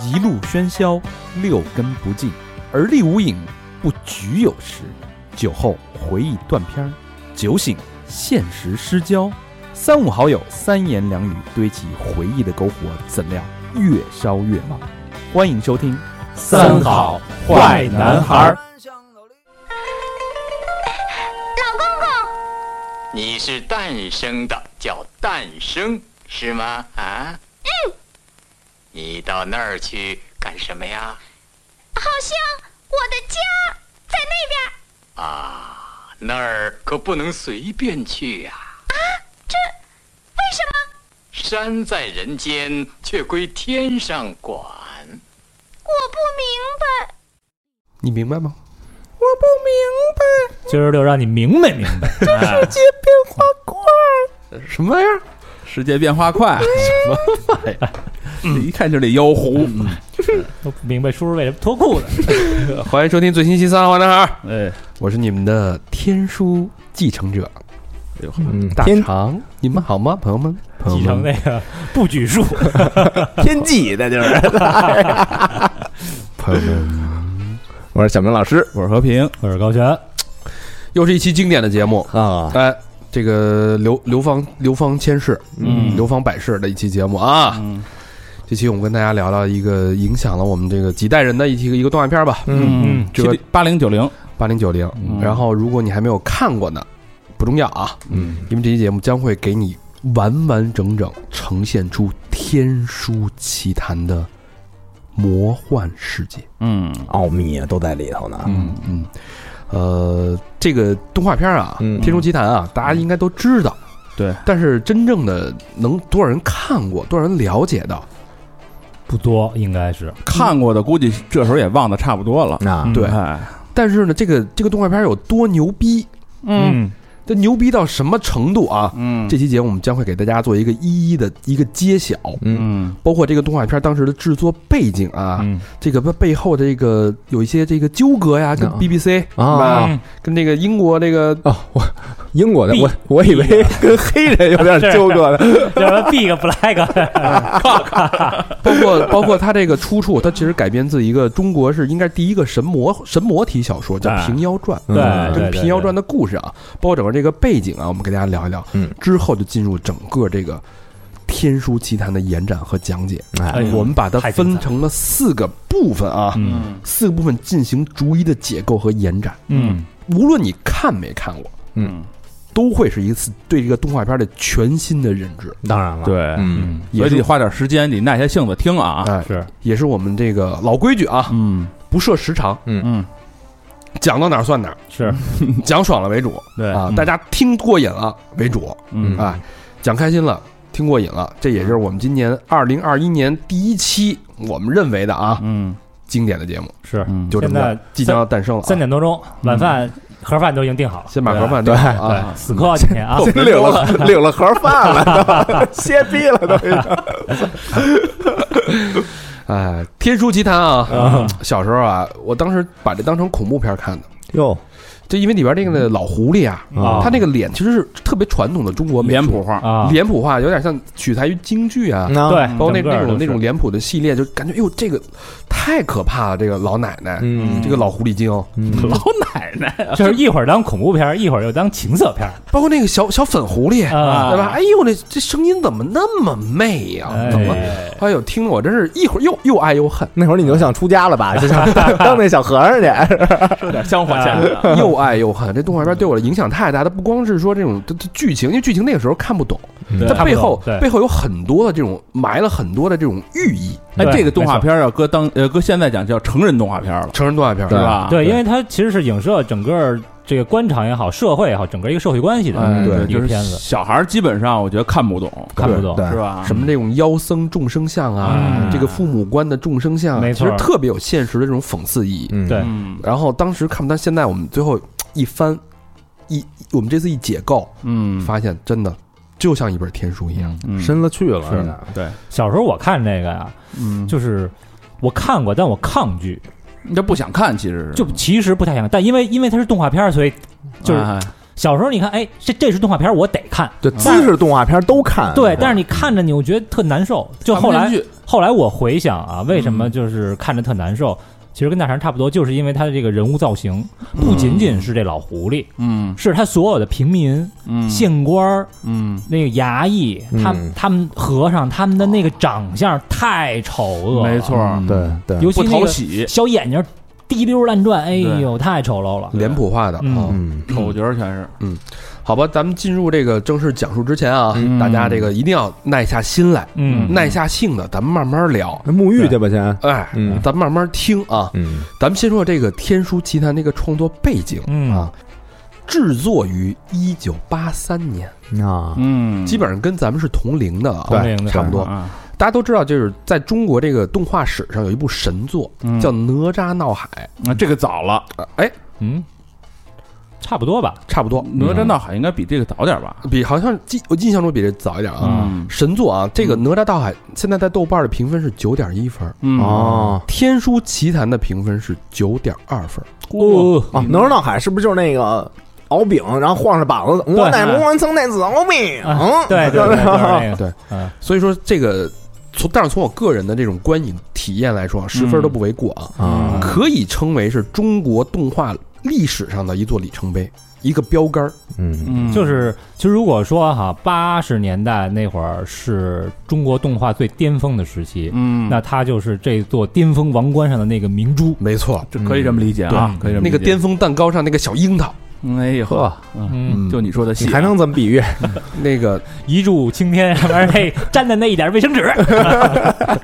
一路喧嚣，六根不净，而立无影，不局有时。酒后回忆断片儿，酒醒现实失焦。三五好友三言两语堆起回忆的篝火，怎料越烧越旺。欢迎收听《三好坏男孩儿你是诞生的，叫诞生是吗？啊？嗯。你到那儿去干什么呀？好像我的家在那边。啊，那儿可不能随便去呀、啊为什么？山在人间，却归天上管。我不明白。你明白吗？今儿就让你明白明白。哎什么玩意儿？世界变化快，什么玩意儿？这嗯一看就得妖狐。都不明白叔叔为什么脱裤子。欢迎收听最新一期《三好坏男孩》，哎，我是你们的天书继承者哎嗯，大天长，你们好吗，朋友们？继承那个不举 树，天际那就是。朋友们，我是小明老师我是和平，我是高璇。又是一期经典的节目。啊，哎，这个流流芳流芳千世，嗯流芳百世的一期节目啊。这期我们跟大家聊聊一个影响了我们这个几代人的一期一个动画片吧，嗯，这个八零九零，嗯八零九零。然后，如果你还没有看过呢，不重要啊，嗯，因为这期节目将会给你完完整整呈现出《天书奇谭》的魔幻世界。嗯奥秘啊都在里头呢。嗯，嗯，呃，这个动画片啊，嗯天书奇谭》啊，大家应该都知道。对，但是真正的能多少人看过，多少人了解到？不多，应该是看过的估计这时候也忘得差不多了。啊，嗯对哎，但是呢，这个这个动画片有多牛逼？ 嗯这牛逼到什么程度啊？嗯这期节目我们将会给大家做一个一一的一个揭晓，嗯嗯包括这个动画片当时的制作背景啊，嗯这个背后这个有一些这个纠葛呀，跟啊 BBC 啊嗯跟这个英国这个哦，我英国的， B 我我以为跟黑人有 点纠 葛呢。叫什么 big flag？包括包括它这个出处，它其实改编自一个中国是应该第一个神魔神魔体小说，叫哎《平妖传》。对嗯这个对《平妖传》的故事啊，包括整个这个背景啊，我们跟大家聊一聊。嗯，之后就进入整个这个《天书奇谭》的延展和讲解。哎哎，呦我们把它太精彩分了成了四个部分啊，嗯四个部分进行逐一的解构和延展。嗯无论你看没看过，嗯，都会是一次对这个动画片的全新的认知。当然了，，对，嗯，也所以得是花点时间，得耐下性子听啊。哎，是也是我们这个老规矩啊，嗯不设时长，嗯，讲到哪儿算哪儿，是，讲爽了为主嗯对啊，嗯大家听过瘾了为主嗯啊，讲开心了，听过瘾了，这也就是我们今年二零二一年第一期我们认为的啊嗯经典的节目，是，嗯，就这么现着在即将要诞生了啊，三点多钟，晚饭盒饭都已经订好了，先把盒饭对定好对啊，死磕今天啊，领了 领了盒饭了，都歇逼了都。哎，天书奇谭嗯啊，小时候啊，我当时把这当成恐怖片看的。哟，就因为里边那个老狐狸啊，啊他那个脸其实是特别传统的中国美脸术谱化，啊，脸谱化，有点像取材于京剧啊，那对，，包括那嗯整个那种都是那种脸谱的系列，就感觉哎呦，这个太可怕了！这个老奶奶，嗯这个老狐狸精，嗯，老奶奶，就是一会儿当恐怖片儿，一会儿又当情色片儿包括那个小小粉狐狸，啊对吧？哎呦，那这声音怎么那么媚呀、哎怎么？哎呦，听得我真是一会儿又又爱又恨那会儿你就想出家了吧？就想 当那小和尚去。有点香火下 来。又爱又恨。这动画片对我的影响太大，它不光是说这种这这剧情，因为剧情那个时候看不懂，对它背后看不懂对背后有很多的这种埋了很多的这种寓意。哎，对这个动画片要搁当呃搁现在讲叫成人动画片了，成人动画片是是吧？啊吧？对，因为它其实是影射整个这个官场也好，社会也好，整个一个社会关系的哎，一个对，一就个是片子，小孩儿基本上我觉得看不懂，看不懂。对是吧？什么这种妖僧众生相啊嗯，这个父母官的众生相啊，没其错实特别有现实的这种讽刺意义。 嗯对嗯然后当时看不到，现在我们最后一翻，一我们这次一解构，嗯，发现真的就像一本天书一样。嗯深了去了，是对，小时候我看这个呀，嗯就就是我看过，但我抗拒，你这不想看，其实是就其实不太想看，但因为因为它是动画片儿，所以啊就是哎小时候你看，哎，这这是动画片儿，我得看。对，姿势动画片都看。对，但是你看着你，我觉得特难受。就后看来不进去嗯后来我回想啊，为什么就是看着特难受？其实跟大肠差不多，就是因为他的这个人物造型，不仅仅是这老狐狸，嗯是他所有的平民、嗯县官儿、嗯那个衙役，他们他们和尚他们的那个长相太丑恶了，没错，，嗯对嗯对，尤其不那讨个喜，小眼睛滴溜乱转，哎呦，太丑陋了。脸谱化的嗯啊。嗯，丑角全是，好吧，咱们进入这个正式讲述之前啊，大家这个一定要耐下心来，嗯，耐下性子，咱们慢慢聊。那沐浴去吧先，哎，嗯咱们慢慢听啊。嗯咱们先说这个《天书奇谭》这个创作背景嗯啊，制作于一九八三年，啊，嗯基本上跟咱们是同龄的啊，同龄的差不多。啊，大家都知道，就是在中国这个动画史上有一部神作嗯叫《哪吒闹海那这个早了，》，哎，嗯，差不多吧。差不多，嗯哪吒闹海应该比这个早点吧？比好像记我印象中比这早一点啊。嗯神作啊，这个《哪吒闹海》现在在豆瓣的评分是九点一分，嗯，哦《天书奇谭》的评分是九点二分。哦哦，哪吒闹海是不是就是那个敖丙，然后晃着膀子，对我乃龙王曾乃子敖丙，嗯啊对对对，就是那个，对嗯所以说这个从，但是从我个人的这种观影体验来说啊，嗯十分都不为过啊，啊，可以称为是中国动画历史上的一座里程碑，一个标杆儿。嗯嗯，就是其实如果说哈，八十年代那会儿是中国动画最巅峰的时期，嗯，那它就是这座巅峰王冠上的那个明珠。没错，这可以这么理解啊，可以这么那个理解巅，峰蛋糕上那个小樱桃，哎呦呵，嗯，就你说的 戏你还能怎么比喻？那个一柱擎天 上面那粘的那一点卫生纸，哎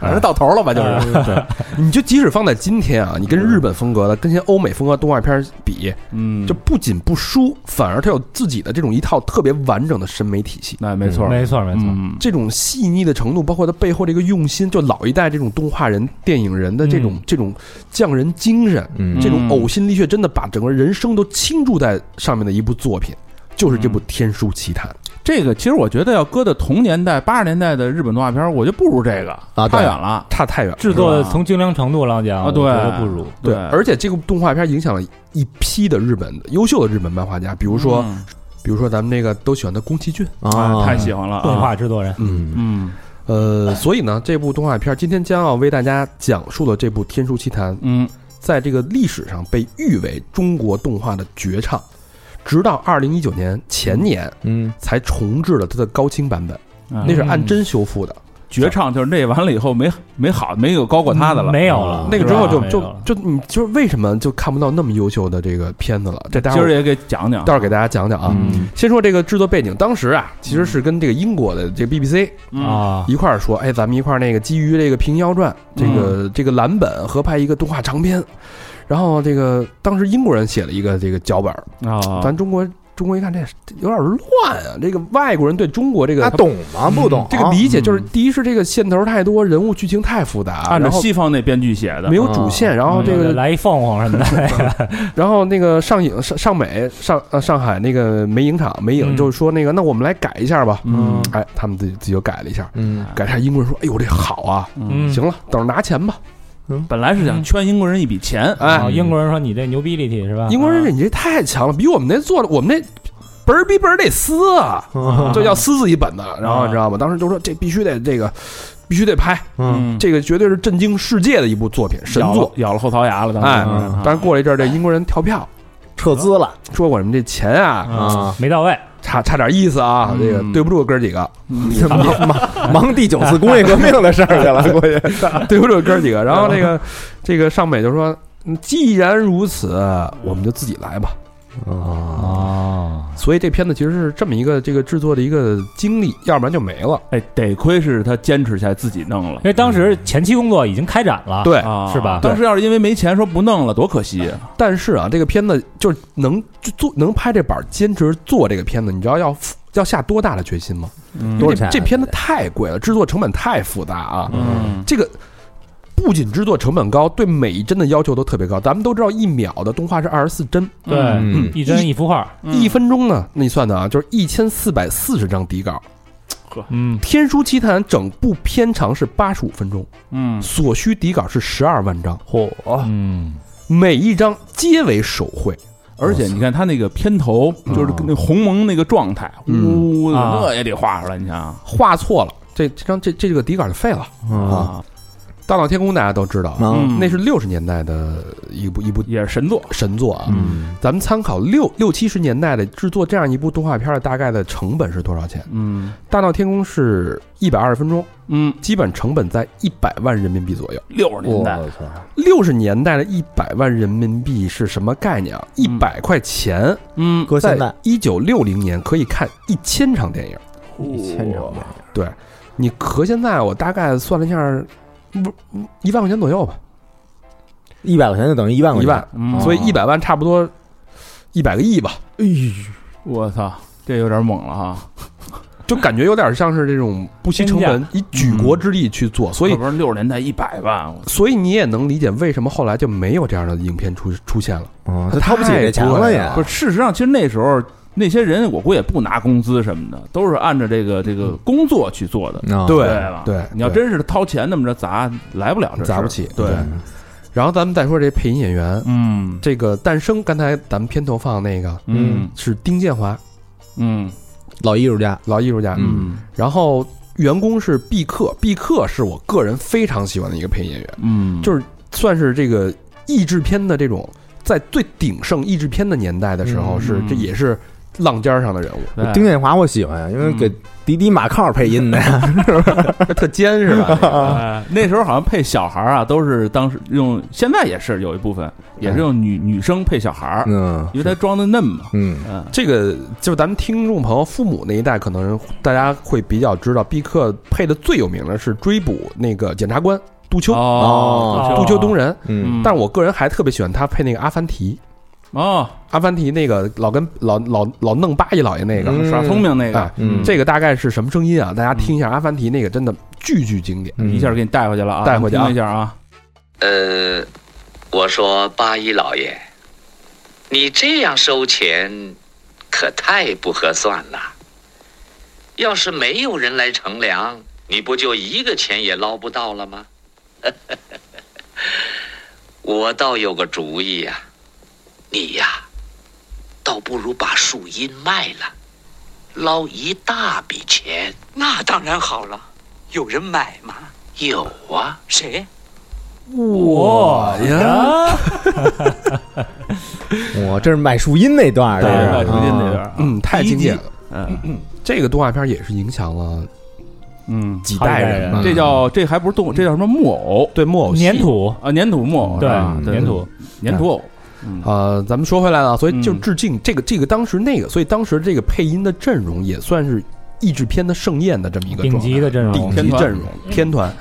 反正到头了吧，就是。对， 你就即使放在今天啊，你跟日本风格的、跟些欧美风格动画片儿比，嗯，就不仅不输，反而它有自己的这种一套特别完整的审美体系。那没错，没错没错，嗯这种细腻的程度，包括它背后这个用心，就老一代这种动画人、电影人的这种、嗯这种匠人精神，嗯这种嗯呕心沥血，真的把整个人生都倾注在上面的一部作品，就是这部《天书奇谭》。这个其实我觉得要搁到同年代八十年代的日本动画片，我就不如这个啊对差远了。差太远了。制作是吧从精良程度上讲，啊我对觉得不如。对，而而且这个动画片影响了一批的日本优秀的日本漫画家，比如说，嗯比如说咱们那个都喜欢的宫崎骏，哦啊，太喜欢了，动，画制作人，嗯，嗯呃，所以呢，这部动画片今天将要为大家讲述的这部《天书奇谭》，嗯在这个历史上被誉为中国动画的绝唱，直到二零一九年前年嗯才重制了它的高清版本，啊嗯那是按帧修复的。嗯绝唱，就是那完了以后没没好没有高过他的嗯了，没有了那个之后就没有就了就你就是为什么就看不到那么优秀的这个片子了？这待今会儿儿也给讲讲待会儿给大家讲讲啊。嗯先说这个制作背景，当时啊，嗯其实是跟这个英国的这个 BBC 啊，啊，一块儿说，哎，咱们一块儿那个基于这个《平妖传》嗯这个这个蓝本合拍一个动画长片，然后这个当时英国人写了一个这个脚本儿，啊咱中国中国一看这这有点乱啊，这个外国人对中国这个那懂吗？不懂啊这个理解，嗯就是第一是这个线头太多，人物剧情太复杂，按照然后西方那编剧写的没，有主线，然后这嗯个来一凤凰什么的，然后那个上影上上美上呃上海那个美影厂美影嗯就说那个那我们来改一下吧，嗯哎，他们自己自己就改了一下，嗯改一下英国人说，哎呦这好啊，嗯，行了，等着拿钱吧，本来是想圈英国人一笔钱，哎，啊，英国人说你这牛逼力体是吧？英国人这你这太强了，比我们那做的我们那倍儿逼倍儿得撕啊，这要撕自己本子，然后你知道吗？当时就说这必须得这个必须得拍，嗯这个绝对是震惊世界的一部作品，神咬了作。咬了后槽牙了，当时哎啊嗯，但是过了一阵儿，这英国人跳票， 撤资了说我们这钱啊，啊，没到位，差差点意思啊，这个对不住哥儿几个， 嗯嗯 忙忙忙第九次工业革命的事儿去了，估计对不住哥儿几个。然后这个这个尚美就说，嗯既然如此，我们就自己来吧。啊，哦，所以这片子其实是这么一个这个制作的一个经历，要不然就没了。哎，得亏是他坚持下来自己弄了因。为当时前期工作已经开展了，对，啊，哎是吧当时要是因为没钱说不弄了，多可惜啊！但是啊，这个片子就是能就做能拍这板儿，坚持做这个片子，你知道要付要下多大的决心吗？嗯因多少为钱这啊？这片子太贵了，制作成本太复杂啊。嗯这个不仅制作成本高，对每一帧的要求都特别高。咱们都知道，一秒的动画是二十四帧，对，嗯一帧一幅画，一分钟呢，那你算算啊，就是一千四百四十张底稿。嗯《天书奇谭》整部片长是八十五分钟，嗯所需底稿是十二万张，嚯，嗯，每一张皆为手绘。而且你看他那个片头，就是跟那鸿蒙那个状态，嗯呜，啊啊那也得画出来，你想，画错了，这这张这这个底稿就废了。啊，啊大闹天宫大家都知道，啊嗯那是六十年代的一部一部也是神作，神作啊。嗯咱们参考六六七十年代的制作这样一部动画片的大概的成本是多少钱？嗯《大闹天宫》是一百二十分钟，嗯，基本成本在一百万人民币左右。六十年我代，操，六十年代的一百万人民币是什么概念啊？一嗯百块钱，嗯搁现在在一九六零年可以看一千场电影。一千场电影，你和现在我大概算了一下，不一万块钱左右吧，一百块钱就等于一万块一钱，万，嗯所以哦一百万差不多一百个亿吧，我操，这有点猛了哈，就感觉有点像是这种不惜成本以举国之力去做，所以嗯不是六十年代一百万，我所以你也能理解为什么后来就没有这样的影片出出现了。嗯，他掏不起这钱了啊也，不是，事实上，其实那时候那些人，我估计也不拿工资什么的，都是按照这个这个工作去做的，啊，吧？嗯对，你要真是掏钱那么着砸，来不了这事儿砸不起对对，然后咱们再说这配音演员，嗯这个诞生，刚才咱们片头放那个嗯是丁建华嗯老艺术家，老艺术家，嗯然后员工是毕克，毕克是我个人非常喜欢的一个配音演员。嗯，就是算是这个译制片的这种在最鼎盛译制片的年代的时候，嗯是嗯这也是浪尖儿上的 人物，对丁建华我喜欢，因为给嗯迪迪马靠配 音的呀，特尖是吧？呃哎那时候好像配小孩儿啊，都是当时用，现在也是有一部分也是用女女生配小孩儿，嗯因为他装的嫩嘛，嗯，嗯 这个就是咱们听众朋友父母那一代，可能大家会比较知道，毕克配的最有名的是追捕那个检察官杜秋，啊哦杜秋东人。嗯嗯但我个人还特别喜欢他配那个阿凡提，哦，阿凡提那个老跟老老老弄八一老爷那个，嗯耍聪明那哎个，嗯这个大概是什么声音啊？大家听一下阿凡提那个，真的句句经典。嗯一下给你带回去了啊，带回去啊听一下啊，呃，我说八一老爷，你这样收钱，可太不合算了。要是没有人来乘凉，你不就一个钱也捞不到了吗？ 我倒有个主意呀、你呀、倒不如把树荫卖了，捞一大笔钱。那当然好了，有人买吗？有啊。谁？哇呀，嗯我这是卖树荫那段儿，这带是回去听那哦啊边，嗯，太经典了。嗯这个动画片也是影响了嗯，几代好几代人人嘛，这叫这还不是动物，这叫什么木偶对木偶戏粘。土，啊？粘土木偶对啊，对粘土，粘土偶，呃，咱们说回来了，所以就嗯致敬这个这个当时那个，所以当时这个配音的阵容也算是译制片的盛宴的这么一个顶状态级的阵容顶，天级团阵容天团，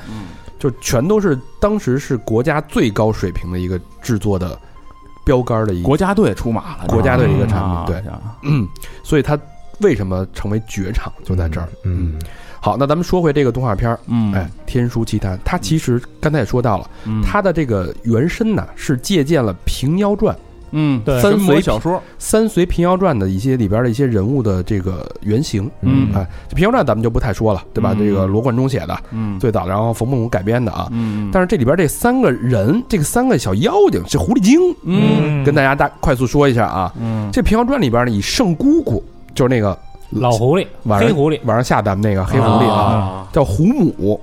就全都是当时是国家最高水平的一个制作的标杆的一个，国家队出马了，嗯国家队一个产品啊对，嗯，所以它为什么成为绝唱就在这儿。嗯，好，那咱们说回这个动画片儿，嗯，哎，《天书奇谭》，它其实刚才也说到了。嗯，它的这个原身呢是借鉴了《平妖传》嗯，对三神魔随小说， 《三随平妖传》的一些里边的一些人物的这个原型。嗯哎，这《平妖传》咱们就不太说了，对吧？嗯这个罗贯中写的嗯，最早，然后冯梦龙改编的啊。嗯，但是这里边这三个人，这个三个小妖精是狐狸精，嗯跟大家大快速说一下啊。嗯这《平妖传》里边呢，以圣姑姑就是那个老狐狸、晚上黑狐狸，晚上吓咱们那个黑狐狸啊，啊，叫胡母，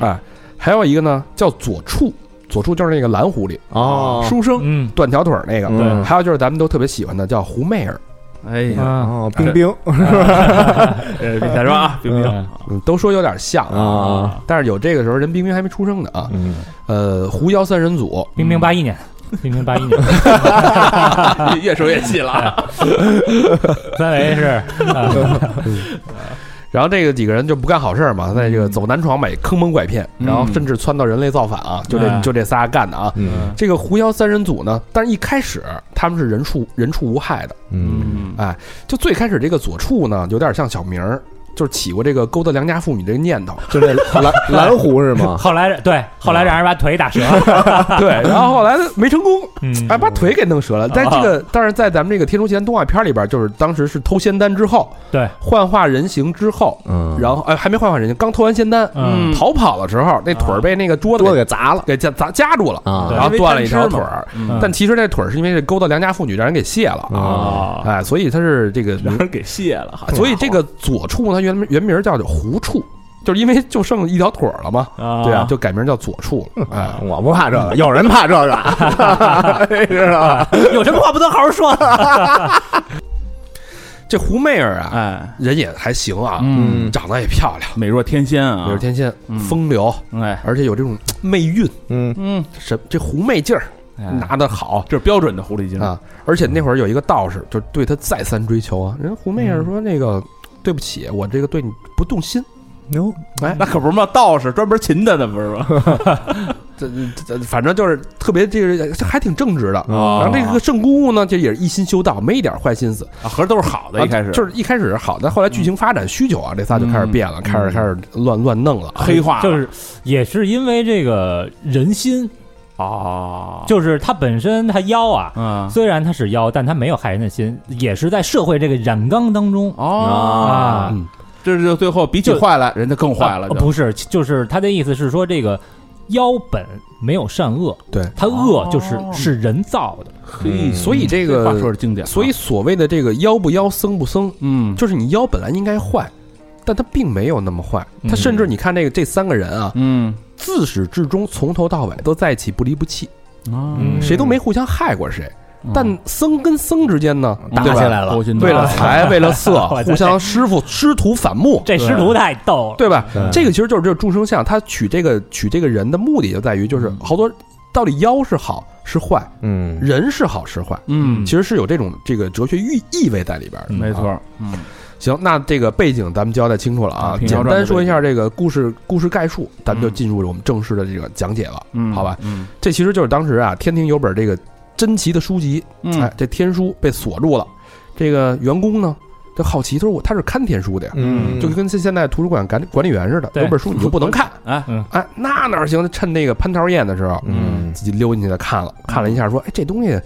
哎，还有一个呢叫左处，左处就是那个蓝狐狸，哦，书生嗯，断条腿儿那个，嗯还有就是咱们都特别喜欢的叫胡媚儿，哎呀，啊，哦，冰冰嗯呃别瞎说啊，冰冰，嗯，都说有点像，啊，但是有这个时候人冰冰还没出生呢啊，嗯，呃，狐妖三人组，冰冰八一年，冰冰八一年， 越说越气了啊，三维是嗯嗯然后这个几个人就不干好事儿嘛，在这个走南闯北、坑蒙拐骗，然后甚至窜到人类造反啊，就这嗯就这仨干的啊。嗯这个狐妖三人组呢，但是一开始他们是人畜人畜无害的，嗯嗯就最开始这个左处呢，有点像小明儿，就是起过这个勾搭良家妇女这个念头，就这蓝蓝湖是 吗？后来对，后来让人把腿打折，对，然后后来没成功，嗯，哎，把腿给弄折了。但这个，但是在咱们这个《天书奇谭》动画片里边，就是当时是偷仙丹之后，对，幻化人形之后，嗯，然后哎还没幻化人形，刚偷完仙丹，嗯逃跑的时候，那腿儿被那个桌子桌子给给砸了给夹砸夹住了，啊对然后断了一条腿儿。嗯但其实这腿儿是因为这勾搭良家妇女让人给卸了啊，啊，啊，哎，所以他是这个。让人给卸了，好像所以这个左处他原原名叫做狐处，就是因为就剩一条腿儿了嘛，啊对啊，就改名叫左处了。嗯哎，我不怕这个，有人怕这个，知道吧？有什么话不能好好说？这胡媚儿啊，哎，人也还行啊，嗯，长得也漂亮，美若天仙啊，也是天仙嗯，风流，哎，而且有这种媚韵， 嗯，嗯，什这狐媚劲儿哎拿得好这是标准的狐狸精，啊。而且那会儿有一个道士，就对她再三追求啊，人家胡媚儿说那个。对不起，我这个对你不动心，哟，那可不是嘛，道士专门擒他的不是 吗？这这这嗯反正就是特别这个这还挺正直的。啊然后这个圣姑姑呢，这也是一心修道，没一点坏心思。啊合着都是好的，一开始啊就是一开始是好，但后来剧情发展需求啊，这仨就开始变了，开始开始乱乱弄了。黑化了，就是也是因为这个人心，啊，就是他本身他妖啊，嗯虽然他是妖，但他没有害人的心，也是在社会这个染缸当中哦，啊嗯这就最后比起就坏来，人家更坏了啊，不是，就是他的意思是说这个。妖本没有善恶，对他恶就是、哦是人造的，嘿所以这嗯话说个，是经典，啊所以所谓的这个妖不妖，僧不僧，嗯，就是你妖本来应该坏，但他并没有那么坏。他甚至你看这个这三个人啊，嗯自始至终从头到尾都在一起不离不弃，啊嗯谁都没互相害过谁。嗯但僧跟僧之间呢，打对吧起来了嗯勾心斗为角了 财，为了色我，的互相师傅师徒反目，这师徒太逗了。对吧嗯对？这个其实就是这个众生相，他取这个取这个人的目的就在于，嗯就是好多到底妖是好是坏，嗯，人是好是坏，嗯，其实是有这种这个哲学意意味在里边的。没啊。错，嗯，行，那这个背景咱们交代清楚了啊啊，简平遥传单的说背一景下这个故事故事概述，咱们就嗯进入了我们正式的这个讲解了。嗯，好吧，嗯这其实就是当时啊，天庭有本这个珍奇的书籍，嗯哎，这天书被锁住了，这个员工呢就好奇，他说我他是看天书的呀，嗯就跟现现在图书馆管管理员似的，对有本书你就不能看。哎，嗯哎，那哪行？趁那个蟠桃宴的时候，嗯自己溜进去看了，看了一下，说：“哎，这东西，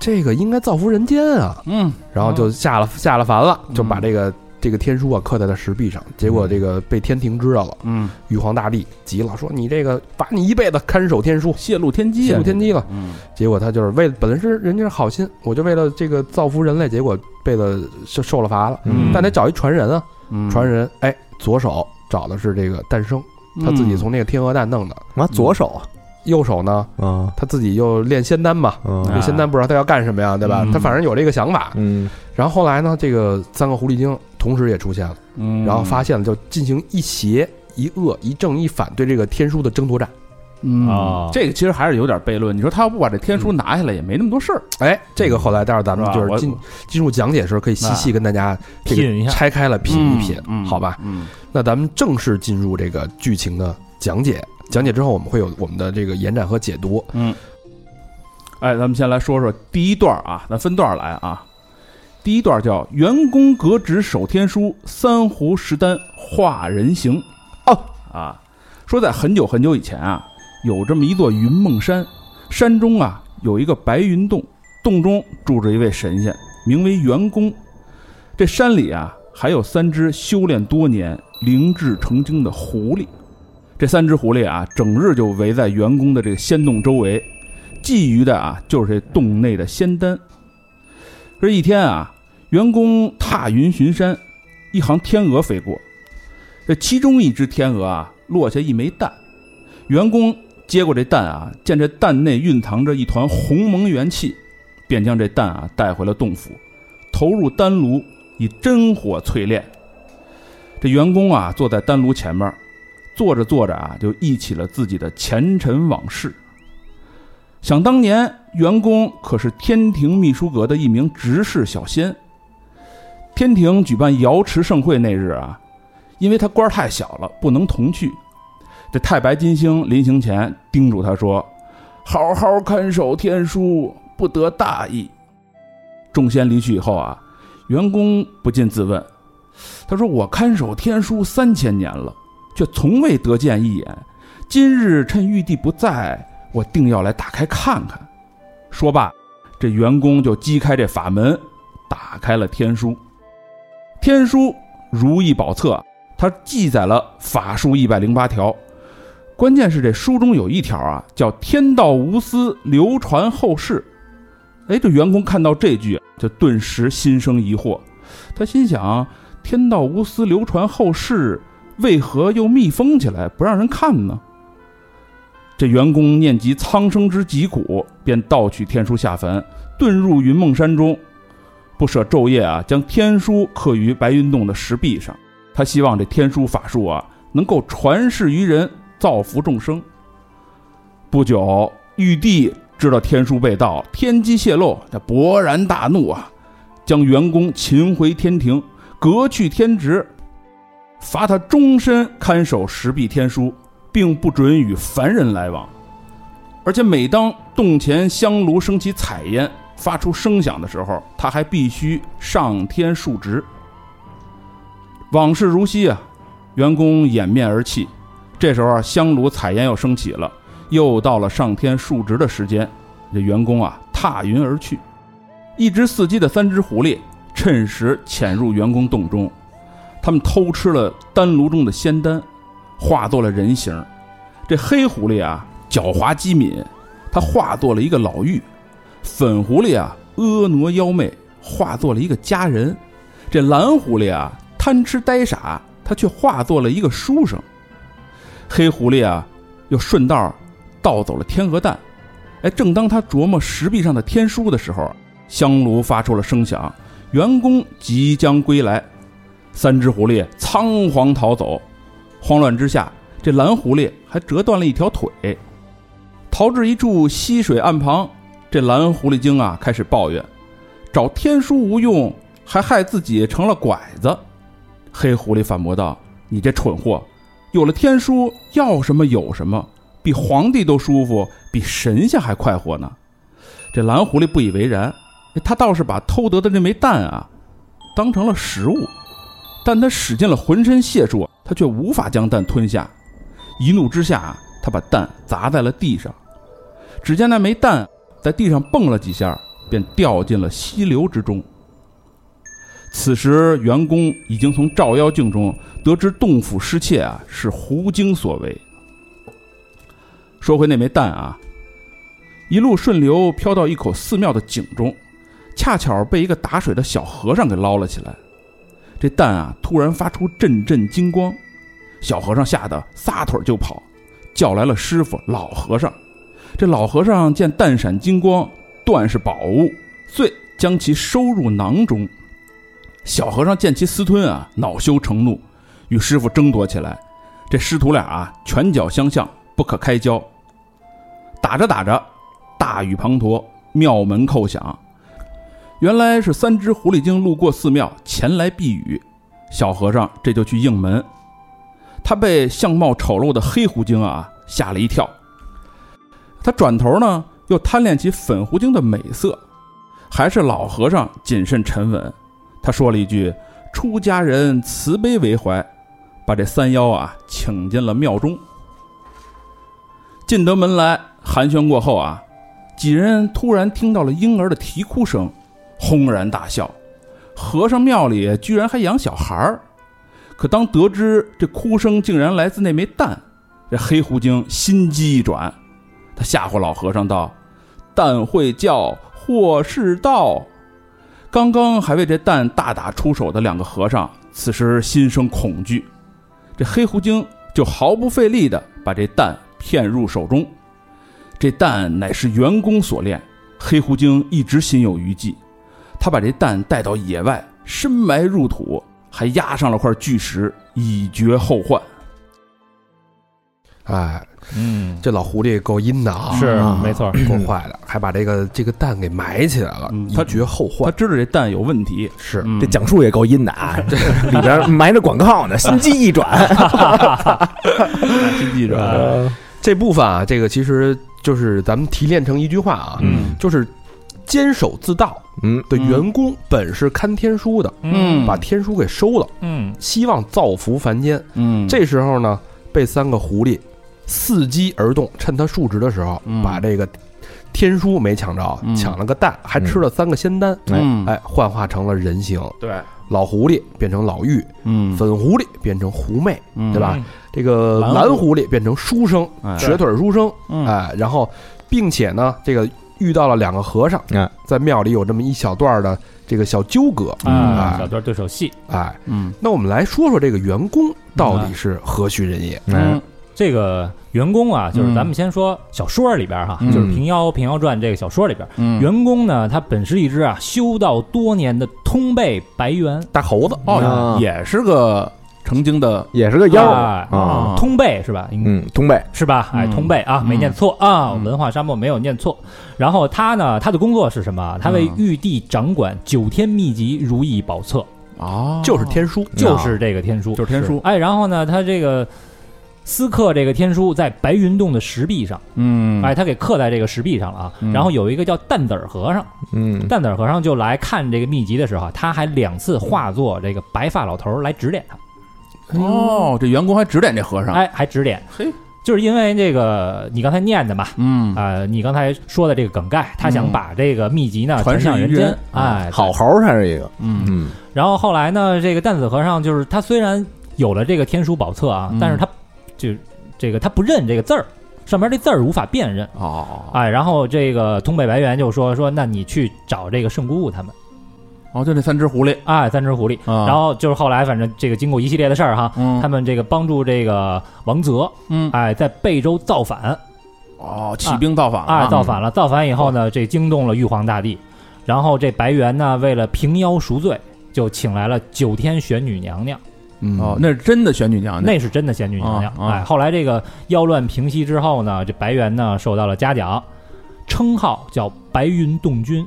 这个应该造福人间啊。嗯，”然后就下了下了凡了，就把嗯这个这个天书啊刻在了石壁上。结果这个被天庭知道了，嗯，玉皇大帝急了，说：“你这个罚你一辈子看守天书，泄露天机，泄露天机了。嗯，”结果他就是为本来是人家是好心，我就为了这个造福人类，结果被了受受了罚了。嗯但得找一传人啊，嗯传人哎，左手找的是这个诞生，嗯他自己从那个天鹅蛋弄的。我左手右手呢，啊，他自己又练仙丹嘛，嗯这仙丹不知道他要干什么呀，对吧嗯？他反正有这个想法。嗯然后后来呢，这个三个狐狸精同时也出现了，嗯，然后发现了就进行一邪一恶一正一反对这个天书的争夺战。嗯啊，这个其实还是有点悖论。你说他要不把这天书拿下来，也没那么多事儿，哎，这个后来待会儿咱们就是是吧进我进入讲解的时候可以细细跟大家这个品一下拆开了品一品，嗯好吧？？嗯那咱们正式进入这个剧情的讲解。讲解之后，我们会有我们的这个延展和解读。嗯，哎，咱们先来说说第一段啊，咱分段来啊。第一段叫“员工革职守天书，三湖石丹化人形”。哦啊，说在很久很久以前啊，有这么一座云梦山，山中啊有一个白云洞，洞中住着一位神仙，名为元公。这山里啊还有三只修炼多年、灵智成精的狐狸。这三只狐狸啊，整日就围在员工的这个仙洞周围，觊觎的啊就是这洞内的仙丹。这一天啊，员工踏云巡山，一行天鹅飞过，这其中一只天鹅啊落下一枚蛋，员工接过这蛋啊，见这蛋内蕴藏着一团鸿蒙元气，便将这蛋啊带回了洞府，投入丹炉以真火淬炼。这员工啊坐在丹炉前面，做着做着啊，就忆起了自己的前尘往事。想当年，员工可是天庭秘书阁的一名执事小仙。天庭举办瑶池盛会那日啊，因为他官儿太小了，不能同去。这太白金星临行前叮嘱他说：“好好看守天书，不得大意。”众仙离去以后啊，员工不禁自问：“他说我看守天书三千年了。”却从未得见一眼。今日趁玉帝不在，我定要来打开看看。说罢，这员工就击开这法门，打开了天书。天书如意宝册，它记载了法术一百零八条。关键是这书中有一条啊，叫“天道无私，流传后世”。哎，这员工看到这句，就顿时心生疑惑。他心想：“天道无私，流传后世，为何又密封起来不让人看呢？这员工念及苍生之疾苦，便盗取天书下凡，遁入云梦山中，不舍昼夜啊，将天书刻于白云洞的石壁上。他希望这天书法术啊，能够传世于人，造福众生。不久，玉帝知道天书被盗，天机泄露，他勃然大怒啊，将员工擒回天庭，革去天职，罚他终身看守石壁天书，并不准与凡人来往。而且每当洞前香炉升起彩烟，发出声响的时候，他还必须上天述职。往事如昔啊，员工掩面而泣。这时候啊，香炉彩烟又升起了，又到了上天述职的时间。这员工啊，踏云而去。一直伺机的三只狐狸趁时潜入员工洞中，他们偷吃了丹炉中的仙丹，化作了人形。这黑狐狸啊，狡猾机敏，它化作了一个老妪；粉狐狸啊，婀娜妖媚，化作了一个佳人；这蓝狐狸啊，贪吃呆傻，它却化作了一个书生；黑狐狸啊，又顺道盗走了天鹅蛋。哎，正当他琢磨石壁上的天书的时候，香炉发出了声响，员工即将归来。三只狐狸仓皇逃走，慌乱之下，这蓝狐狸还折断了一条腿。逃至一处溪水岸旁，这蓝狐狸精啊开始抱怨：找天书无用，还害自己成了拐子。黑狐狸反驳道：“你这蠢货，有了天书，要什么有什么，比皇帝都舒服，比神仙还快活呢。”这蓝狐狸不以为然，他倒是把偷得的这枚蛋啊，当成了食物。但他使尽了浑身解数，他却无法将蛋吞下。一怒之下，他把蛋砸在了地上。只见那枚蛋在地上蹦了几下，便掉进了溪流之中。此时，员工已经从照妖镜中得知洞府失窃啊是狐精所为。说回那枚蛋啊，一路顺流飘到一口寺庙的井中，恰巧被一个打水的小和尚给捞了起来。这蛋啊，突然发出阵阵金光，小和尚吓得撒腿就跑，叫来了师傅老和尚。这老和尚见蛋闪金光，断是宝物，遂将其收入囊中。小和尚见其私吞啊，恼羞成怒，与师傅争夺起来。这师徒俩啊，拳脚相向，不可开交。打着打着，大雨滂沱，庙门叩响。原来是三只狐狸精路过寺庙，前来避雨。小和尚这就去应门。他被相貌丑陋的黑狐精啊吓了一跳。他转头呢，又贪恋起粉狐精的美色。还是老和尚谨慎沉稳，他说了一句：“出家人慈悲为怀。”把这三妖啊请进了庙中。进得门来，寒暄过后啊，几人突然听到了婴儿的啼哭声，轰然大笑。和尚庙里居然还养小孩儿，可当得知这哭声竟然来自那枚蛋，这黑狐精心机一转，他吓唬老和尚道：“蛋会叫，祸是到。”刚刚还为这蛋大打出手的两个和尚，此时心生恐惧。这黑狐精就毫不费力地把这蛋骗入手中。这蛋乃是员工所炼，黑狐精一直心有余悸。他把这蛋带到野外，深埋入土，还压上了块巨石，以绝后患。哎，嗯，这老狐狸够阴的啊，是嗯没错够坏的，还把这个这个蛋给埋起来了，以绝后嗯他嗯患。知道这蛋有问题，是，这讲述也够阴的 啊，这里边埋着广告呢，心机一转，心机一转。这部分啊，这个其实就是咱们提炼成一句话啊，嗯就是坚守自盗 嗯的员工本是看天书的，嗯把天书给收了，嗯希望造福凡间。嗯，这时候呢，被三个狐狸伺机而动，趁他述职的时候，嗯把这个天书没抢着，嗯抢了个蛋，还吃了三个仙丹，嗯哎，幻化成了人形。对，老狐狸变成老妪，嗯粉狐狸变成狐媚，嗯对吧？嗯这个蓝狐蓝狐狸变成书生，哎瘸腿书生，嗯哎，然后并且呢，这个遇到了两个和尚，哎在庙里有这么一小段的这个小纠葛嗯啊，哎小段对手戏，哎，那我们来说说这个员工到底是何许人哎也？嗯，这个员工啊，就是嗯咱们先说小说里边哈，嗯就是《平妖平妖传》这个小说里边，嗯员工呢，他本是一只啊修道多年的通背白猿大猴子哦也是个成精的，也是个妖啊啊，通背是吧？应嗯，通背是吧？哎，嗯通背啊，没念错啊，文化沙漠没有念错。然后他呢，他的工作是什么？他为玉帝掌管九天秘籍《如意宝册》哦就是天书，嗯啊就是这个天书，就是天书哎，然后呢，他这个私刻这个天书在白云洞的石壁上，嗯哎，他给刻在这个石壁上了啊。然后有一个叫蛋子儿和尚，嗯，蛋子儿和尚就来看这个秘籍的时候啊，他还两次化作这个白发老头儿来指点他。哦，这员工还指点这和尚，哎，还指点，啊嘿，就是因为这个你刚才念的嘛，嗯，啊，你刚才说的这个梗概，他想嗯把这个秘籍呢传传世向于人人啊间，，哎，好猴儿他是一个，嗯嗯，然后后来呢，这个淡子和尚就是他虽然有了这个天书宝册啊，嗯但是他就这个他不认这个字儿，上面这字儿无法辨认。哦，哎，然后这个东北白猿就说说，那你去找这个圣姑姑他们，哦，就那三只狐狸，哎，三只狐狸。啊然后就是后来，反正这个经过一系列的事儿哈，嗯他们这个帮助这个王泽，嗯哎，在贝州造反，哦，起兵造反了，啊，造反了！造反以后呢，这惊动了玉皇大帝，然后这白猿呢，为了平妖赎罪，就请来了九天玄女娘娘，嗯哦，那是真的玄女娘娘，那是真的仙女娘娘。啊啊哎，后来这个妖乱平息之后呢，这白猿呢受到了嘉奖，称号叫白云洞君，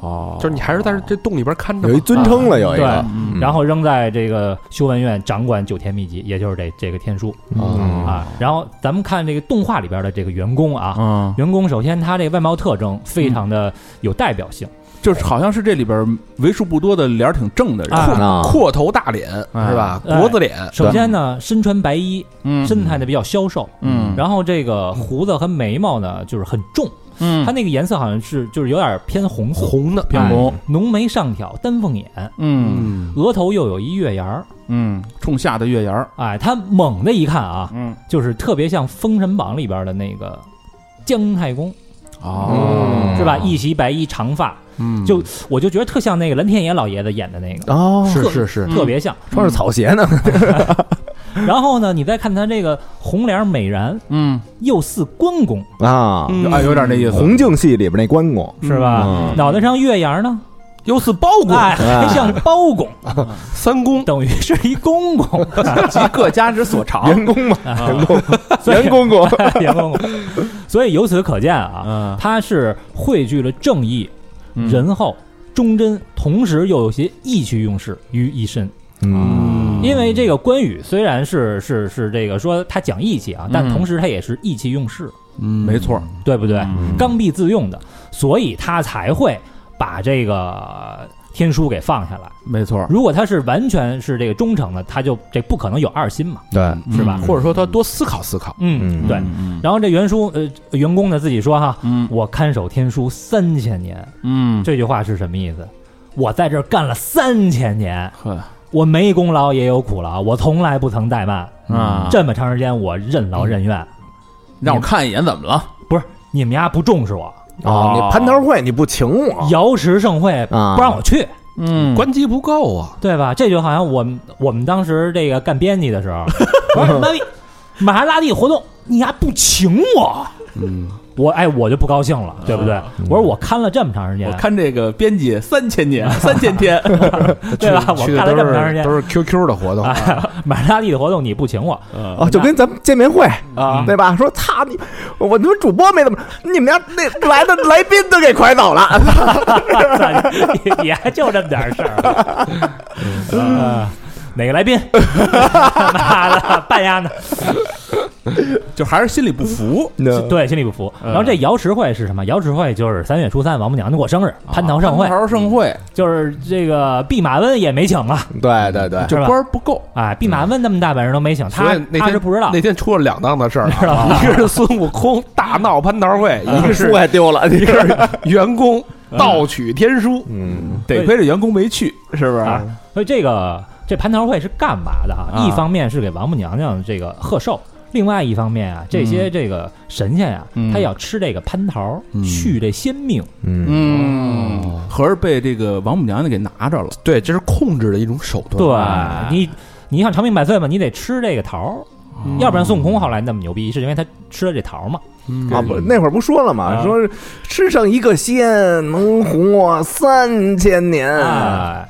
哦，就是你还是在这洞里边看着吧有一尊称哎了有一对个，，嗯然后扔在这个修文院掌管九天秘籍，也就是这这个天书嗯哦啊。然后咱们看这个动画里边的这个员工啊，嗯，员工首先他这外貌特征非常的有代表性。就是好像是这里边为数不多的脸儿挺正的人，啊啊阔头大脸哎是吧？哎国字脸，首先呢，身穿白衣，嗯身材呢比较消瘦，嗯然后这个胡子和眉毛呢就是很重，嗯它那个颜色好像是就是有点偏红色，红的哎红，浓眉上挑，丹凤眼，嗯额头又有一月牙儿，嗯，冲下的月牙儿，哎，他猛的一看啊，嗯，就是特别像《封神榜》里边的那个姜太公，嗯嗯哦，是吧？一袭白衣，长发，嗯就我就觉得特像那个蓝天野老爷子演的那个，哦，嗯是特是是，特别像。穿着草鞋呢，然后呢，你再看他这个红脸美髯，嗯，又似关公，啊，哎，有点那意思，红净戏里边那关公，是吧？嗯脑袋上月牙呢，又似包公、哎，还像包公，三公，等于是一公公，集各家之所长，员工嘛，员工， 啊所以员工工，杨公公。所以由此可见啊，嗯，他是汇聚了正义、嗯仁厚、忠贞，同时又有些意气用事于一身。嗯因为这个关羽虽然是是是这个说他讲义气啊，但嗯同时他也是意气用事，嗯没错，对不对？嗯刚愎自用的，所以他才会把这个天书给放下来。没错，如果他是完全是这个忠诚的，他就这不可能有二心嘛，对，是吧？或者说他多思考思考，嗯，对。嗯然后这袁叔呃员工呢自己说哈，嗯我看守天书三千年，嗯，这句话是什么意思？我在这儿干了三千年，呵我没功劳也有苦劳，我从来不曾怠慢。嗯啊，嗯这么长时间我任劳任怨，让我看一眼怎么了？不是你们家不重视我，哦，你蟠桃会你不请哦我，瑶池盛会啊不让我去，嗯官级不够啊，对吧？这就好像我们我们当时这个干编辑的时候，我说妈逼，马哈拉蒂活动你还不请我，嗯，我哎我就不高兴了，对不对？我说我看了这么长时间我，看这个编辑三千 年，三千天，对吧？我去的看了都这么长时是间都，是 QQ 的 活动，马哈拉蒂的活动你不请我，哦，就跟咱们见面会啊，对吧？说擦你，我他妈主播没怎么，你们家那来的来宾都给拐 走了，也也就这么点事儿。呃哪个来宾？妈的，半丫呢？就还是心里不 服。嗯对，心里不服。然后这瑶池会是什么？瑶池会就是三月初三王母娘娘过生日，蟠桃盛会蟠，桃盛会，就是这个弼马温也没请啊，对对对，就是吧官儿不够，啊，弼马温那么大本事都没请，所他以那他是天不知道那。天出了两档子 事儿 啊，一个是孙悟空大闹蟠桃会，嗯一个书是还丢了，一个是员工盗取天书，嗯，得亏这员工没去，是不是？所以这个这蟠桃会是干嘛的啊？啊一方面是给王母娘娘这个贺寿，另外一方面啊，这些嗯这个神仙呀、嗯他要吃这个蟠桃，嗯续这仙命。嗯，合着被这个王母娘娘给拿着了。对，这是控制的一种手对你，你想长命百岁嘛，你得吃这个桃儿，嗯要不然孙悟空后来那么牛逼，是因为他吃了这桃儿嘛。啊不，那会儿不说了啊吗？说是吃上一个仙能活我三千年。哎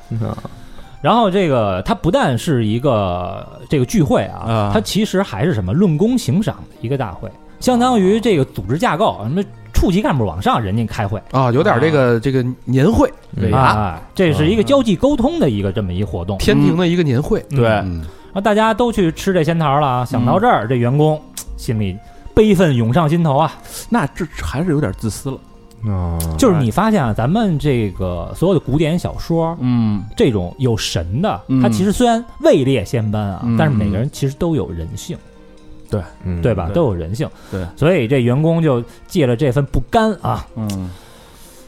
然后这个它不但是一个这个聚会啊，它其实还是什么论功行赏的一个大会，相当于这个组织架构，什么处级干部往上人家开会啊，有点这个这个年会对啊，啊，这是一个交际沟通的一个这么一活动。天庭的一个年会，对，嗯啊，大家都去吃这仙桃了啊，想到这儿，这员工心里悲愤涌上心头啊。那这还是有点自私了。就是你发现啊，咱们这个所有的古典小说，嗯，这种有神的，嗯它其实虽然位列仙班啊嗯，但是每个人其实都有人性，对，对吧？嗯对都有人性，对，所以这员工就借了这份不甘啊，嗯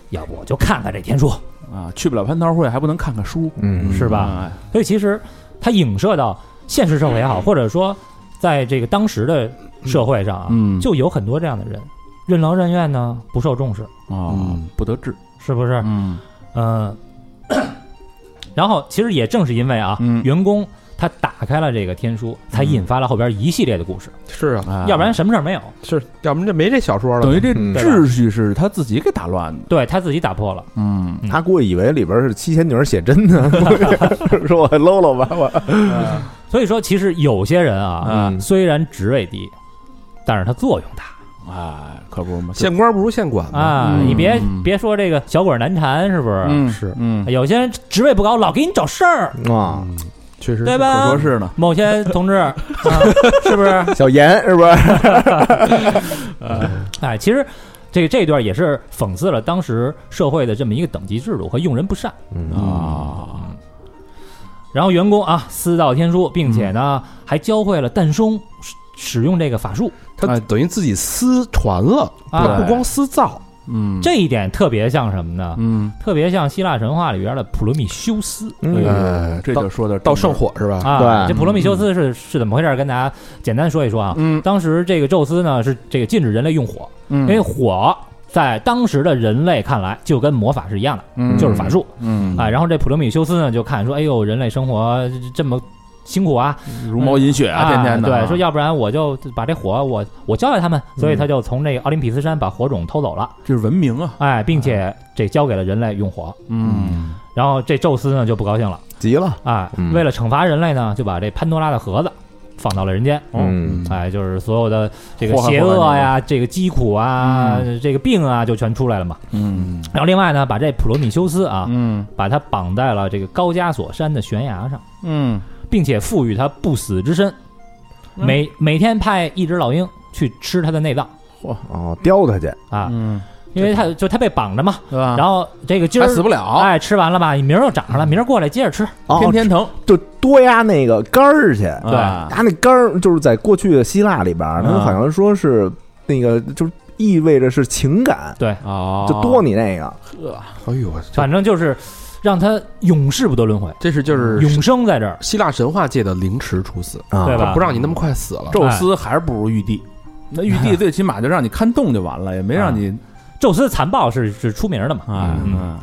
要不我就看看这天书，啊，去不了蟠桃会还不能看看书，嗯是吧？哎所以其实它影射到现实社会也嗯好，或者说在这个当时的社会上啊，嗯就有很多这样的人，任劳任怨呢，不受重视，啊，不得志。是不是？嗯嗯，然后其实也正是因为啊，嗯员工他打开了这个天书，才引发了后边一系列的故事，是啊，啊要不然什么事儿没有。是要不然这没这小说了，等于这嗯秩序是他自己给打乱的。对他自己打破了，嗯，他估计以为里边是七仙女儿写真呢， 说我搂搂吧，我所以说其实有些人啊，嗯虽然职位低，但是他作用大哎，可不嘛，县官不如县管嘛，啊！嗯你别、嗯别说这个小鬼难缠，是不是？啊嗯是嗯，有些人职位不高，老给你找事儿，啊，确实对可吧说？是呢。某些同 志，啊、是不是？小严是不是？哎，其实这这一段也是讽刺了当时社会的这么一个等级制度和用人不善。啊，然后员工啊私造天书，并且呢、还教会了诞生使使用这个法术，他等于自己私传了，啊他不光私造，嗯，这一点特别像什么呢？嗯，特别像希腊神话里边的普罗米修斯。哎这就说的到圣火是吧？啊，嗯对这普罗米修斯是是怎么回事？跟大家简单说一说啊。嗯当时这个宙斯呢是这个禁止人类用火，嗯因为火在当时的人类看来就跟魔法是一样的，嗯就是法术嗯啊。然后这普罗米修斯呢就看说，哎呦，人类生活这么辛苦啊，如毛饮血啊，天天的啊。对，说要不然我就把这火我我交给他们，所以他就从那个奥林匹斯山把火种偷走了，这是文明啊。哎，并且这交给了人类用火。嗯然后这宙斯呢就不高兴了，急了，哎，嗯为了惩罚人类呢，就把这潘多拉的盒子放到了人间。嗯哎，就是所有的这个祸害邪祸恶害呀、这个疾苦啊、这个病啊，就全出来了嘛。嗯然后另外呢，把这普罗米修斯啊，嗯把他绑在了这个高加索山的悬崖上，嗯并且赋予他不死之身，每每天派一只老鹰去吃他的内脏。哦，叼他去，啊，嗯，因为他就他被绑着嘛，对吧？然后这个今还儿死不了，哎，吃完了吧，你明儿又长上了，明儿过来接着吃，哦天天疼。就多压那个杆儿去。对啊他那杆儿就是在过去的希腊里边儿，他啊好像说是那个就是意味着是情感，对，哦就多你那个。哎呦，这反正就是让他永世不得轮回，这是就是永生在这儿，希腊神话界的凌迟处死，啊对吧？不让你那么快死了。宙斯还是不如玉帝。那玉帝最起码就让你看洞就完了，也没让你宙斯残暴是是出名的嘛，啊嗯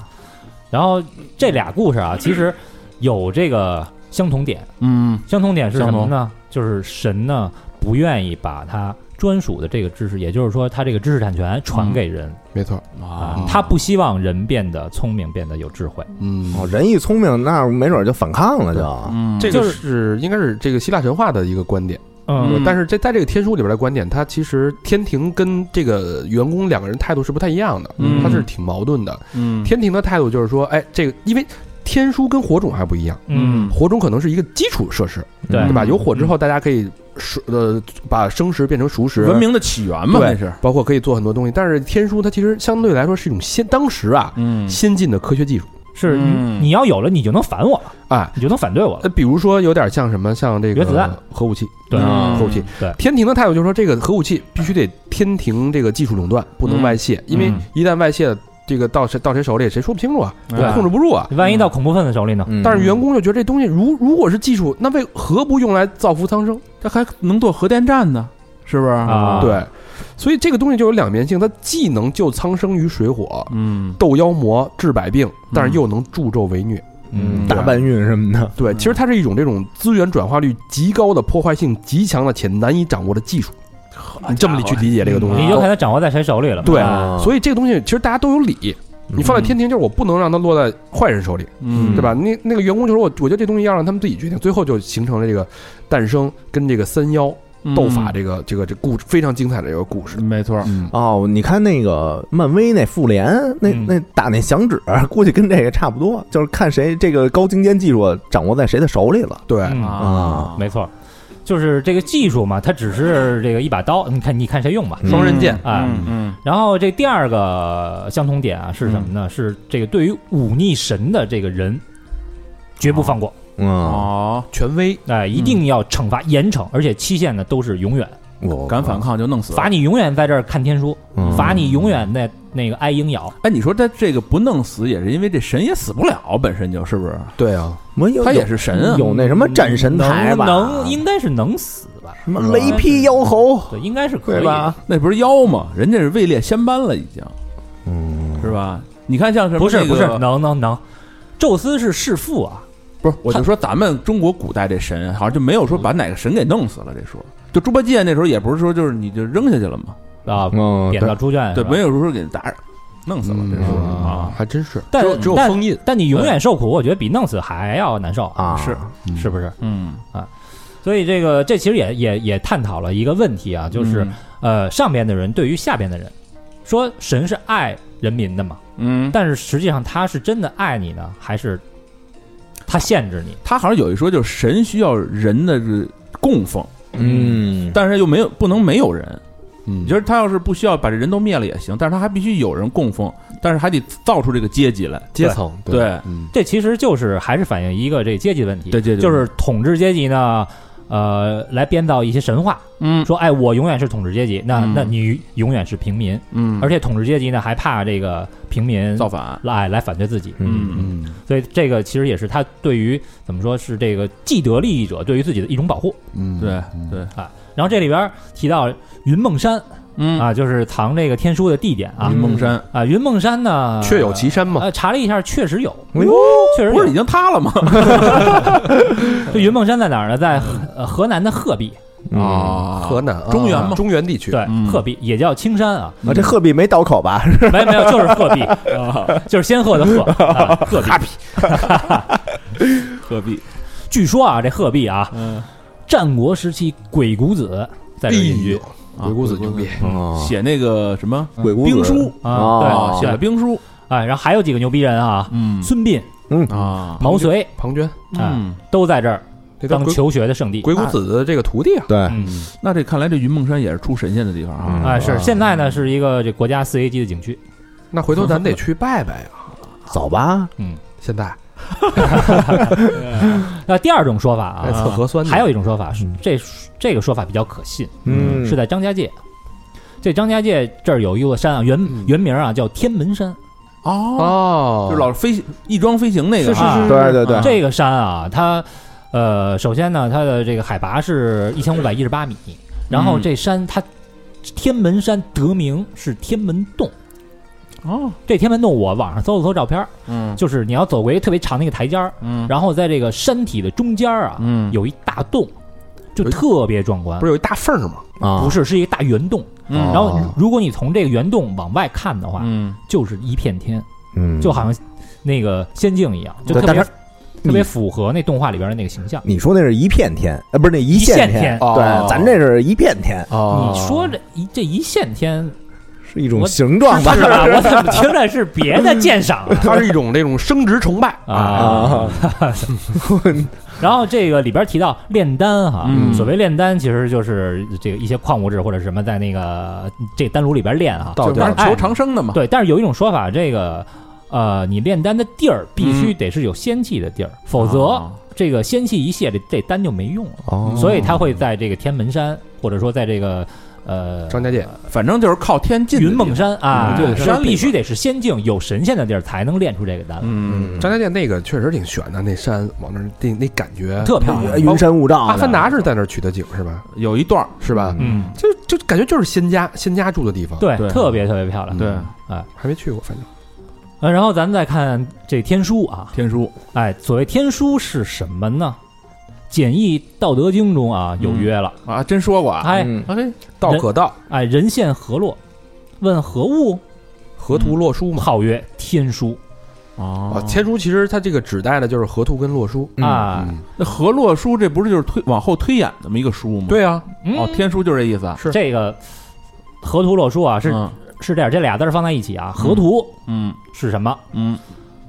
然后这俩故事啊， 其实有这个相同点，嗯相同点是什相么同呢？就是神呢不愿意把他专属的这个知识，也就是说他这个知识产权传给人没错，啊，他不希望人变得聪明，变得有智慧。嗯，哦，人一聪明，那没准就反抗了，就嗯这个是应该是这个希腊神话的一个观点，嗯呃但是这在这个天书里边的观点，它其实天庭跟这个员工两个人态度是不太一样的，嗯它是挺矛盾的。嗯天庭的态度就是说，哎，这个因为天书跟火种还不一样，嗯，火种可能是一个基础设施，对哎对吧？嗯有火之后，大家可以熟呃把生食变成熟食，文明的起源嘛，对那是包括可以做很多东西。但是天书它其实相对来说是一种先当时啊嗯先进的科学技术，是你嗯你要有了，你就能反我了，哎，你就能反对我了呃，。比如说有点像什么，像这个原子弹、核武器，对核武器。对天庭的态度就是说，这个核武器必须得天庭这个技术垄断，不能外泄，因为嗯一旦外泄，这个到谁到谁手里，谁说不清楚啊，对控制不住啊。万一到恐怖分子手里呢？嗯嗯但是员工就觉得这东西如如果是技术，那为何不用来造福苍生？这还能做核电站呢，是不是？啊嗯对，所以这个东西就有两面性，它既能救苍生于水火，嗯，斗妖魔治百病，但是又能助纣为虐，嗯对大搬运什么的，对，其实它是一种这种资源转化率极高的、破坏性极强的且难以掌握的技术。你这么去理解这个东西，你就看他掌握在谁手里了嘛。对啊，所以这个东西其实大家都有理。你放在天庭，就是我不能让它落在坏人手里，嗯对吧？那那个员工就说我，我觉得这东西要让他们自己决定，最后就形成了这个诞生跟这个三妖嗯斗法这个这个这故事非常精彩的一个 故事。嗯没错，嗯，哦，你看那个漫威那复联，那嗯那打那响指，估计跟这个差不多，就是看谁这个高精尖技术掌握在谁的手里了对，嗯啊。没错，就是这个技术嘛，它只是这个一把刀，你看你看谁用吧。双刃剑啊，嗯然后这第二个相同点啊是什么呢？是这个对于忤逆神的这个人，绝不放过，嗯，哦，权威，哎，一定要惩罚严惩，而且期限呢都是永远，我敢反抗就弄死。罚你永远在这儿看天书，嗯罚你永远在那个挨鹰咬。哎，你说他这个不弄死，也是因为这神也死不了，本身就是不是？对啊，没有他也是神啊，有那什么战神台吧？能能应该是能死吧？什么雷劈妖猴，对，应该是可对以吧？？那不是妖吗？人家是位列仙班了，已经嗯，是吧？你看像什么不是那个不是，能能能，宙斯是弑父啊，不是，我就说咱们中国古代这神，好像就没有说把哪个神给弄死了这说。就猪八戒那时候也不是说就是你就扔下去了嘛，啊，嗯，贬到猪圈是对，吧没有说给打弄死了这说嗯啊啊，，还真是，但只有只有但封印，但你永远受苦，我觉得比弄死还要难受啊，是是不是？嗯，所以这个这其实也也也探讨了一个问题啊，就是、嗯呃上边的人对于下边的人，说神是爱人民的嘛，嗯，但是实际上他是真的爱你呢，还是他限制你？他好像有一说就是神需要人的供奉，嗯，但是又没有不能没有人。嗯你觉得他要是不需要把这人都灭了也行，但是他还必须有人供奉，但是还得造出这个阶级来。阶层，对嗯，这其实就是还是反映一个这阶级问题，对阶级就是统治阶级呢，呃，来编造一些神话，嗯说哎，我永远是统治阶级，那、嗯那你永远是平民，嗯而且统治阶级呢还怕这个平民造反，啊来来反对自己，嗯嗯，所以这个其实也是他对于怎么说是这个既得利益者对于自己的一种保护。嗯，对嗯对，然后这里边提到云梦山嗯啊，就是藏这个天书的地点啊云梦山啊，云梦山呢确有其山嘛，呃，查了一下，确实有，哎呦确实不是已有。经塌了吗？这云梦山在哪儿呢？在河呃河南的鹤壁，啊，嗯河南啊中原嘛中原地区，对，鹤壁也叫青山啊，这鹤壁没刀口吧？是没有没有，就是鹤壁，就是仙鹤的鹤，啊鹤壁。鹤壁，据说啊，这鹤壁啊，战国时期鬼谷子哎在这儿隐居啊鬼谷子牛逼，啊写那个什么鬼谷子兵书啊，哦写对了对，兵书，啊，然后还有几个牛逼人啊，嗯孙膑、啊，毛遂庞涓，啊嗯，，都在这儿这叫当鬼求学的圣地。鬼谷子的这个徒弟啊，对，嗯，那这看来这云梦山也是出神仙的地方嗯啊。啊，是现在呢是一个这国家四 A 级的景区，那回头咱得去拜拜啊，走吧，现在那第二种说法啊，在测核酸呢嗯还有一种说法是，这这个说法比较可信，嗯是在张家界。这张家界这儿有一座山啊，原嗯原名啊叫天门山。哦，哦就是老飞翼装飞行那个是是啊是对对对，这个山啊，它呃，首先呢，它的这个海拔是一千五百一十八米，然后嗯这山它天门山得名是天门洞。哦，这天门洞，我网上搜了搜照片儿，嗯就是你要走过一个特别长的一个台阶儿，嗯然后在这个山体的中间儿啊，嗯有一大洞，就特别壮观不。是有一大缝儿吗？啊不，是，哦是一个大圆洞。嗯然后如，如果你从这个圆洞往外看的话，嗯，就是一片天，嗯，就好像那个仙境一样，就对特但别是特别符合那动画里边的那个形象。你说那是一片天，呃，不是那一线天，天哦对，咱这是一片天，哦你说这一这一线天是一种我形状吧？是吧？我怎么听着是别的鉴赏啊？ 它是一种这种生殖崇拜啊， 然后这个里边提到炼丹哈，嗯所谓炼丹其实就是这个一些矿物质或者什么在那个这丹炉里边炼哈。到就底是玩求长生的嘛。哎对，但是有一种说法，这个呃，你炼丹的地儿必须得是有仙气的地儿，否则啊这个仙气一泄，这这丹就没用了。哦所以他会在这个天门山，或者说在这个呃张家界反正就是靠天进的地云方梦，山啊，嗯对就是山里必须得是仙境有神仙的地儿才能炼出这个丹。嗯，张家界那个确实挺悬的，那山往那儿那那感觉特漂亮哎呃云山雾罩的，阿凡达是在那儿取的景是吧？有一段儿是吧？啊嗯，就就感觉就是仙家仙家住的地方，对，特别特别漂亮。对，哎，还没去过，反正呃，然后咱们再看这天书啊，天书，哎，所谓天书是什么呢？简易《道德经》中啊有曰了、啊，真说嗯过啊，嗯哎，哎，道可道，哎，人现河洛，问何物？河图洛嗯书嘛，号曰天书。哦，天书其实它这个指代的就是河图跟洛书嗯嗯啊那河洛书这不是就是推往后推演这么一个书吗？对啊，哦，天书就是这意嗯思啊。是嗯这个河图洛书啊，是、是这样，这俩字儿放在一起啊，河图，嗯，是什么？嗯，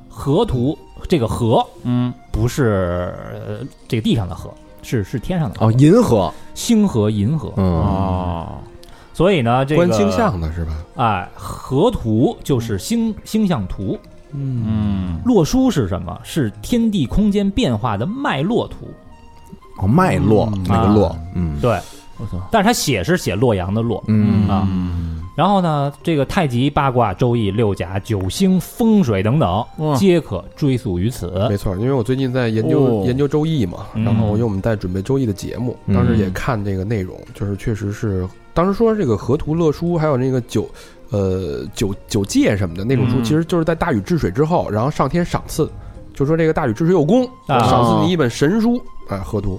河图这个河，嗯，不是呃这个地上的河，是是天上的河哦，银河，星河银河，嗯嗯哦，所以呢，这个观星象嗯的是吧？哎，河图就是星星象图。嗯，洛书是什么？是天地空间变化的脉络图。哦，脉络那个络啊，嗯，对，但是他写是写洛阳的洛，嗯啊。然后呢，这个太极、八卦、周易、六甲、九星、风水等等，嗯皆可追溯于此。啊没错，因为我最近在研究、哦研究《周易》嘛，嗯然后因为我们在准备《周易》的节目，嗯当时也看这个内容，就是确实是当时说这个河图洛书，还有那个九呃九九界什么的那种书，嗯其实就是在大禹治水之后，然后上天赏赐，就说这个大禹治水有功，啊赏赐你一本神书，哎，河图。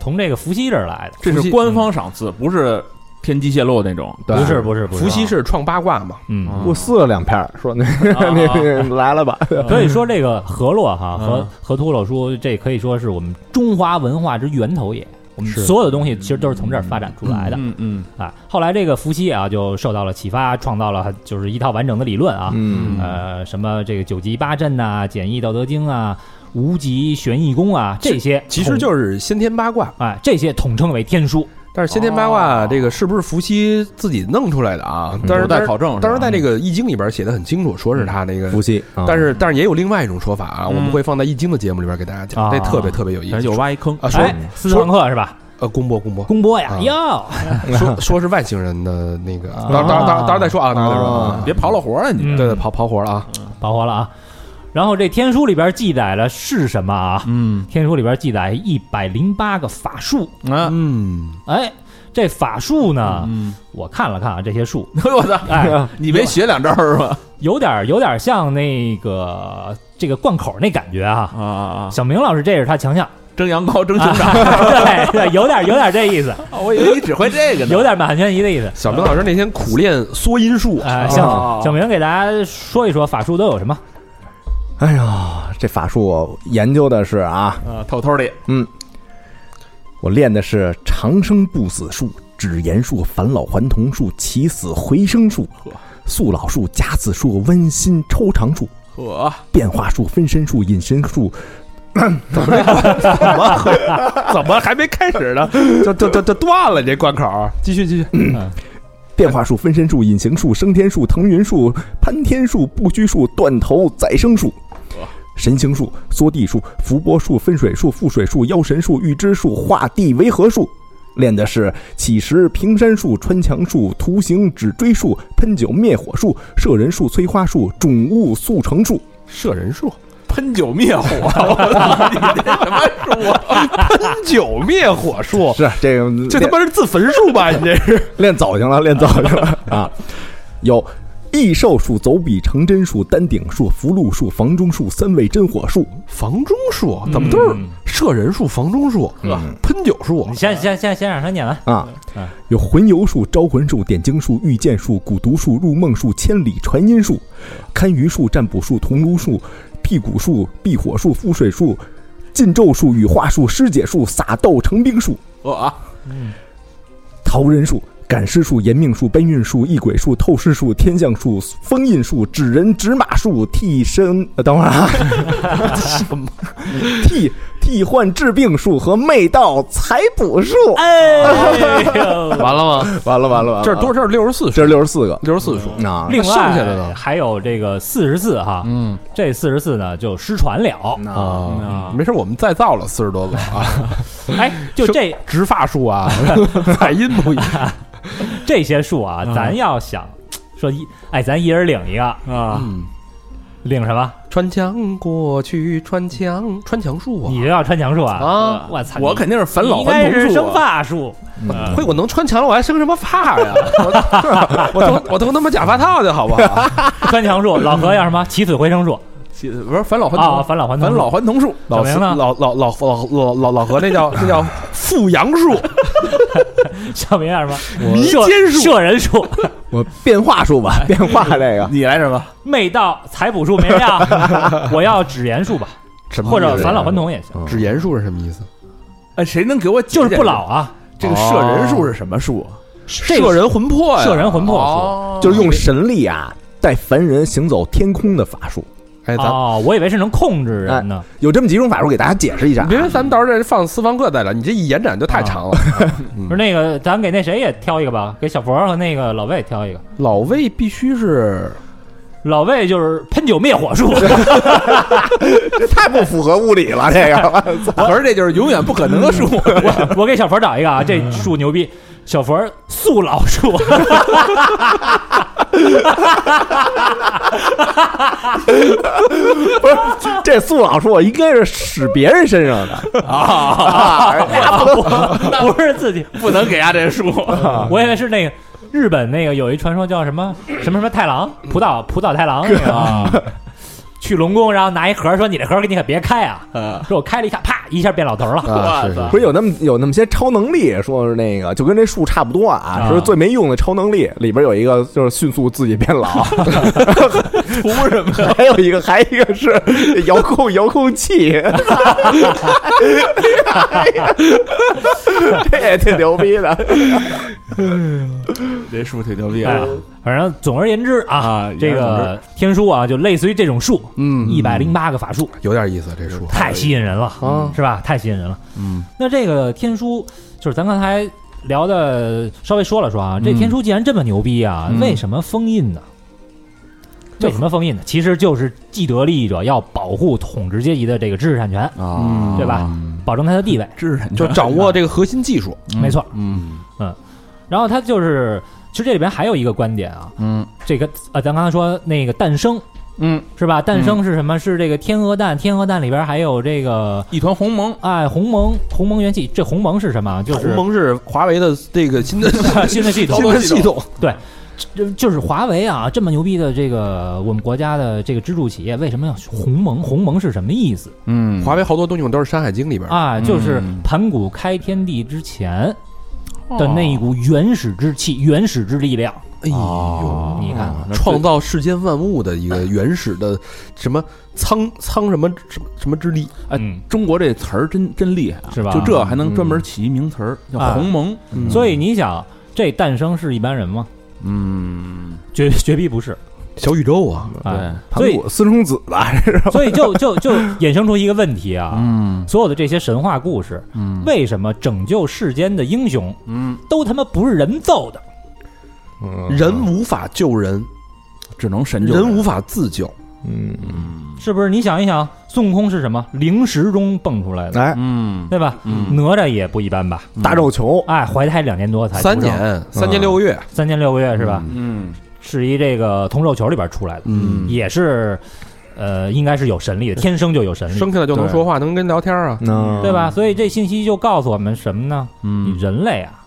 从这个伏羲这儿来的，这是官方赏赐，不是天机泄露那种。对不是不是不是啊伏羲是创八卦嘛？嗯，我撕了两片儿，说那啊 那那来了吧， 所以说这个河洛哈嗯和河图洛书，这可以说是我们中华文化之源头也。我们是所有的东西其实都是从这儿发展出来的。嗯嗯啊，后来这个伏羲啊就受到了启发，创造了就是一套完整的理论啊。嗯呃，什么这个九级八阵呐、简易道德经啊、无极玄易功啊这些统，其实就是先天八卦，哎这些统称为天书。但是先天八卦这个是不是伏羲自己弄出来的啊？但是哦嗯有待考证是吧当时在这个《易经》里边写的很清楚，说是他那个伏羲啊但是但是也有另外一种说法啊，嗯我们会放在《易经》的节目里边给大家讲，啊这特别特别有意思。有挖一坑啊，说哎，斯说滕克是吧？呃，公播公播公播呀啊哟，说说是外星人的那个，当当当当然再说啊，当然再说啊，别刨了活了，你嗯对对，跑跑火了啊，保活了啊。然后这天书里边记载了是什么啊？嗯，天书里边记载一百零八个法术。啊，嗯，哎，这法术呢，我看了看啊，这些术，我操！哎，你没写两招是吧？有点有点像那个这个贯口那感觉啊。嗯啊啊啊！小明老师，这是他强 项，蒸羊羔，蒸熊掌，对对，有点有点这 意思，我以为你只会这个呢。有点满汉全席的意思。小明老师那天苦练缩阴术，哎，小小明给大家说一说法术都有什么？哎呀，这法术我研究的是啊，啊，偷偷的，嗯，我练的是长生不死术、止炎术、返老还童术、起死回生术、速老术、假死术、温馨抽肠术、我变化术、分身术、隐身 术。怎么还没开始呢？就就就就断了你这关口，继续继续，嗯嗯变化术、分身术、隐形术、升天术、腾云术、攀天术、不虚术、断头、再生术、神行术、缩地术、伏波术、分水术、覆水术、妖神术、预知术、画地为合术。练的是起石平山术、穿墙术、图形指锥术、喷酒灭火术、射人术、催花术、种物速成术。射人术，喷酒灭火，我操！你这什么书啊？喷酒灭火术，是这个，这他妈是自焚术吧？你这嗯是练走行了，练走行了啊！有异兽术、走笔成真术、丹顶术、符箓术、房中术、三味真火术。房中术，怎么都是嗯射人术、房中术、喷酒术你？先先先先让他念完。啊，有魂游术、招魂术、点睛术、御剑术、蛊毒术、入梦术、千里传音术、堪舆术、占卜术、铜炉术、辟谷术、避火术、覆水术、禁咒术、羽化术、尸解术、撒豆成兵术、我啊，逃人术。赶尸术、延命术、搬运术、异鬼术、透视术、天象术、封印术、指人指马术、替身……呃，等会儿啊，什么替替换治病术和媚道采补术？哦哎 呦，完了吗？完了完了完了，这是多少？这是六十四这是六十四个六十四术。啊，另外剩下的呢还有这个四十四哈，嗯，这四十四呢就失传了。嗯啊，没事，我们再造了四十多个啊，哎，就这植发术 啊，发音不一样，啊这些数啊，咱要想说一，哎，咱一人领一个啊，领什么？穿墙过去，穿墙，穿墙术啊！你这要穿墙术啊？啊！我操！我你肯定是返老你应还该童是术生啊发术。嗯会我能穿墙了，我还生什么发呀？我我都我都他妈假发套去，好不好？ 穿墙术，老何要什么？起死回生术。起不是返老还童，啊返老还童，返老还童术。老怎么样呢老老老老老老老何那 叫那叫复阳术，小明要什么？迷射奸术射人术。我变化术 吧，变化这个。你来什么？媚道采补术没人 要，我要止炎术吧，什么啊或者返老还童也行。止炎术是什么意思？哎，谁能给我解释就是不老啊？这个射人术是什么啊术？这个魂魄射人魂魄术哦就是用神力啊，带凡人行走天空的法术。哎哦，我以为是能控制人呢。有这么几种法术，给大家解释一下。别咱们到时候再放私房课再聊，你这一延展就太长了。不嗯是那个，咱给那谁也挑一个吧，给小佛和那个老魏挑一个。老魏必须是，老魏就是喷酒灭火术，这太不符合物理了，这个。可是这就是永远不可能的术。 我我给小佛找一个啊，这术牛逼，小佛速老 术，这素老说，应该是使别人身上 的。不不是自己，不能给他这术。 我以为是那个日本那个有一传说叫什么什么什么太郎，浦岛浦岛太郎那个啊，去龙宫，然后拿一盒说你这盒你可别开啊，说我开了一下，啪一下变老头了，啊，是是不是有那么有那么些超能力，说是那个就跟这术差不多啊，啊说是最没用的超能力里边有一个就是迅速自己变老， 图什么？ 还有一个还有一个是遥控遥控器，这也挺牛逼的。这术挺牛逼哎啊！反正总而言之啊啊，这个天书啊，就类似于这种术，嗯一百零八个法术，有点意思这术。太吸引人了，啊是吧？太吸引人了。嗯，那这个天书就是咱刚才聊的，稍微说了说啊，这嗯天书既然这么牛逼啊，嗯为什么封印呢？为什么封印呢？其实就是既得利益者要保护统治阶级的这个知识产权，啊嗯对吧？保证他的地位，知识产就权掌握这个核心技术，没错。嗯然后他就是，其实这里边还有一个观点啊，嗯这个呃，咱刚才说那个诞生嗯，是吧？诞生是什么？是这个天鹅蛋，天鹅蛋里边还有这个一团鸿蒙，哎鸿蒙鸿蒙元气，这鸿蒙是什么啊？就是鸿蒙是华为的这个新的 新的系统新的系统，就就是华为啊，这么牛逼的这个我们国家的这个支柱企业，为什么要鸿蒙？鸿蒙是什么意思嗯华为好多东西我们都是《山海经》里边儿啊？嗯就是盘古开天地之前的那一哦股原始之气、原始之力量。哎呦哦，你看，啊那创造世间万物的一个原始的什么苍苍什么什么什么之力，哎嗯，中国这词儿真真厉害啊，是吧就这还能专门起一名词儿叫啊鸿蒙，所以你想，这诞生是一般人吗？嗯，绝绝逼不 是小宇宙啊，啊！所盘以古私生子吧，这是所以就就就衍生出一个问题啊，嗯所有的这些神话故事，嗯为什么拯救世间的英雄嗯，都他妈不是人揍的？嗯人无法救人，嗯只能神救人无法自救，嗯，是不是？你想一想，孙悟空是什么？灵石中蹦出来的，哎，嗯对吧？嗯哪吒也不一般吧？大肉球哎，怀胎两年多才出三生，年三年六个月，三年六个月是吧？嗯是一这个铜肉球里边出来的，嗯，也是，呃，应该是有神力的，天生就有神力，生下来就能说话，能跟人聊天啊，那对吧？？所以这信息就告诉我们什么呢？你嗯人类啊，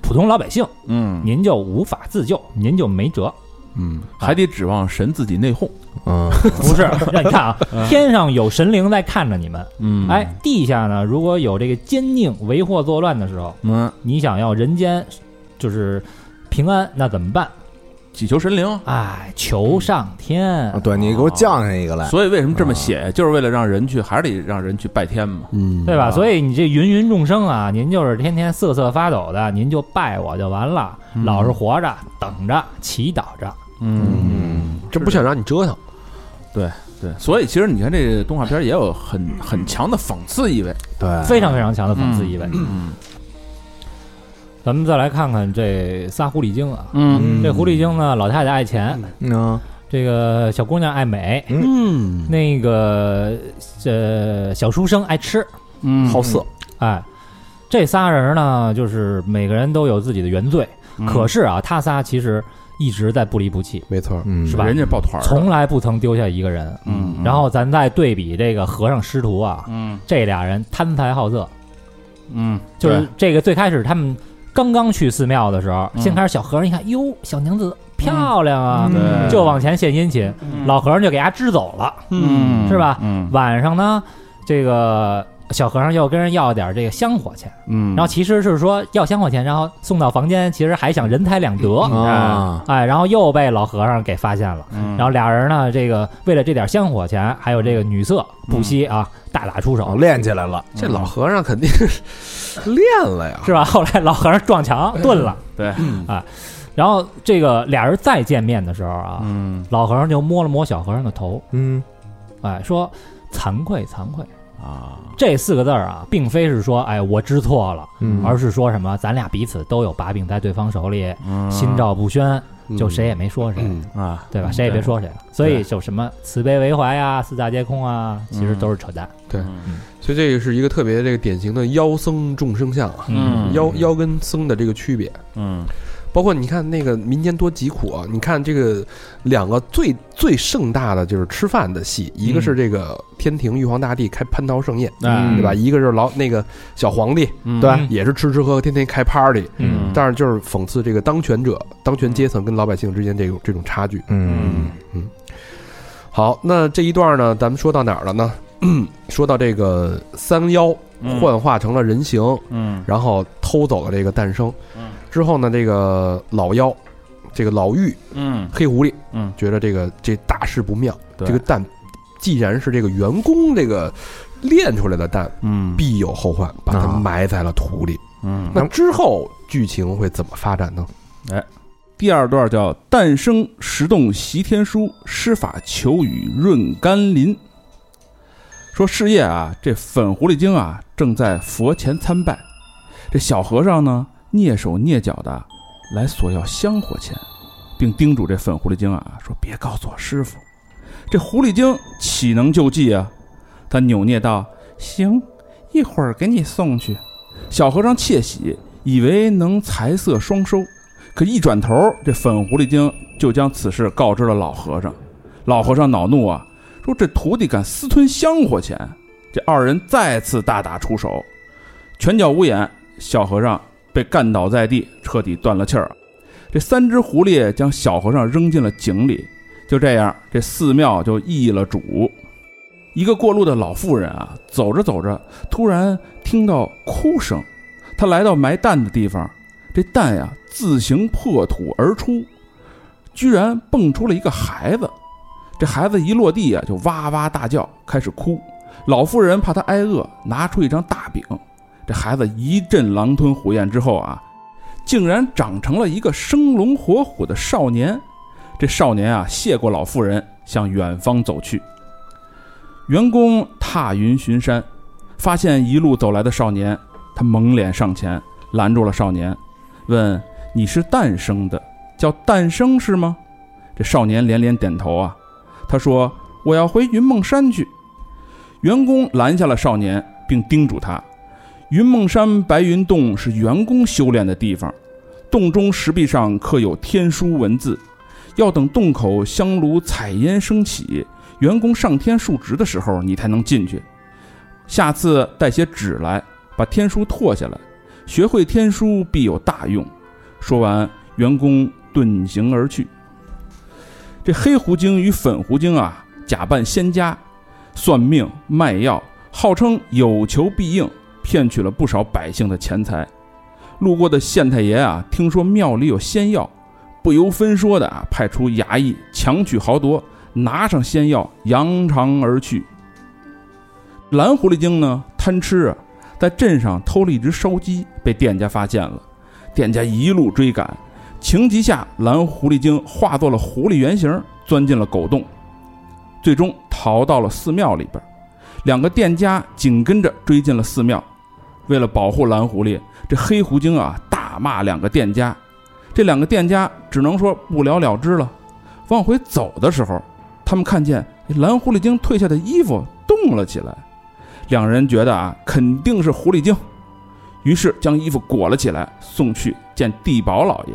普普通老百姓，嗯，您就无法自救，您就没 辙。嗯，还得指望神自己内讧，嗯，不是，让你看 啊，天上有神灵在看着你们，嗯哎，地下呢，如果有这个奸佞为祸作乱的时候，嗯，你想要人间就是平安，那怎么办？祈求神灵。哎，求上天。嗯对你给我降下一个来。所以为什么这么写？就是为了让人去，还是得让人去拜天嘛。嗯对吧？所以你这芸芸众生啊，您就是天天瑟瑟发抖的，您就拜我就完了，老是活着，等着，祈祷着。嗯，这不想让你折腾，对。所以其实你看，这动画片也有很很强的讽刺意味。对，非常非常强的讽刺意味。嗯咱们再来看看这仨狐狸精啊，嗯这狐狸精呢，老太太爱钱，嗯这个小姑娘爱美，嗯，那个呃小书生爱吃，嗯好色，哎，嗯这仨人呢，就是每个人都有自己的原罪，可是啊，他仨其实一直在不离不弃，没错，嗯是吧？人家抱团儿的从来不曾丢下一个人，嗯嗯然后咱再对比这个和尚师徒啊，嗯这俩人贪财好色，嗯，就是这个最开始他们刚刚去寺庙的时候，嗯先开始小和尚一看，哟，小娘子漂亮啊，嗯对就往前献殷勤，嗯老和尚就给他支走了，嗯是吧？嗯晚上呢，这个小和尚又跟人要点这个香火钱，嗯然后其实是说要香火钱，然后送到房间，其实还想人财两得嗯啊哎，然后又被老和尚给发现了，嗯然后俩人呢，这个为了这点香火钱，还有这个女色不惜嗯啊，大打出哦手，练起来了。这老和尚肯定是练了呀，是吧？后来老和尚撞墙遁了，嗯对，啊，然后这个俩人再见面的时候啊，嗯老和尚就摸了摸小和尚的头，嗯，哎，说惭愧惭愧啊，这四个字儿啊，并非是说哎我知错了，嗯而是说什么咱俩彼此都有把柄在对方手里，心照不宣，嗯就谁也没说谁。嗯啊，嗯对吧？谁也别说谁了，所以就什么慈悲为怀啊、四大皆空啊，其实都是扯淡。对，所以这个是一个特别这个典型的妖僧众生相啊，嗯妖妖跟僧的这个区别，嗯，包括你看那个民间多疾苦啊，你看这个两个最最盛大的就是吃饭的戏，一个是这个天庭玉皇大帝开蟠桃盛宴，嗯对吧？一个是老那个小皇帝，嗯吧也是吃吃喝喝，天天开 party，嗯但是就是讽刺这个当权者、当权阶层跟老百姓之间这种这种差距，嗯嗯。好，那这一段呢，咱们说到哪儿了呢？ 说到这个三妖嗯幻化成了人形，嗯然后偷走了这个诞生。嗯之后呢，这个老妖，这个老妪，嗯黑狐狸，嗯觉得这个这大事不妙，对这个蛋既然是这个员工这个炼出来的蛋，嗯必有后患，把它啊埋在了土里。嗯那之后剧情会怎么发展呢？哎，第二段叫“诞生石洞习天书，施法求雨润甘霖”。说事业啊，这粉狐狸精啊正在佛前参拜，这小和尚呢蹑手蹑脚的来索要香火钱，并叮嘱这粉狐狸精啊说：“别告诉我师傅。”这狐狸精岂能救济啊？他扭捏道：“行，一会儿给你送去。”小和尚窃喜，以为能财色双收，可一转头，这粉狐狸精就将此事告知了老和尚。老和尚恼怒啊，说这徒弟敢私吞香火钱！这二人再次大打出手，拳脚无眼，小和尚被干倒在地，彻底断了气儿。这三只狐狸将小和尚扔进了井里，就这样，这寺庙就易了主。一个过路的老妇人啊，走着走着，突然听到哭声，她来到埋蛋的地方，这蛋呀自行破土而出，居然蹦出了一个孩子。这孩子一落地啊，就哇哇大叫，开始哭。老妇人怕他挨饿，拿出一张大饼。这孩子一阵狼吞虎咽之后啊，竟然长成了一个生龙活虎的少年。这少年啊，谢过老妇人，向远方走去。员工踏云巡山，发现一路走来的少年，他蒙脸上前拦住了少年，问：“你是诞生的，叫诞生是吗？”这少年连连点头啊。他说：“我要回云梦山去。”员工拦下了少年，并叮嘱他：“云梦山白云洞是员工修炼的地方，洞中石壁上刻有天书文字，要等洞口香炉彩烟升起，员工上天述职的时候，你才能进去。下次带些纸来，把天书拓下来，学会天书必有大用。”说完，员工遁形而去。这黑狐精与粉狐精啊，假扮仙家，算命卖药，号称有求必应，骗取了不少百姓的钱财。路过的县太爷啊，听说庙里有仙药，不由分说的啊，派出衙役强取豪夺，拿上仙药，扬长而去。蓝狐狸精呢，贪吃啊，在镇上偷了一只烧鸡，被店家发现了，店家一路追赶，情急下，蓝狐狸精化作了狐狸原形，钻进了狗洞，最终逃到了寺庙里边。两个店家紧跟着追进了寺庙。为了保护蓝狐狸，这黑狐精啊大骂两个店家，这两个店家只能说不了了之了。往回走的时候，他们看见蓝狐狸精褪下的衣服动了起来，两人觉得啊肯定是狐狸精，于是将衣服裹了起来，送去见地保老爷。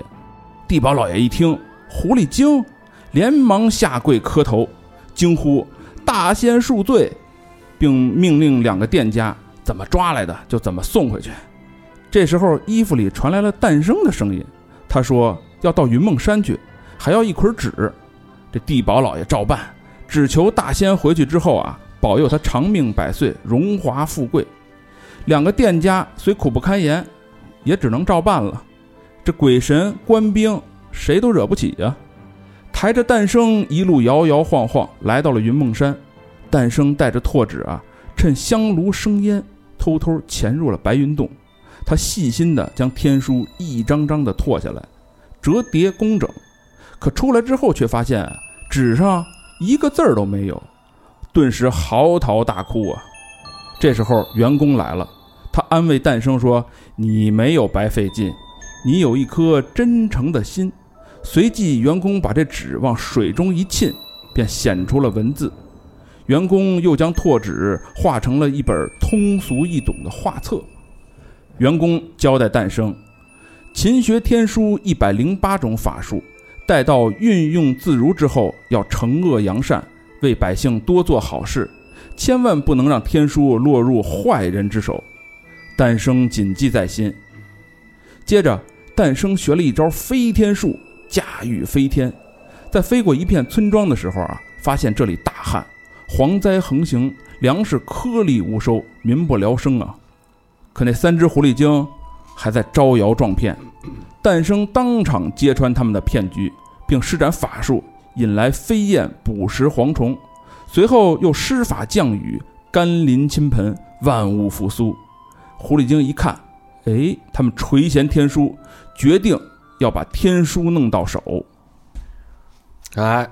地保老爷一听，狐狸精，连忙下跪磕头，惊呼：“大仙恕罪！”并命令两个店家怎么抓来的就怎么送回去。这时候，衣服里传来了诞生的声音，他说要到云梦山去，还要一捆纸。这地保老爷照办，只求大仙回去之后啊，保佑他长命百岁、荣华富贵。两个店家虽苦不堪言，也只能照办了。这鬼神官兵谁都惹不起呀、抬着诞生一路摇摇晃晃来到了云梦山，诞生带着拓纸啊，趁香炉生烟，偷偷潜入了白云洞。他细心地将天书一张张地拓下来，折叠工整。可出来之后，却发现啊纸上一个字儿都没有，顿时嚎啕大哭啊！这时候员工来了，他安慰诞生说：“你没有白费劲，你有一颗真诚的心。”随即，员工把这纸往水中一浸，便显出了文字。员工又将拓纸画成了一本通俗易懂的画册。员工交代诞生，勤学天书一百零八种法术，待到运用自如之后，要惩恶扬善，为百姓多做好事，千万不能让天书落入坏人之手。诞生谨记在心。接着，诞生学了一招飞天术，驾驭飞天。在飞过一片村庄的时候啊，发现这里大旱，蝗灾横行，粮食颗粒无收，民不聊生啊。可那三只狐狸精还在招摇撞骗，诞生当场揭穿他们的骗局，并施展法术引来飞燕捕食蝗虫，随后又施法降雨，甘霖倾盆，万物复苏。狐狸精一看，哎，他们垂涎天书，决定要把天书弄到手。哎，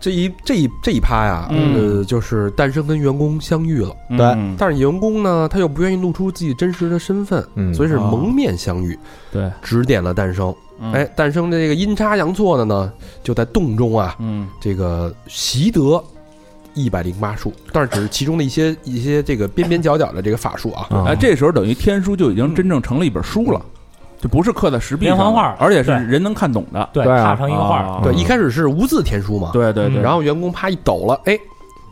这一这一这一趴呀，嗯呃，就是诞生跟员工相遇了，对嗯但是员工呢，他又不愿意露出自己真实的身份，嗯所以是蒙面相遇，对，指点了诞生。嗯哎，诞生的这个阴差阳错的呢，就在洞中啊，嗯，这个习得一百零八术，但是只是其中的一些一些这个边边角角的这个法术啊。哎，这时候等于天书就已经真正成了一本书了，就不是刻在石壁上连的，环画而且是对人能看懂的，啊啊嗯对，一开始是无字天书嘛，对对对然后员工啪一抖了，哎，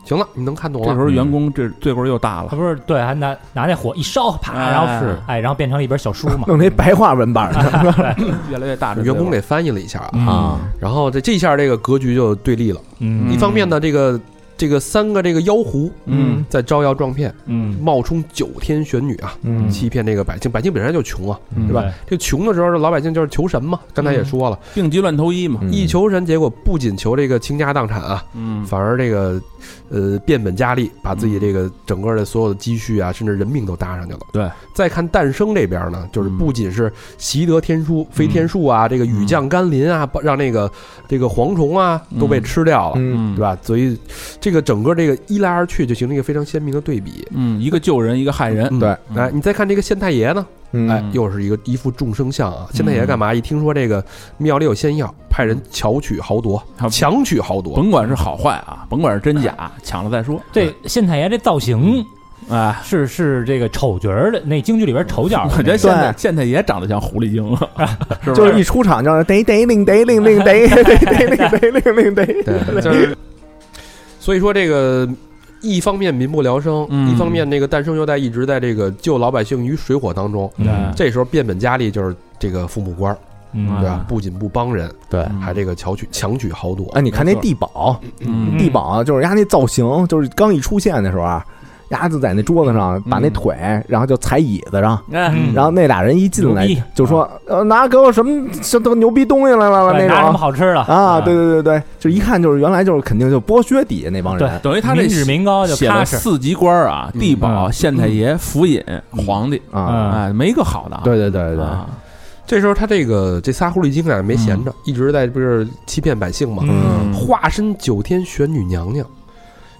行了，你能看懂了。这时候员工这罪过又大了，他不是对，还拿拿那火一烧，啪，然后哎哎，然后变成了一本小书 嘛，弄那白话文 版的越来越大员工给翻译了一下嗯啊，然后这这一下这个格局就对立了。嗯一方面呢，这个这个三个这个妖狐，嗯，在招摇撞骗，嗯，冒充九天玄女啊，嗯欺骗这个百姓，百姓本身就穷啊，嗯对吧对？这穷的时候，老百姓就是求神嘛，刚才也说了，病急乱投医嘛，一求神，结果不仅求这个倾家荡产啊，嗯反而这个呃变本加厉，把自己这个整个的所有的积蓄啊，甚至人命都搭上去了。对，嗯再看诞生这边呢，就是不仅是习得天书、飞天术啊，这个雨降甘霖啊，把让那个这个蝗虫啊都被吃掉了，嗯对吧？所以这个整个这个一来二去就形成一个非常鲜明的对比。嗯，一个救人，一个害人，嗯对，哎，你再看这个县太爷呢，嗯哎，又是一个一副众生相啊。县太嗯爷干嘛？一听说这个庙里有仙药，派人巧取豪夺，强取豪夺，甭管是好坏啊，甭管是真假，抢了再说。这县太爷这造型啊，是是这个丑角儿的那京剧里边丑角儿的那个，我觉得现在现在也长得像狐狸精了， 是不就是一出场就是得得令得令令 得得得令得令令得，就是所以说这个一方面民不聊生，一方面那个诞生优待一直在这个救老百姓于水火当中，嗯这时候变本加厉就是这个父母官儿。嗯对吧？不仅不帮人，嗯对，还这个巧取强取豪夺。哎，你看那地保，嗯嗯地保啊就是人家那造型，就是刚一出现的时候啊，丫子在那桌子上把那腿，然后就踩椅子上，嗯然后那俩人一进来牛逼啊就说：“呃，拿给我什么什么牛逼东西来了了对那种拿什么好吃的嗯啊？”对对对对，就一看就是原来就是肯定就剥削底下那帮人，等于他这写了四级官儿啊，地保、县太爷、府尹、皇帝啊，哎，没一个好的啊。对对对对，这时候他这个这仨狐狸精啊没闲着，一直在不是欺骗百姓嘛，嗯化身九天玄女娘娘。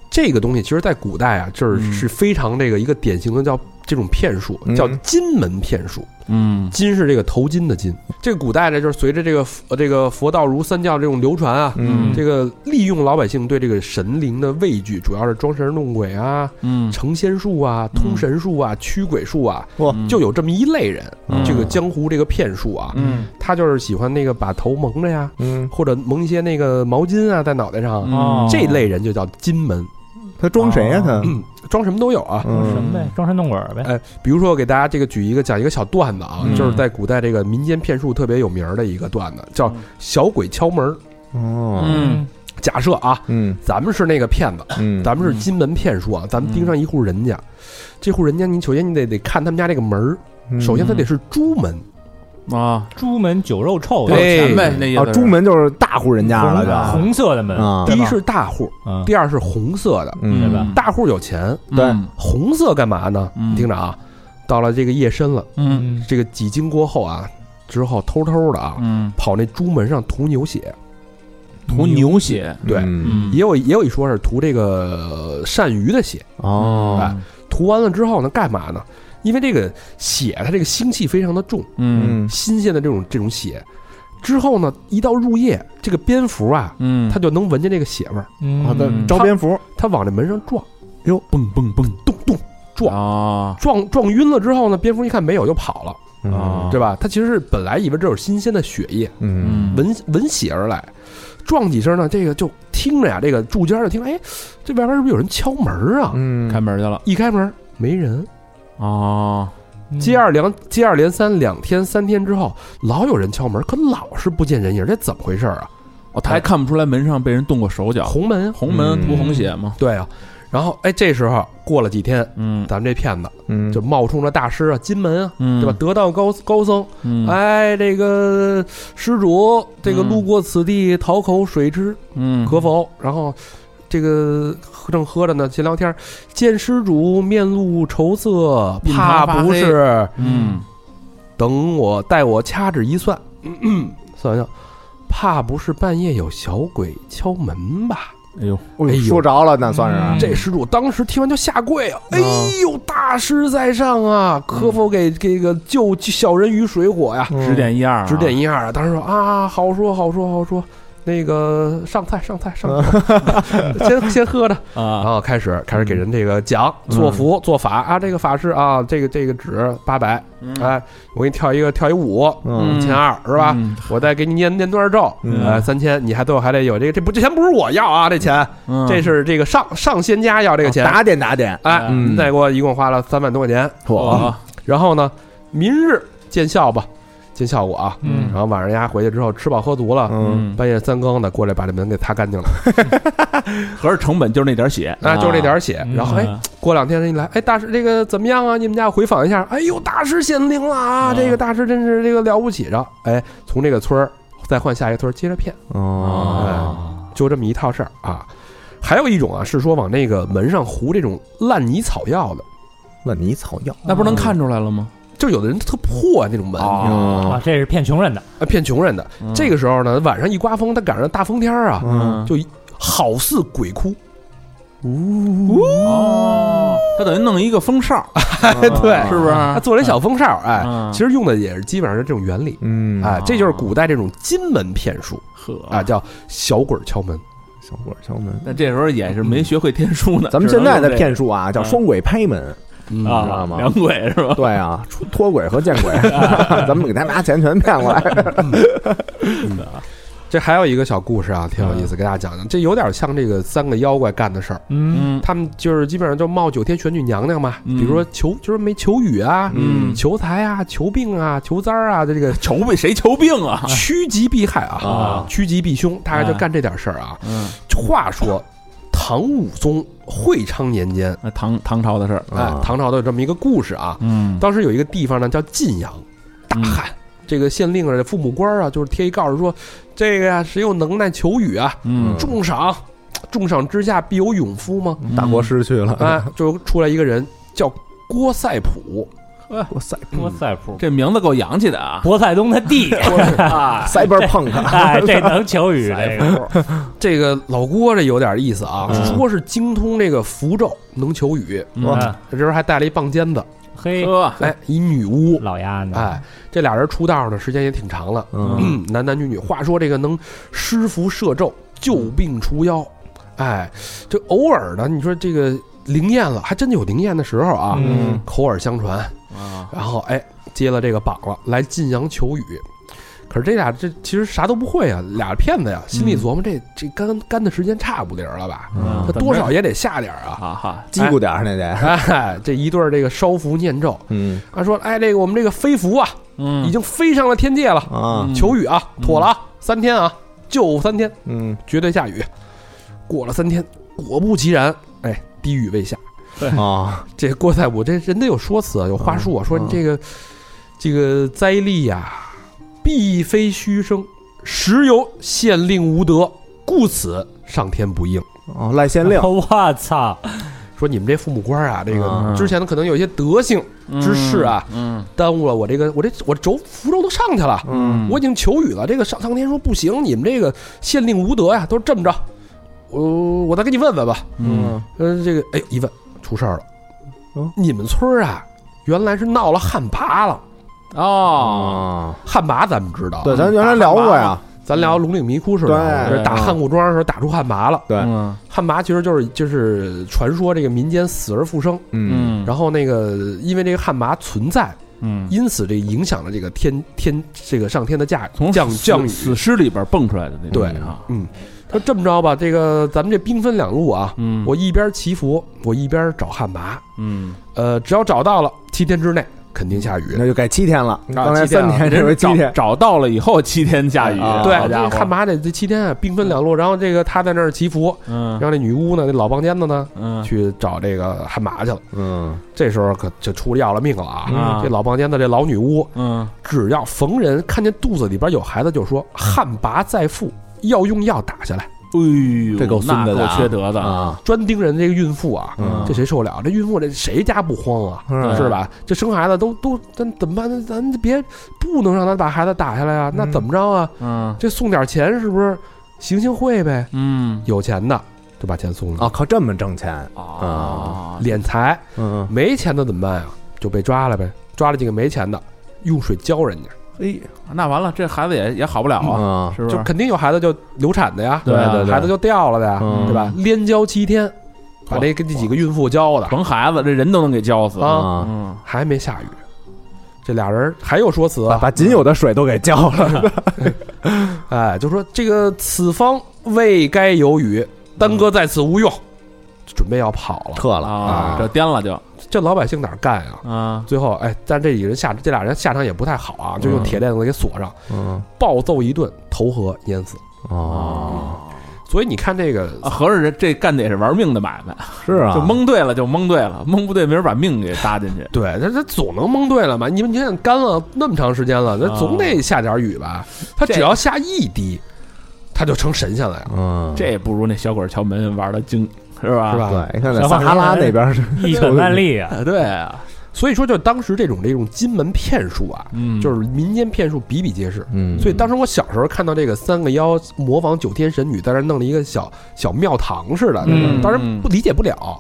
这个东西其实，在古代啊，就是是非常这个一个典型的叫这种骗术嗯叫金门骗术。嗯，金是这个头巾的金，这个古代呢，就是随着这个佛呃这个佛道儒三教这种流传啊，嗯这个利用老百姓对这个神灵的畏惧，主要是装神弄鬼啊、嗯成仙术啊、通神术啊、驱鬼术啊，哇就有这么一类人，嗯这个江湖这个骗术啊，嗯他就是喜欢那个把头蒙着呀，嗯，或者蒙一些那个毛巾啊在脑袋上，哦这类人就叫金门，他装谁呀他？嗯装什么都有啊。装什嗯么呗，装神弄鬼儿呗。哎，比如说，我给大家这个举一个讲一个小段子啊，嗯就是在古代这个民间骗术特别有名儿的一个段子，叫“小鬼敲门儿哦，”。嗯嗯假设啊，嗯咱们是那个骗子，嗯，咱们是金门骗术啊，咱们盯上一户人家，这户人家你首先你得得看他们家这个门儿，嗯首先他得是猪门，啊，朱门酒肉臭，对有钱呗，那意思啊，是朱门就是大户人家了红就红色的门，啊，第一是大户，嗯，第二是红色的，嗯对吧大户有钱，对嗯红色干嘛呢？嗯你听着啊，到了这个夜深了，嗯这个几经过后啊，之后偷偷的啊，嗯，跑那猪门上涂牛血，涂牛血，对嗯嗯也有也有一说是涂这个鳝鱼的血，哦，涂完了之后呢，干嘛呢？因为这个血它这个腥气非常的重，嗯嗯新鲜的这种这种血，之后呢，一到入夜，这个蝙蝠啊，嗯，它就能闻见这个血味儿，嗯好的，嗯招蝙蝠，它往这门上撞，哟，嘣嘣嘣，咚咚撞啊撞撞晕了之后呢，蝙蝠一看没有就跑了，啊对吧？它其实是本来以为这有新鲜的血液，嗯闻闻血而来，撞几声呢，这个就听着呀，这个住家就听，哎，这外边是不是有人敲门儿啊？嗯，开门去了一开门没人，啊，嗯接二连接二连三，两天三天之后，老有人敲门，可老是不见人影，这怎么回事儿啊？哦，他还看不出来门上被人动过手脚，红门，红门嗯涂红血嘛，对啊。然后哎，这时候过了几天，嗯咱们这骗子嗯，就冒充了大师啊，金门啊，嗯对吧？？得道高高僧，嗯，哎，这个施主，这个嗯路过此地，讨口水之，嗯，可否？然后这个正喝着呢，闲聊天儿，见施主面露愁色，印怕堂发不黑是？嗯等我待我掐指一算，算算，怕不是半夜有小鬼敲门吧？哎呦，哎呦说着了，那嗯算是啊这施主当时听完就下跪啊！哎呦，大师在上啊，可否给这个救小人于水火呀？指点一二，指点一二啊！当时说啊，好说好说好说，那个上菜上菜上 菜，先先喝着。然啊，后开始开始给人这个讲做符做法啊，这个法师啊，这个这个纸八百，哎，我给你跳一个跳一舞，嗯一千二是吧？嗯我再给你念念多少咒？嗯呃，三千，你还最后还得有这个，这不这钱不是我要啊，这钱嗯啊这是这个上上仙家要这个钱，打点打点，哎，嗯您再给我一共花了三万多块钱，我然后呢，明日见效吧，见效果啊，嗯然后晚上人家回去之后吃饱喝足了，嗯嗯，半夜三更的过来把这门给擦干净了，合着成本就是那点血，啊，就是这点儿血，嗯然后哎。过两天人一来，哎，大师这个怎么样啊？你们家回访一下。哎呦，大师显灵了啊！啊这个大师真是这个了不起。然后，哎，从这个村儿再换下一个村儿，接着骗，哦，哎就这么一套事儿啊。还有一种啊，是说往那个门上糊这种烂泥草药的，烂泥草药，那不是能看出来了吗？就有的人特破啊那种门，啊，啊，哦，这是骗穷人的，骗穷人的。嗯这个时候呢，晚上一刮风，他赶上大风天儿啊，嗯就好似鬼哭，哦，他等于弄一个风 哨，对是不是？他啊做了一小风哨，哎嗯，其实用的也是基本上是这种原理。嗯，哎，这就是古代这种金门骗术呵啊，叫小鬼儿敲门。小鬼敲门。那这时候也是没学会天书呢。咱们现在的只能用骗术啊，叫双轨拍门，这嗯你知道啊，吗两鬼是吧？对啊，出脱轨和见鬼，咱们给他拿钱全骗过来。这还有一个小故事啊，挺有意嗯思，给大家讲讲。这有点像这个三个妖怪干的事儿，嗯，嗯他们就是基本上就冒九天玄女娘娘嘛，嗯比如说求就是没求雨啊，嗯求财啊，求病啊，求灾儿啊，这个 求病谁求 病啊？趋吉避害啊啊，趋吉避凶，大概就啊干这点事儿啊。嗯，话说，唐武宗会昌年间，那唐唐朝的事儿，哎啊，唐朝的有这么一个故事啊，嗯，当时有一个地方呢叫晋阳，大旱。这个县令啊，父母官儿啊，就是贴一告示说，这个呀、谁有能耐求雨啊，嗯重赏，重赏之下必有勇夫 吗？大国失去了，啊，就出来一个人叫郭赛 普，哇塞波塞普，这名字够洋气的啊！博塞冬的弟，啊，cyberpunk，哎，这能求雨，这个这个老郭这有点意思啊，嗯说是精通这个符咒，能求雨，嗯嗯这时候还带了一棒尖子，嘿哎，一女巫，老鸭嗯呢？哎，这俩人出道呢，时间也挺长了，嗯 男男女女。话说这个能施符摄咒，救病除妖，哎，这偶尔呢，你说这个灵验了，还真有灵验的时候啊，嗯口耳相传，啊，然后哎接了这个榜了，来晋阳求雨。可是这俩这其实啥都不会啊，俩骗子呀，心里琢磨这这干干的时间差不离儿了吧？嗯他多少也得下点儿啊， 哈哈，叽咕点儿那得，哎，这一对儿这个烧符念咒，嗯他说：“哎，这个我们这个飞符啊，嗯已经飞上了天界了，啊，求雨啊，妥了啊，三天啊，就三天，嗯，绝对下雨。”过了三天，果不其然，哎，滴雨未下。啊，这郭太武这人得有说辞啊，有话术啊，说你这个这个灾厉呀、必非虚生，实由县令无德，故此上天不应。哦，赖县令， 我操！说你们这父母官啊，这个嗯之前呢可能有一些德性之事啊，嗯耽误了我这个我这我这轴符咒都上去了，嗯我已经求雨了。这个上苍天说不行，你们这个县令无德呀，都这么着，我我再给你问问吧。嗯呃，这个哎呦一问出事儿了，嗯你们村儿啊原来是闹了旱魃了，哦，啊，旱魃咱们知道，对，哦咱原来聊过呀，咱聊龙岭迷窟时候聊过，对就是打对汉古庄的时候打出旱魃了。对，嗯旱魃其实就是就是传说这个民间死而复生，嗯嗯，然后那个因为这个旱魃存在，嗯，因此这影响了这个天天这个上天的驾从降死降雨。死尸里边蹦出来的那种对啊，嗯，他说这么着吧，这个咱们这兵分两路啊，嗯我一边祈福，我一边找旱魃。嗯，呃，只要找到了，七天之内肯定下雨。那就改七天了，嗯刚才七天三啊天，这回七人天，找找到了以后七天下雨，啊对好，这家旱伙，魃得这七天啊，兵分两路，然后这个他在那儿祈福，嗯然后那女巫呢，那老帮尖子呢，嗯去找这个旱魃去了。嗯这时候可就出要了命了啊！嗯这老棒尖子这老女巫，嗯，哎只要逢人看见肚子里边有孩子，就说旱魃在腹，要用药打下来，哎呦，这够孙子的那啊够缺德的，啊，专盯人这个孕妇啊，嗯这谁受得了？这孕妇这谁家不慌啊？嗯是吧？这生孩子都都咱怎么办？咱咱别不能让他把孩子打下来啊！那怎么着啊？嗯这送点钱是不是行行贿呗？嗯有钱的就把钱送了啊，，靠这么挣钱，啊，敛财；嗯，没钱的怎么办呀？就被抓了呗，抓了几个没钱的，用水浇人家。哎，那完了，这孩子也也好不了啊，啊，是不是就？肯定有孩子就流产的呀，对啊对对孩子就掉了的呀，嗯对吧？连教七天，把这跟这几个孕妇教的，甭孩子，这人都能给浇死啊嗯，还没下雨，这俩人还有说辞把啊，把仅有的水都给浇了，啊哎，就说这个此方未该有雨，耽搁在此无用，准备要跑了。撤了啊，这颠了就这老百姓哪儿干呀？啊，最后，哎，但这几个人下这俩人下场也不太好嗯啊，就用铁链子给锁上，嗯暴揍一顿，投河淹死。哦，所以你看这个，啊合着这这干的也是玩命的买卖，是啊，就蒙对了就蒙对了，蒙不对明儿把命给搭进去。对，他他总能蒙对了嘛？你们你看干了那么长时间啊了，那总得下点雨吧？他只要下一滴，他就成神仙了呀，嗯，这也不如那小鬼敲门玩的精，是吧？是吧？对，你看在撒哈拉那边是一本万利啊！吧？对啊，所以说，就当时这种这种金门骗术啊，嗯就是民间骗术比比皆是。嗯，所以当时我小时候看到这个三个妖模仿九天神女，在那儿弄了一个小小庙堂似的，嗯当然不理解不了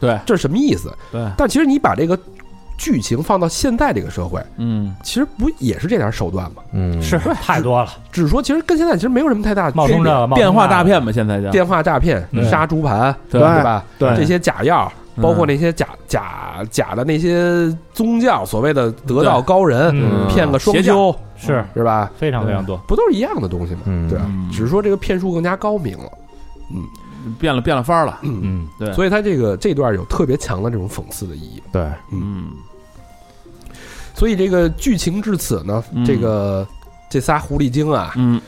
对这是什么意思。对，但其实你把这个剧情放到现在这个社会，嗯其实不也是这点手段吗？嗯是太多了，只是说其实跟现在其实没有什么太大区冒充别。这个电话诈，骗嘛，现在叫电话诈骗、对杀猪盘，嗯对吧？对这些假药，嗯包括那些假假假的那些宗教，所谓的得道高人，嗯骗个双邪教修，冒充这个是是吧？非常非常多。不都是一样的东西吗？嗯对吧啊嗯，只是说这个骗术更加高明了，变了变了法儿了。嗯，对所以他这个这段有特别强的这种讽刺的意义。对，嗯所以这个剧情至此呢嗯，这个这仨狐狸精啊，嗯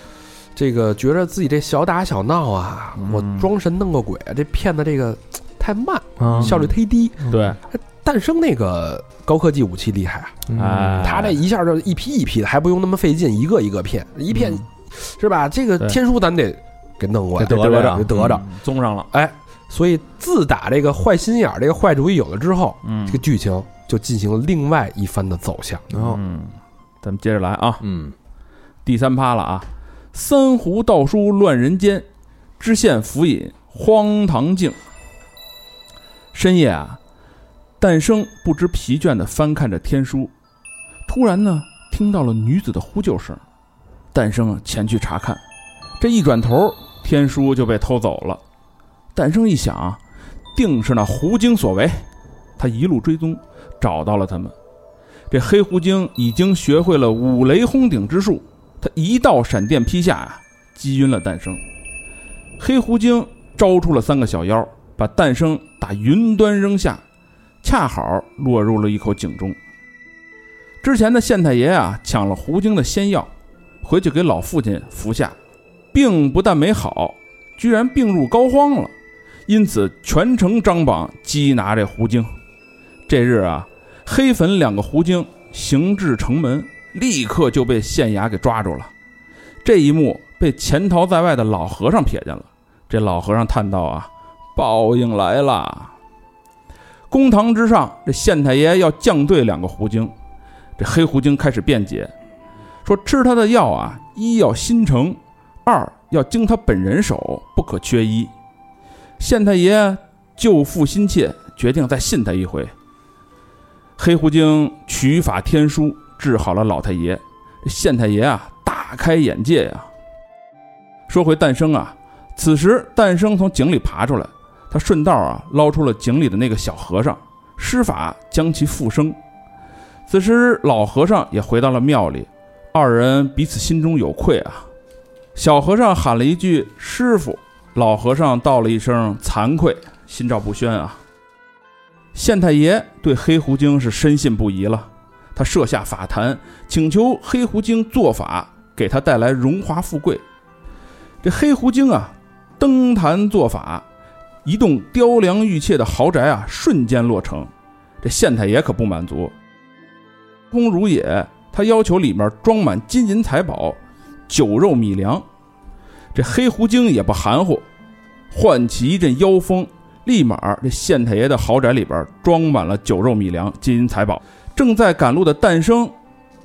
这个觉着自己这小打小闹啊，嗯我装神弄个鬼，啊这骗的这个嘖太慢，啊效率忒低。嗯对，诞生那个高科技武器厉害啊，哎，他这一下就一批一批的，还不用那么费劲，一个一个骗，一骗、嗯是吧？这个对天书咱得给弄过来，给得对吧着给得着。嗯综上了。哎，所以自打这个坏心眼儿、这个坏主意有了之后，嗯这个剧情就进行了另外一番的走向。然后嗯，咱们接着来啊，嗯第三趴了啊，三胡道书乱人间，知县府尹荒唐镜。深夜啊，诞生不知疲倦地翻看着天书，突然呢，听到了女子的呼救声。诞生啊前去查看，这一转头，天书就被偷走了。诞生一想啊，定是那狐精所为，他一路追踪，找到了他们。这黑狐精已经学会了五雷轰顶之术，他一道闪电劈下啊，击晕了诞生。黑狐精招出了三个小妖，把诞生打云端扔下，恰好落入了一口井中。之前的县太爷啊，抢了狐精的仙药，回去给老父亲服下，病不但没好，居然病入膏肓了。因此，全城张榜缉拿这狐精。这日啊，黑粉两个狐精行至城门，立刻就被县衙给抓住了。这一幕被潜逃在外的老和尚瞥见了。这老和尚叹道：“啊，报应来了！”公堂之上，这县太爷要降对两个狐精。这黑狐精开始辩解，说吃他的药啊，一要心诚，二要经他本人手，不可缺一。县太爷救父心切，决定再信他一回。黑狐精取法天书，治好了老太爷。这县太爷啊，大开眼界呀、说回诞生啊，此时诞生从井里爬出来，他顺道啊捞出了井里的那个小和尚，施法将其复生。此时老和尚也回到了庙里，二人彼此心中有愧啊。小和尚喊了一句“师傅”，老和尚道了一声“惭愧”，心照不宣啊。县太爷对黑狐精是深信不疑了，他设下法坛，请求黑狐精做法，给他带来荣华富贵。这黑狐精啊，登坛做法，一栋雕梁玉砌的豪宅啊，瞬间落成。这县太爷可不满足，空如也，他要求里面装满金银财宝、酒肉米粮。这黑狐精也不含糊，唤起一阵妖风，立马这县太爷的豪宅里边装满了酒肉米粮、金银财宝。正在赶路的诞生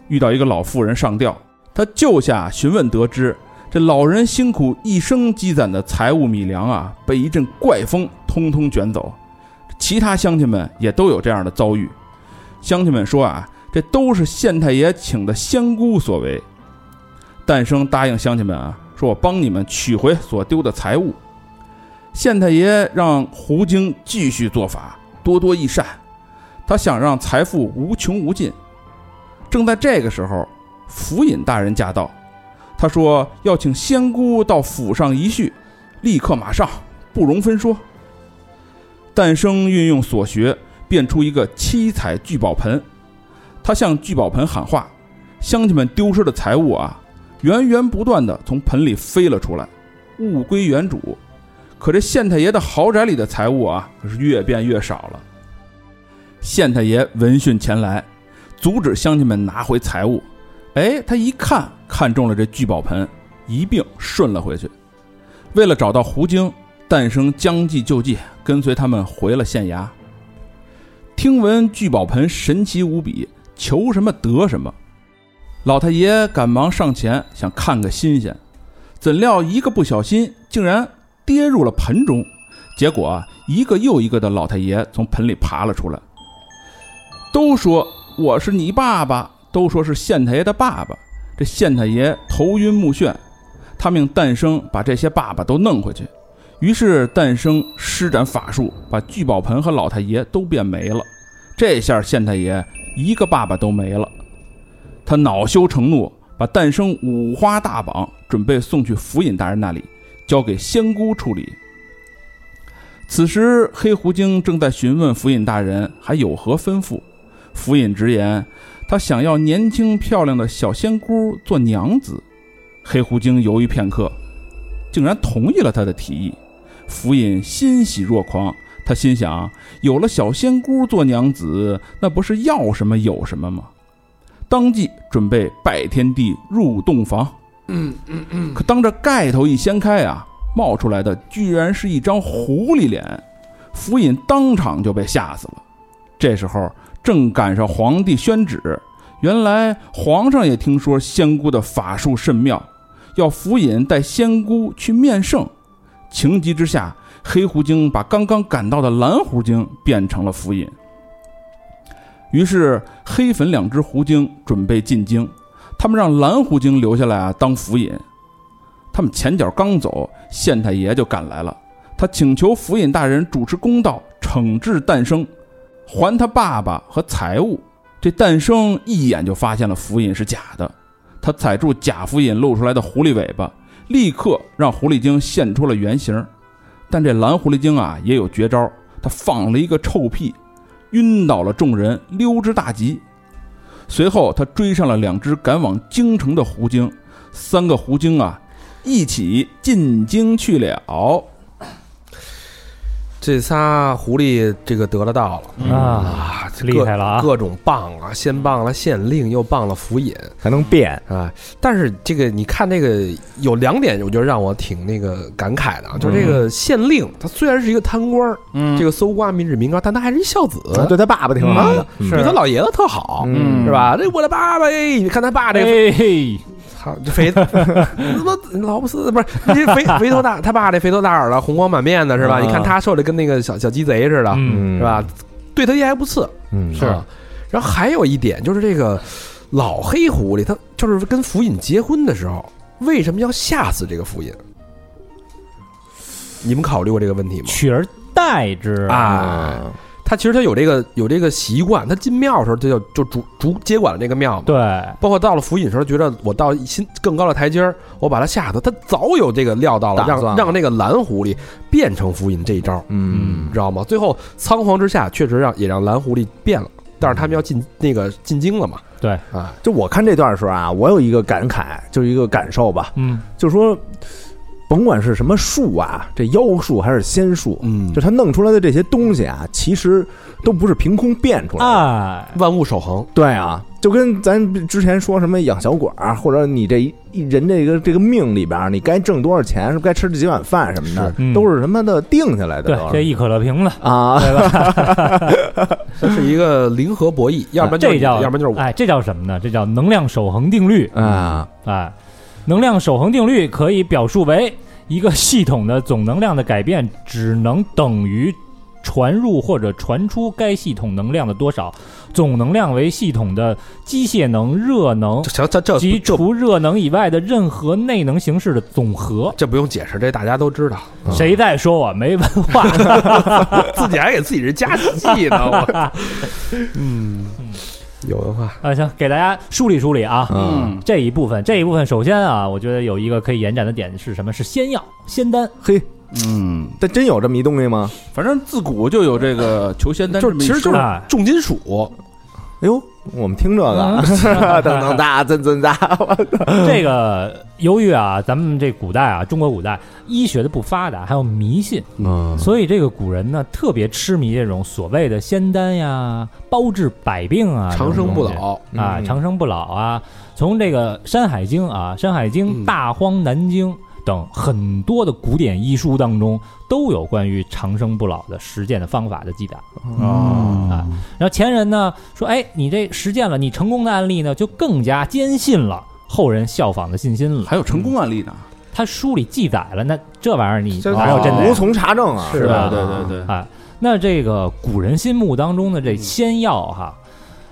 遇到一个老妇人上吊，他救下询问得知，这老人辛苦一生积攒的财物米粮啊，被一阵怪风通通卷走。其他乡亲们也都有这样的遭遇。乡亲们说啊，这都是县太爷请的仙姑所为。诞生答应乡亲们啊，说我帮你们取回所丢的财物。县太爷让狐精继续做法，多多益善，他想让财富无穷无尽。正在这个时候，府尹大人驾到，他说要请仙姑到府上一叙，立刻马上，不容分说。诞生运用所学，变出一个七彩聚宝盆，他向聚宝盆喊话，乡亲们丢失的财物啊，源源不断的从盆里飞了出来，物归原主。可这县太爷的豪宅里的财物啊，可是越变越少了。县太爷闻讯前来，阻止乡亲们拿回财物。哎，他一看看中了这聚宝盆，一并顺了回去。为了找到狐精，诞生将计就计，跟随他们回了县衙。听闻聚宝盆神奇无比，求什么得什么，老太爷赶忙上前想看个新鲜，怎料一个不小心，竟然跌入了盆中。结果啊，一个又一个的老太爷从盆里爬了出来，都说我是你爸爸，都说是县太爷的爸爸。这县太爷头晕目眩，他命诞生把这些爸爸都弄回去。于是诞生施展法术，把聚宝盆和老太爷都变没了。这下县太爷一个爸爸都没了。他恼羞成怒，把诞生五花大绑，准备送去府尹大人那里，交给仙姑处理。此时，黑狐精正在询问府尹大人还有何吩咐。府尹直言，他想要年轻漂亮的小仙姑做娘子。黑狐精犹豫片刻，竟然同意了他的提议。府尹欣喜若狂，他心想：有了小仙姑做娘子，那不是要什么有什么吗？当即准备拜天地入洞房。嗯嗯嗯可当这盖头一掀开啊，冒出来的居然是一张狐狸脸，府尹当场就被吓死了。这时候正赶上皇帝宣旨，原来皇上也听说仙姑的法术甚妙，要府尹带仙姑去面圣。情急之下，黑狐精把刚刚赶到的蓝狐精变成了府尹。于是黑粉两只狐精准备进京，他们让蓝狐精留下来啊当府尹。他们前脚刚走，县太爷就赶来了，他请求府尹大人主持公道，惩治诞生，还他爸爸和财物。这诞生一眼就发现了府尹是假的，他踩住假府尹露出来的狐狸尾巴，立刻让狐狸精现出了原形。但这蓝狐狸精啊也有绝招，她放了一个臭屁，晕倒了众人，溜之大吉。随后，他追上了两只赶往京城的狐精，三个狐精啊一起进京去了。这仨狐狸这个得了道嗯了啊这厉各害了啊各种棒啊，先棒了县令，又棒了府尹，还能变啊！但是这个你看，这个有两点，我觉得让我挺那个感慨的啊，就这个县令，他虽然是一个贪官，嗯，这个搜刮民脂民膏，但他还是一孝子啊，对他爸爸挺好的啊，嗯对他老爷子特好，嗯是吧？这我的爸爸，哎，你看他爸这个。哎，操，这肥 怎么老不死不是这肥肥头大，他爸这肥头大耳的，红光满面的是吧？啊你看他瘦的跟那个小小鸡贼似的，嗯是吧？对他一还不次，嗯是啊然后还有一点就是这个老黑狐狸，他就是跟府尹结婚的时候，为什么要吓死这个府尹？你们考虑过这个问题吗？取而代之啊，他其实他有这个有这个习惯，他进庙的时候他就就主主接管了这个庙嘛。对，包括到了府尹的时候，觉得我到新更高的台阶儿，我把他吓得，他早有这个料到了，打算让了让那个蓝狐狸变成府尹这一招，嗯你知道吗？最后仓皇之下，确实让也让蓝狐狸变了，但是他们要进那个进京了嘛，对啊，就我看这段的时候啊，我有一个感慨，就是一个感受吧，嗯，就是说，甭管是什么术啊，这妖术还是仙术，嗯就他弄出来的这些东西啊，其实都不是凭空变出来啊的。哎，万物守恒，对啊，就跟咱之前说什么养小鬼儿，或者你这一一人这个这个命里边儿，你该挣多少钱，是该吃这几碗饭什么的，嗯都是什么的定下来的对，都这是。一可乐瓶子，啊，对吧？这是一个零和博 弈，要不然就是这你叫要不然就是我，嗯哎，这叫什么呢？这叫能量守恒定律啊，哎，能量守恒定律可以表述为一个系统的总能量的改变只能等于传入或者传出该系统能量的多少，总能量为系统的机械能、热能这这这及这除热能以外的任何内能形式的总和。这不用解释，这大家都知 道，谁在说我没文化？自己还给自己人加戏 呢，我，嗯，有文化，啊，行，给大家梳理梳理啊。嗯，这一部分，这一部分，首先啊，我觉得有一个可以延展的点是什么？是仙药、仙丹。嘿，嗯，但真有这么一东西吗？反正自古就有这个求仙丹就是这么一其说，实就是 哎重金属，哎呦，我们听这嗯个， 噔噔哒，噔 噔哒，这个由于啊，咱们这古代啊，中国古代医学的不发达，还有迷信，嗯所以这个古人呢特别痴迷这种所谓的仙丹呀、包治百病啊、长生不这种老，东西啊、嗯长生不老啊。从这个《山海经》啊，《山海经》嗯《大荒南经》等很多的古典医书当中，都有关于长生不老的实践的方法的记载。啊，然后前人呢说，哎，你这实践了，你成功的案例呢，就更加坚信了后人效仿的信心了。还有成功案例呢。他书里记载了，那这玩意儿你这哪有真的无呀？从查证啊，是吧对对对，啊，那这个古人心目当中的这仙药哈，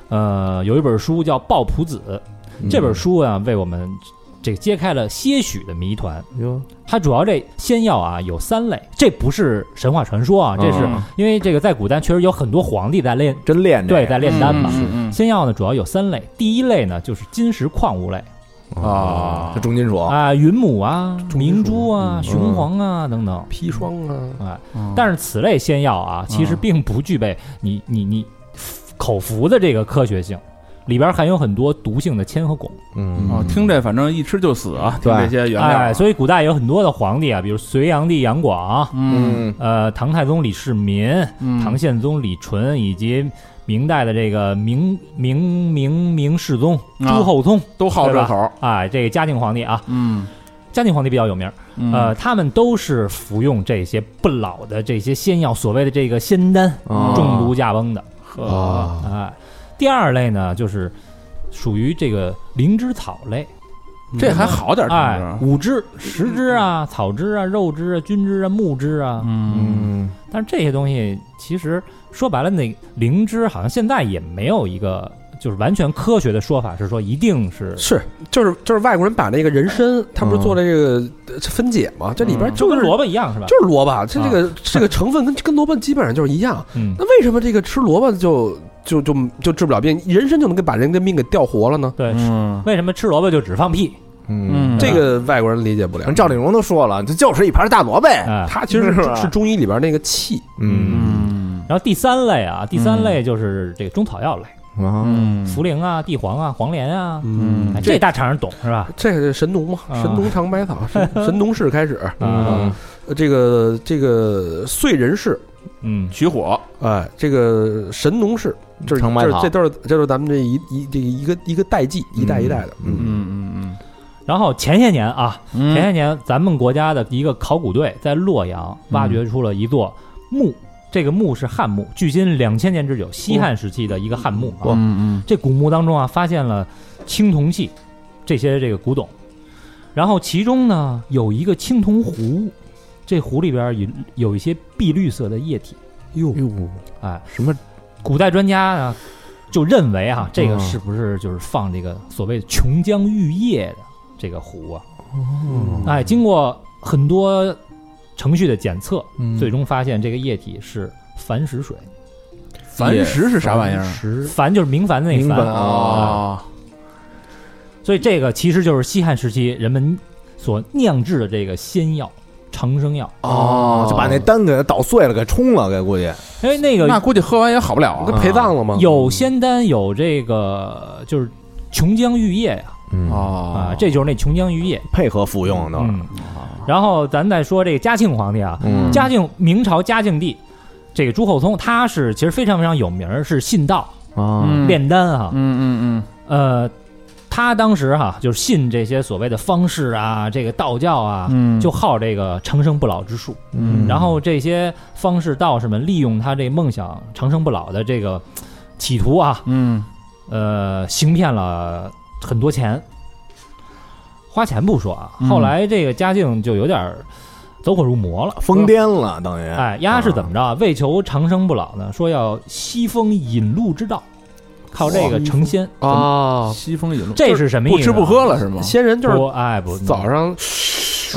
呃，有一本书叫《抱朴子》，嗯这本书啊，为我们这个揭开了些许的谜团。哟，它主要这仙药啊有三类，这不是神话传说啊，这是嗯因为这个在古代确实有很多皇帝在炼，真练这对，个在炼丹嘛。嗯仙药呢，主要有三类，第一类呢就是金石矿物类哦啊这重金属，啊，云母啊、明珠啊、嗯雄黄啊等等。砒霜啊，啊，嗯但是此类仙药啊，其实并不具备你你你口服的这个科学性，里边含有很多毒性的铅和汞。嗯哦，听这反正一吃就死啊，听这对些原料啊，哎，所以古代有很多的皇帝啊，比如隋炀帝杨广，嗯嗯呃，唐太宗李世民，嗯唐宪宗李纯，以及明代的这个明明明明世宗、啊朱厚宗，都好这对吧口，哎，这个嘉靖皇帝啊，嗯，嘉靖皇帝比较有名，嗯呃，他们都是服用这些不老的这些仙药，所谓的这个仙丹，哦嗯中毒驾崩的啊、啊第二类呢，就是属于这个灵芝草类，这还好点儿哎是，五枝、十枝啊，草枝啊，肉枝啊，菌枝啊，木枝啊，嗯，但是这些东西其实说白了，那灵芝好像现在也没有一个就是完全科学的说法，是说一定是是，就是就是外国人把那个人参，他不是做了这个呃分解嘛？这里边就嗯就跟是萝卜一样是吧？就是萝卜，它这个啊这个成分跟跟萝卜基本上就是一样。嗯那为什么这个吃萝卜就就就就治不了病，人参就能给把人的命给吊活了呢？对，嗯，为什么吃萝卜就只放屁？嗯这个外国人嗯理解不了。赵丽蓉都说了，这就是一盘大萝卜，哎，它其实是是吧是中医里边那个气，嗯然后第三类啊，第三类就是这个中草药类，嗯啊，茯苓啊、地黄啊、黄连啊，嗯哎这大肠人懂是吧？这个是神农嘛，啊神农尝百草，神 神农氏开始，啊，呃这个这个燧人氏，嗯，取火，哎，这个神农氏，这是尝百这草是这都是这都是咱们这一一这个一个一个代际一代一代的，嗯嗯然后前些年啊，嗯前些嗯，年咱们国家的一个考古队在洛阳挖掘出了一座墓，这个墓是汉墓，距今两千年之久，西汉时期的一个汉墓啊。嗯这古墓当中啊，发现了青铜器这些这个古董，然后其中呢有一个青铜壶，这壶里边有有一些碧绿色的液体。哟，哎，什么古代专家呢就认为啊，这个嗯是不是就是放这个所谓琼浆玉液的这个壶啊？哎，经过很多程序的检测，嗯最终发现这个液体是矾石水。矾石是啥玩意儿？石矾嗯就是明矾的那个明矾矾啊，哦，所以这个其实就是西汉时期人们所酿制的这个仙药长生药，哦，就把那丹给捣碎了，给冲了，给估计因为那那个估计喝完也好不了那啊。陪葬了吗？有仙丹有这个就是琼浆玉液呀啊哦，这就是那琼浆玉液。配合服用都。嗯，然后咱再说这个嘉庆皇帝啊，嗯嘉庆明朝嘉庆帝，这个朱厚熜他是其实非常非常有名儿，是信道啊，炼丹啊，嗯嗯呃，他当时哈、就是信这些所谓的方士啊，这个道教啊，嗯就好这个长生不老之术。嗯然后这些方士道士们利用他这梦想长生不老的这个企图啊，嗯呃，行骗了很多钱，花钱不说啊，嗯后来这个嘉靖就有点儿走火入魔了，疯癫了，等于哎，丫是怎么着啊？为求长生不老呢，说要西风引路之道，靠这个成仙， 啊嗯，，西风引路，这是什么意思啊不呢？吃不喝了是吗？先人就不是哎不早上啊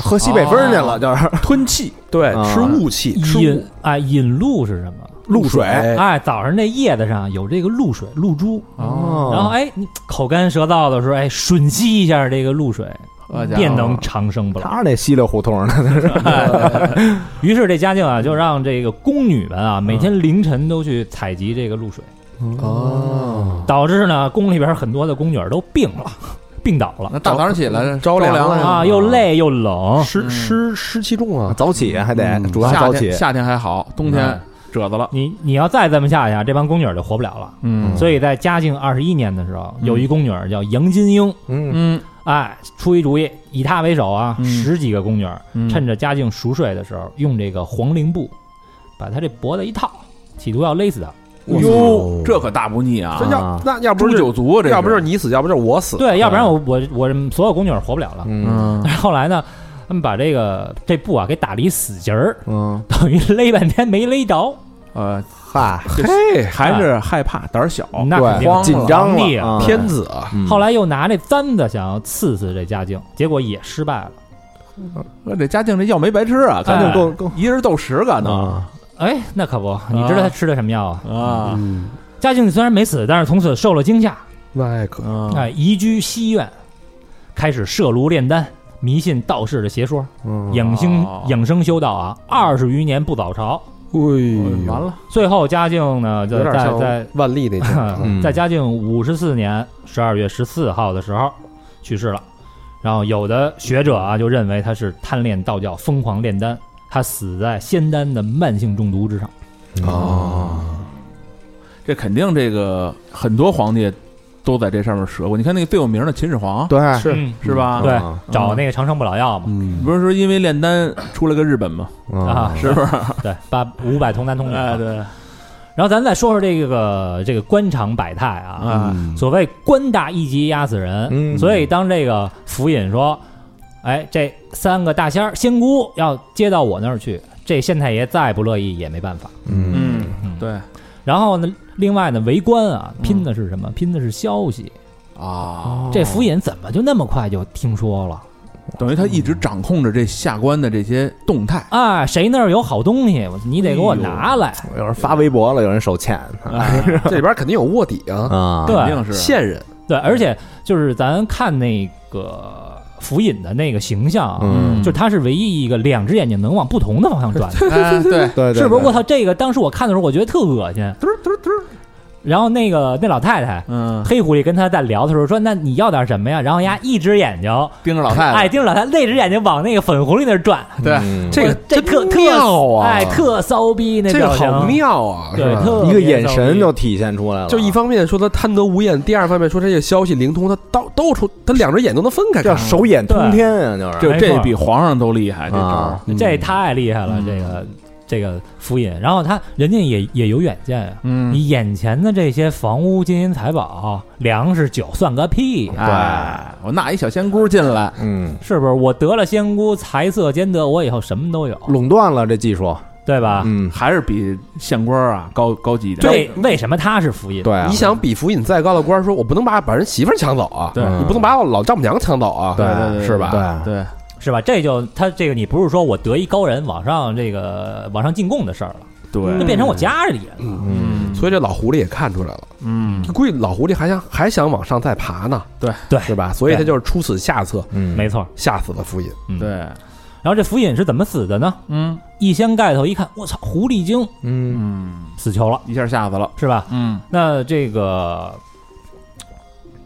喝西北风去啊了，就是吞气，对啊吃雾气，吃雾引哎引露是什么？露水哎，早上这叶子上有这个露水露珠，嗯哦然后哎你口干舌燥的时候哎吮吸一下这个露水，好家伙便能长生不老。他是那稀里胡同的， 于是这嘉靖啊，就让这个宫女们啊，每嗯天凌晨都去采集这个露水，哦，导致呢宫里边很多的宫女儿都病了，病倒了啊那大早上起来着凉凉了嗯啊，又累又冷，湿湿湿哎气重啊，早起还得嗯主要还嗯夏早起天，夏天还好，冬天褶子了。你你要再这么下去啊，这帮宫女儿就活不了了。嗯所以在嘉靖二十一年的时候，有嗯一宫女儿叫杨金英，嗯嗯哎，出一主意，以她为首啊，十几个宫女儿嗯趁着嘉靖熟睡的时候，用这个黄绫布把她这脖子一套，企图要勒死她。哟，这可大不逆啊这！要啊那要不诛是九族啊，这要不是你死，要不就是我死，对，要不然我我我所有宫女儿活不了了。嗯但是后来呢，他们把这个这布啊给打了一死结儿，嗯，等于勒半天没勒着，呃，嗨，嘿，还是哎害怕，胆儿小。那肯定对，是紧张皇帝了，啊。啊天子啊，嗯后来又拿这簪子想要刺死这嘉靖，结果也失败了。那这嘉靖这药没白吃啊，哎咱够就够一人斗十个呢啊，哎，那可不，你知道他吃的什么药啊？啊！嘉靖虽然没死，但是从此受了惊吓，那可哎，移居西院，开始设炉炼丹，迷信道士的邪说，啊嗯养生哦养生修道啊，二十余年不早朝。哎完，了，最后嘉靖呢，有就点在在像万历 那种啊嗯在嘉靖五十四年十二月十四号的时候去世了。然后有的学者啊就认为他是贪恋道教，疯狂炼丹，他死在仙丹的慢性中毒之上。哦，这肯定这个很多皇帝都在这上面折过。你看那个最有名的秦始皇，对，是啊嗯是吧？对，啊找那个长生不老药嘛。嗯，不是说因为炼丹出了个日本吗？嗯啊，是不是？对，八五百同男同女。啊哎，对，然后咱再说说这个这个官场百态啊，嗯所谓官大一级压死人，嗯所以当这个府尹说，哎，这三个大仙儿仙姑要接到我那儿去，这县太爷再不乐意也没办法。嗯，对。然后呢，另外呢，为官啊，嗯拼的是什么？拼的是消息啊这府尹怎么就那么快就听说了？等于他一直掌控着这下关的这些动态啊，谁那儿有好东西，你得给我哎呦拿来。有人发微博了，有人手欠，这里边肯定有卧底啊啊，嗯对，线人。对，而且就是咱看那个府尹的那个形象啊，嗯就是他是唯一一个两只眼睛能往不同的方向 转的，哎对 对对是不是？我操，这个当时我看的时候，我觉得特恶心，嘟嘟嘟。然后那个那老太太，嗯，黑狐狸跟他在聊的时候说：“那你要点什么呀？”然后丫一只眼睛盯着老太太哎，盯着老太太，那只眼睛往那个粉狐狸那儿转，对我嗯这个这特特妙啊哎，特骚逼那这个表情好妙啊对是吧，特别一个眼骚逼神就体现出来就一方面说他贪得无厌，第二方面说这个消息灵通，他到到处他两只眼都能分开看，叫手眼通天啊对就是就这没错比皇上都厉害，这招儿啊。这太厉害了，这嗯个这个府尹，然后他人家也也有远见呀，嗯你眼前的这些房屋、金银财宝、粮食、酒算个屁呀，哎，我纳一小仙姑进来，嗯，是不是？我得了仙姑，财色兼得，我以后什么都有，嗯垄断了这技术，对吧？嗯，还是比县官啊高高级一点。对，为什么他是府尹？对你想比府尹再高的官，说我不能把把人媳妇儿抢走啊，对你不能把我老丈母娘抢走啊，对对对是啊吧？对对，是吧？这就他这个，你不是说我得一高人往上这个往上进贡的事儿了，对那变成我家里人了。嗯，所以这老狐狸也看出来了，嗯，估计老狐狸还想还想往上再爬呢，对对，是吧？所以他就是出此下策，嗯没错，吓死了府尹，嗯对，然后这府尹是怎么死的呢？嗯一掀盖头一看，我操，狐狸精嗯嗯，死囚了，一下吓死了，是吧？嗯那这个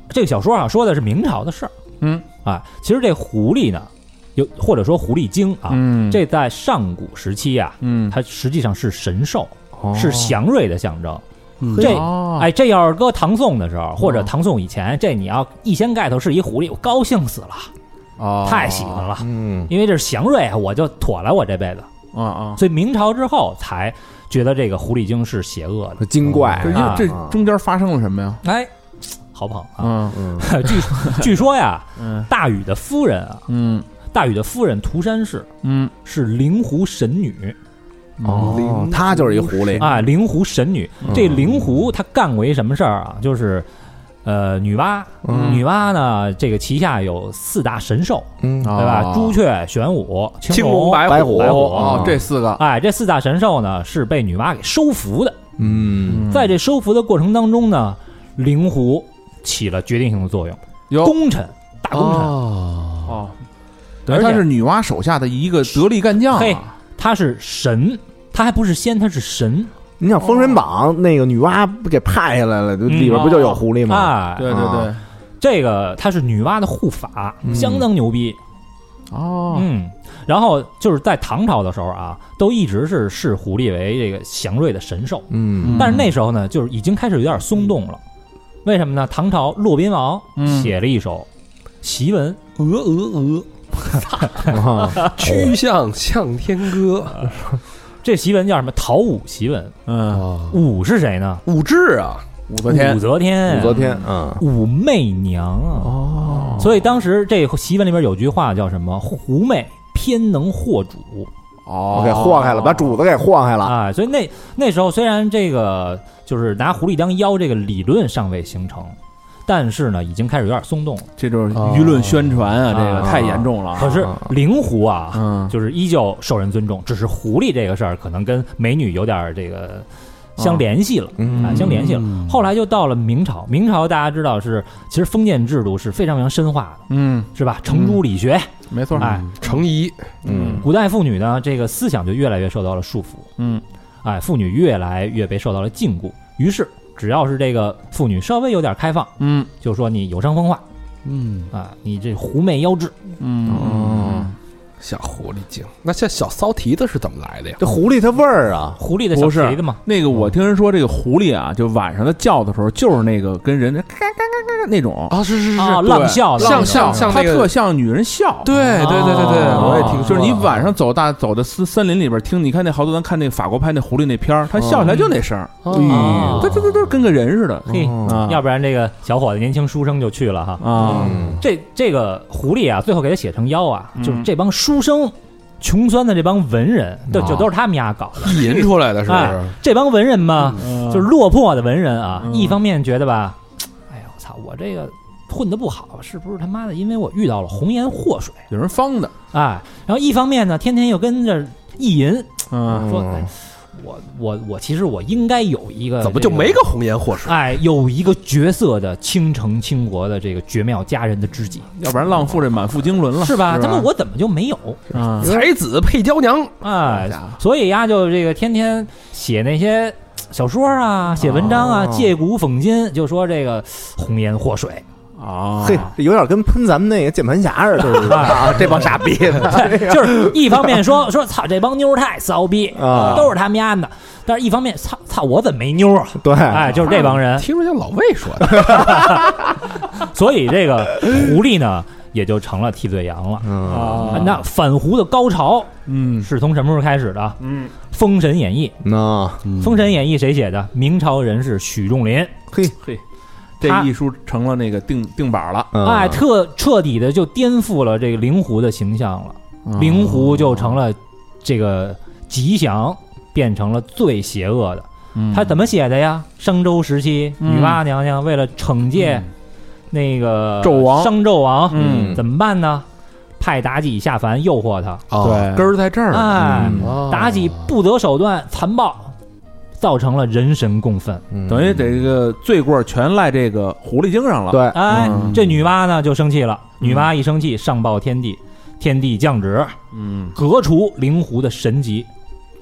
这个小说啊，说的是明朝的事儿嗯啊。其实这狐狸呢，有或者说狐狸精啊，嗯这在上古时期啊，嗯，它实际上是神兽，是祥瑞的象征。嗯这哦嗯哎，这要是搁唐宋的时候，或者唐宋以前，这你要一掀盖头是一狐狸，我高兴死了，哦太喜欢了，嗯因为这是祥瑞啊，我就妥了，我这辈子。啊啊，所以明朝之后才觉得这个狐狸精是邪恶的，精怪这啊这中间发生了什么呀？哎，好不好啊？嗯据 据说呀，嗯大禹的夫人啊，嗯大禹的夫人涂山氏嗯，是灵湖神女哦，他就是一狐狸，啊，灵湖神女。嗯这灵湖她干过一什么事儿啊？就是，呃，女娲，嗯女娲呢，这个旗下有四大神兽，嗯对吧？朱雀、玄武、青啊青龙白白虎虎白虎哦，这四个哎，这四大神兽呢是被女娲给收服的。嗯在这收服的过程当中呢，灵湖起了决定性的作用，有功臣，大功臣。哦，哦，而对，且哎他是女娲手下的一个得力干将啊，嘿，他是神，他还不是仙，他是神。你想《封神榜》那个女娲不给派下来了，就里边不就有狐狸吗？啊，对对对，这个他是女娲的护法，相当牛逼。哦，嗯，然后就是在唐朝的时候啊，都一直是视狐狸为这个祥瑞的神兽，嗯但是那时候呢，就是已经开始有点松动了。为什么呢？唐朝骆宾王嗯写了一首檄文，鹅鹅鹅，啊曲项向天歌，这檄文叫什么？陶武檄文。嗯，武是谁呢？武志啊，武则天武，则天。武则天，嗯，武媚娘啊。哦，所以当时这檄文里面有句话叫什么？狐媚偏能惑主哦我给祸害了，把主子给祸害了。啊。所以那那时候虽然这个就是拿狐狸当妖这个理论尚未形成，但是呢已经开始有点松动了。这就是舆论宣传啊，这个啊太严重了啊。可是灵狐啊，嗯，就是依旧受人尊重，只是狐狸这个事儿可能跟美女有点这个相联系了。嗯啊，相联系了。后来就到了明朝，明朝大家知道是，其实封建制度是非常非常深化的，嗯，是吧？程朱理学，没错，哎，程颐，嗯古代妇女呢，这个思想就越来越受到了束缚，嗯，哎，妇女越来越被受到了禁锢。于是，只要是这个妇女稍微有点开放，嗯就说你有伤风化嗯，啊，你这狐媚妖志，嗯，哦，小狐狸精，那像小骚蹄子是怎么来的呀？这狐狸它味儿啊，狐狸不是？那个我听人说，这个狐狸啊，就晚上它叫的时候，就是那个跟人嘎嘎嘎嘎那种啊，是是是啊浪笑对浪笑哦像它那个嗯特像女人笑。对对对对对，我也哦听说就是你晚上走大走的森森林里边听，你看那好多咱看那法国拍那狐狸那片儿，它笑起来就那声儿，嗯哦它它它它跟个人似的。嘿，嗯啊嗯要不然这个小伙子年轻书生就去了哈。啊嗯这这个狐狸啊，最后给他写成妖嗯啊，就是这帮书生。穷酸的这帮文人，就就都是他们家搞的，意淫出来的哦是不是嗯哎这帮文人嘛，就是落魄的文人啊。一方面觉得吧，哎呀，我操，我这个混的不好，是不是他妈的因为我遇到了红颜祸水？有人方的，哎，然后一方面呢，天天又跟着意淫，嗯说，哎我我我其实我应该有一个，怎么就没个红颜祸水？哎，有一个角色的倾城倾国的这个绝妙佳人的知己，要不然浪父这满腹经纶了，是吧？他妈我怎么就没有？啊才子配娇娘，哎，所以呀，就这个天天写那些小说啊，写文章啊，哦借古讽今，就说这个红颜祸水。啊嘿，这有点跟喷咱们那个键盘侠似的，啊，这帮傻逼，哎就是一方面说说操这帮妞儿太骚逼啊都是他们家的，但是一方面操操我怎么没妞儿啊？对哎，就是这帮人， 听着像老魏说的。 所以这个狐狸呢，也就成了替罪羊了。啊那反狐的高潮，嗯，是从什么时候开始的？嗯，《封神演义》那《封神演义》谁写的？明朝人士许仲林。嘿，嘿，这他一书成了那个定定板了。嗯哎，特彻底的就颠覆了这个灵狐的形象了。哦嗯灵狐就成了这个吉祥，变成了最邪恶的。嗯他怎么写的呀？商周时期，嗯女娲娘娘为了惩戒那个纣王商纣王，嗯怎么办呢？派妲己下凡诱惑他，哦对根儿在这儿嗯呢。哎，嗯哦妲己不择手段，残暴，造成了人神共愤。嗯等于这个罪过全赖这个狐狸精上了。对，哎嗯，这女娲呢就生气了，女娲一生气，上报天帝，天帝降旨，嗯，革除灵狐的神籍，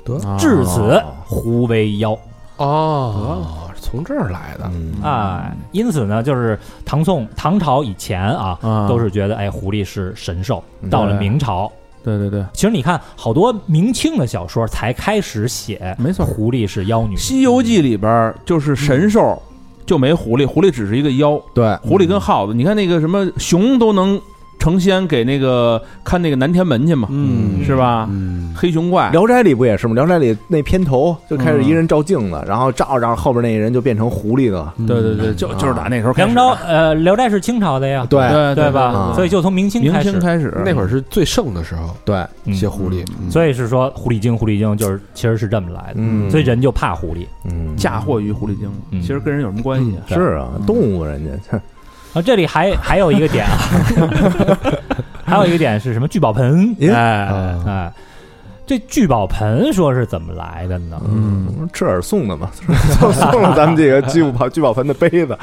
得哦至此狐为妖。哦，是从这儿来的。哎，因此呢，就是唐宋唐朝以前啊，啊都是觉得哎狐狸是神兽，到了明朝。对对对，其实你看，好多明清的小说才开始写，没错狐狸是妖女《西游记》里边儿就是神兽就没狐狸，狐狸只是一个妖，对，狐狸跟耗子，你看那个什么熊都能成仙给那个看那个南天门去嘛，嗯是吧？黑熊怪《聊斋》里不也是吗？《聊斋》里那片头就开始一人照镜子，然后照着后边那人就变成狐狸了。嗯对对对，就就是打那时候开嗯梁始朝的，呃，聊斋是清朝的呀，对啊对对吧？啊所以就从明清明开清始，开始那会儿是最盛的时候，对，嗯写狐狸。嗯所以是说狐狸精，狐狸精就是其实是这么来的，嗯所以人就怕狐狸嗯，嫁祸于狐狸精，嗯其实跟人有什么关系啊？是啊，动物人家啊。这里还还有一个点啊，还有一个点是什么？聚宝盆，耶哎哎，这聚宝盆说是怎么来的呢？嗯，赤耳送的嘛， 送了咱们这个聚宝聚宝盆的杯子。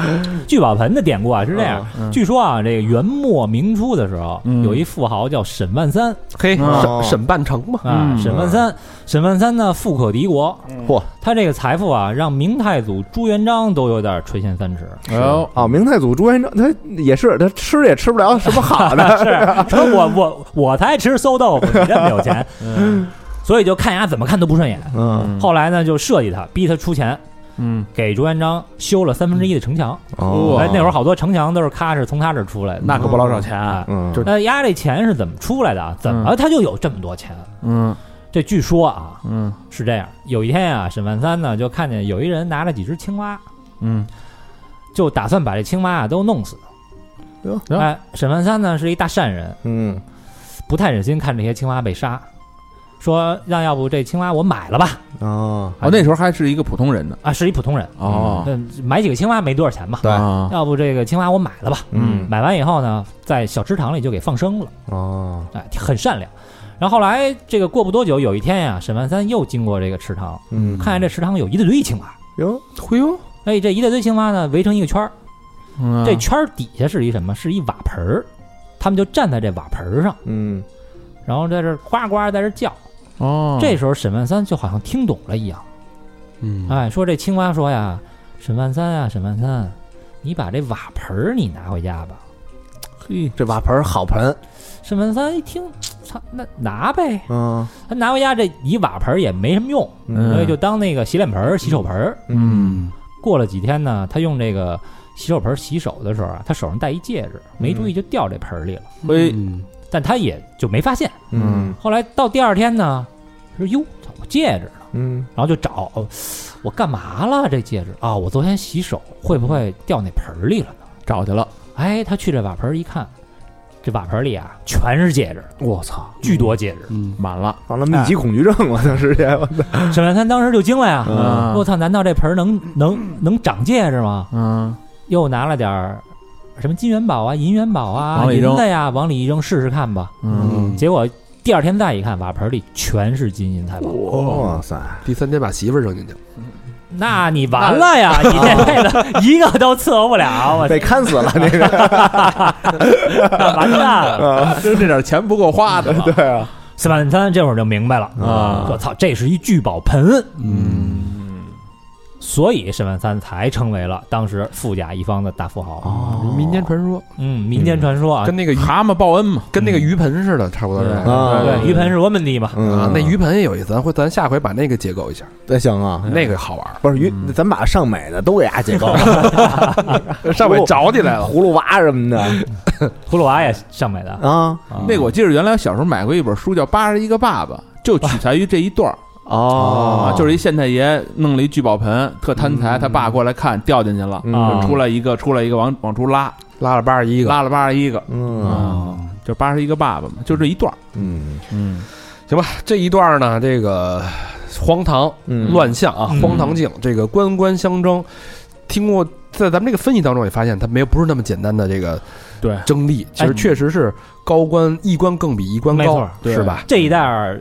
聚宝盆的典故啊是这样，据说啊，这个元末明初的时候，嗯有一富豪叫沈万三嘿，嗯哦沈沈半城嘛，啊，嗯沈万三，沈万三呢富可敌国，嚯，他这个财富啊，让明太祖朱元璋都有点垂涎三尺。哎呦，哦，明太祖朱元璋他也是，他吃也吃不了什么好的。啊是， 说我我我才吃馊豆腐，你这么有钱，嗯所以就看人家怎么看都不顺眼。嗯，后来呢，就设计他，逼他出钱，嗯，给朱元璋修了三分之一的城墙。哦哎，那会儿好多城墙都是咔是从他这儿出来的，哎那可不老少钱啊，嗯，那呃压这钱是怎么出来的啊？怎么他就有这么多钱？嗯这据说啊嗯是这样，有一天啊，沈万三呢就看见有一人拿了几只青蛙，嗯，就打算把这青蛙啊都弄死。哟哎，沈万三呢是一大善人，嗯，不太忍心看这些青蛙被杀，说让要不这青蛙我买了吧？哦，哦，那时候还是一个普通人呢，啊，是一普通人，哦，嗯，买几个青蛙没多少钱嘛。对啊要不这个青蛙我买了吧？嗯买完以后呢，在小池塘里就给放生了，哦，哎，很善良。然后后来这个过不多久，有一天呀、沈万三又经过这个池塘，嗯，看见这池塘有一大堆青蛙，哟，忽悠哎，这一大堆青蛙呢围成一个圈儿，嗯这圈儿底下是一什么？是一瓦盆儿，他们就站在这瓦盆儿上，嗯，然后在这儿呱呱在这儿叫。哦，这时候沈万三就好像听懂了一样，嗯，哎，说这青蛙说呀，沈万三啊，沈万三，你把这瓦盆儿你拿回家吧，嘿，这瓦盆好盆，沈万三一听，操，那拿呗。嗯他拿回家这一瓦盆儿也没什么用，嗯所以就当那个洗脸盆儿、洗手盆儿。嗯，过了几天呢，他用这个洗手盆儿洗手的时候啊，他手上戴一戒指，没嗯注意就掉这盆儿里了。喂，但他也就没发现。嗯后来到第二天呢，说哟，操我戒指呢？嗯然后就找哦我干嘛了？这戒指啊，我昨天洗手会不会掉那盆儿里了呢？找去了，哎，他去这瓦盆儿一看，这瓦盆儿里啊全是戒指，我操，巨多戒指。嗯，满了，完了，密集恐惧症了，当时这，我操，沈万三当时就惊了呀！嗯我操，难道这盆儿能能能长戒指吗？嗯，又拿了点儿什么金元宝啊、银元宝啊、往里银扔子呀，往里一扔试试看吧。嗯结果第二天再一看，瓦盆里全是金银哎财宝，哇塞，第三天把媳妇儿扔进去了，那 你完了呀！你这辈子一个都伺候不了，我操被看死了那个，完蛋 了！啊就这点钱不够花的，对 啊，司马三这会儿就明白了啊我操，这是一聚宝盆，嗯，所以沈万三才成为了当时富甲一方的大富豪。哦，民间传说嗯，民间传说啊，跟那个鱼蛤蟆报恩嘛，嗯跟那个鱼盆似的，差不多是对啊，啊对鱼盆是我们的嘛，啊嗯，那鱼盆也有意思，咱会咱下回把那个解构一下，那行啊，那个好玩儿，不是鱼，咱把上美的都给啊它解构了， 上面找起来了。 葫芦娃什么的葫芦娃也上买的啊，啊那个我记得原来小时候买过一本书叫《八十一个爸爸》，就取材于这一段儿啊，哦就是一县太爷弄了一聚宝盆，特贪财，嗯他爸过来看掉进去了，啊就出来一个，出来一个往往出拉，拉了八十一个，拉了八十一个，嗯啊，就八十一个爸爸嘛，就这一段儿，嗯嗯行吧，这一段呢，这个荒唐嗯乱象啊，嗯荒唐镜，这个官官相争，听过在咱们这个分析当中也发现，它没有不是那么简单的这个对争利，其实确实是高官一官更比一官没高错，对是吧？这一代儿，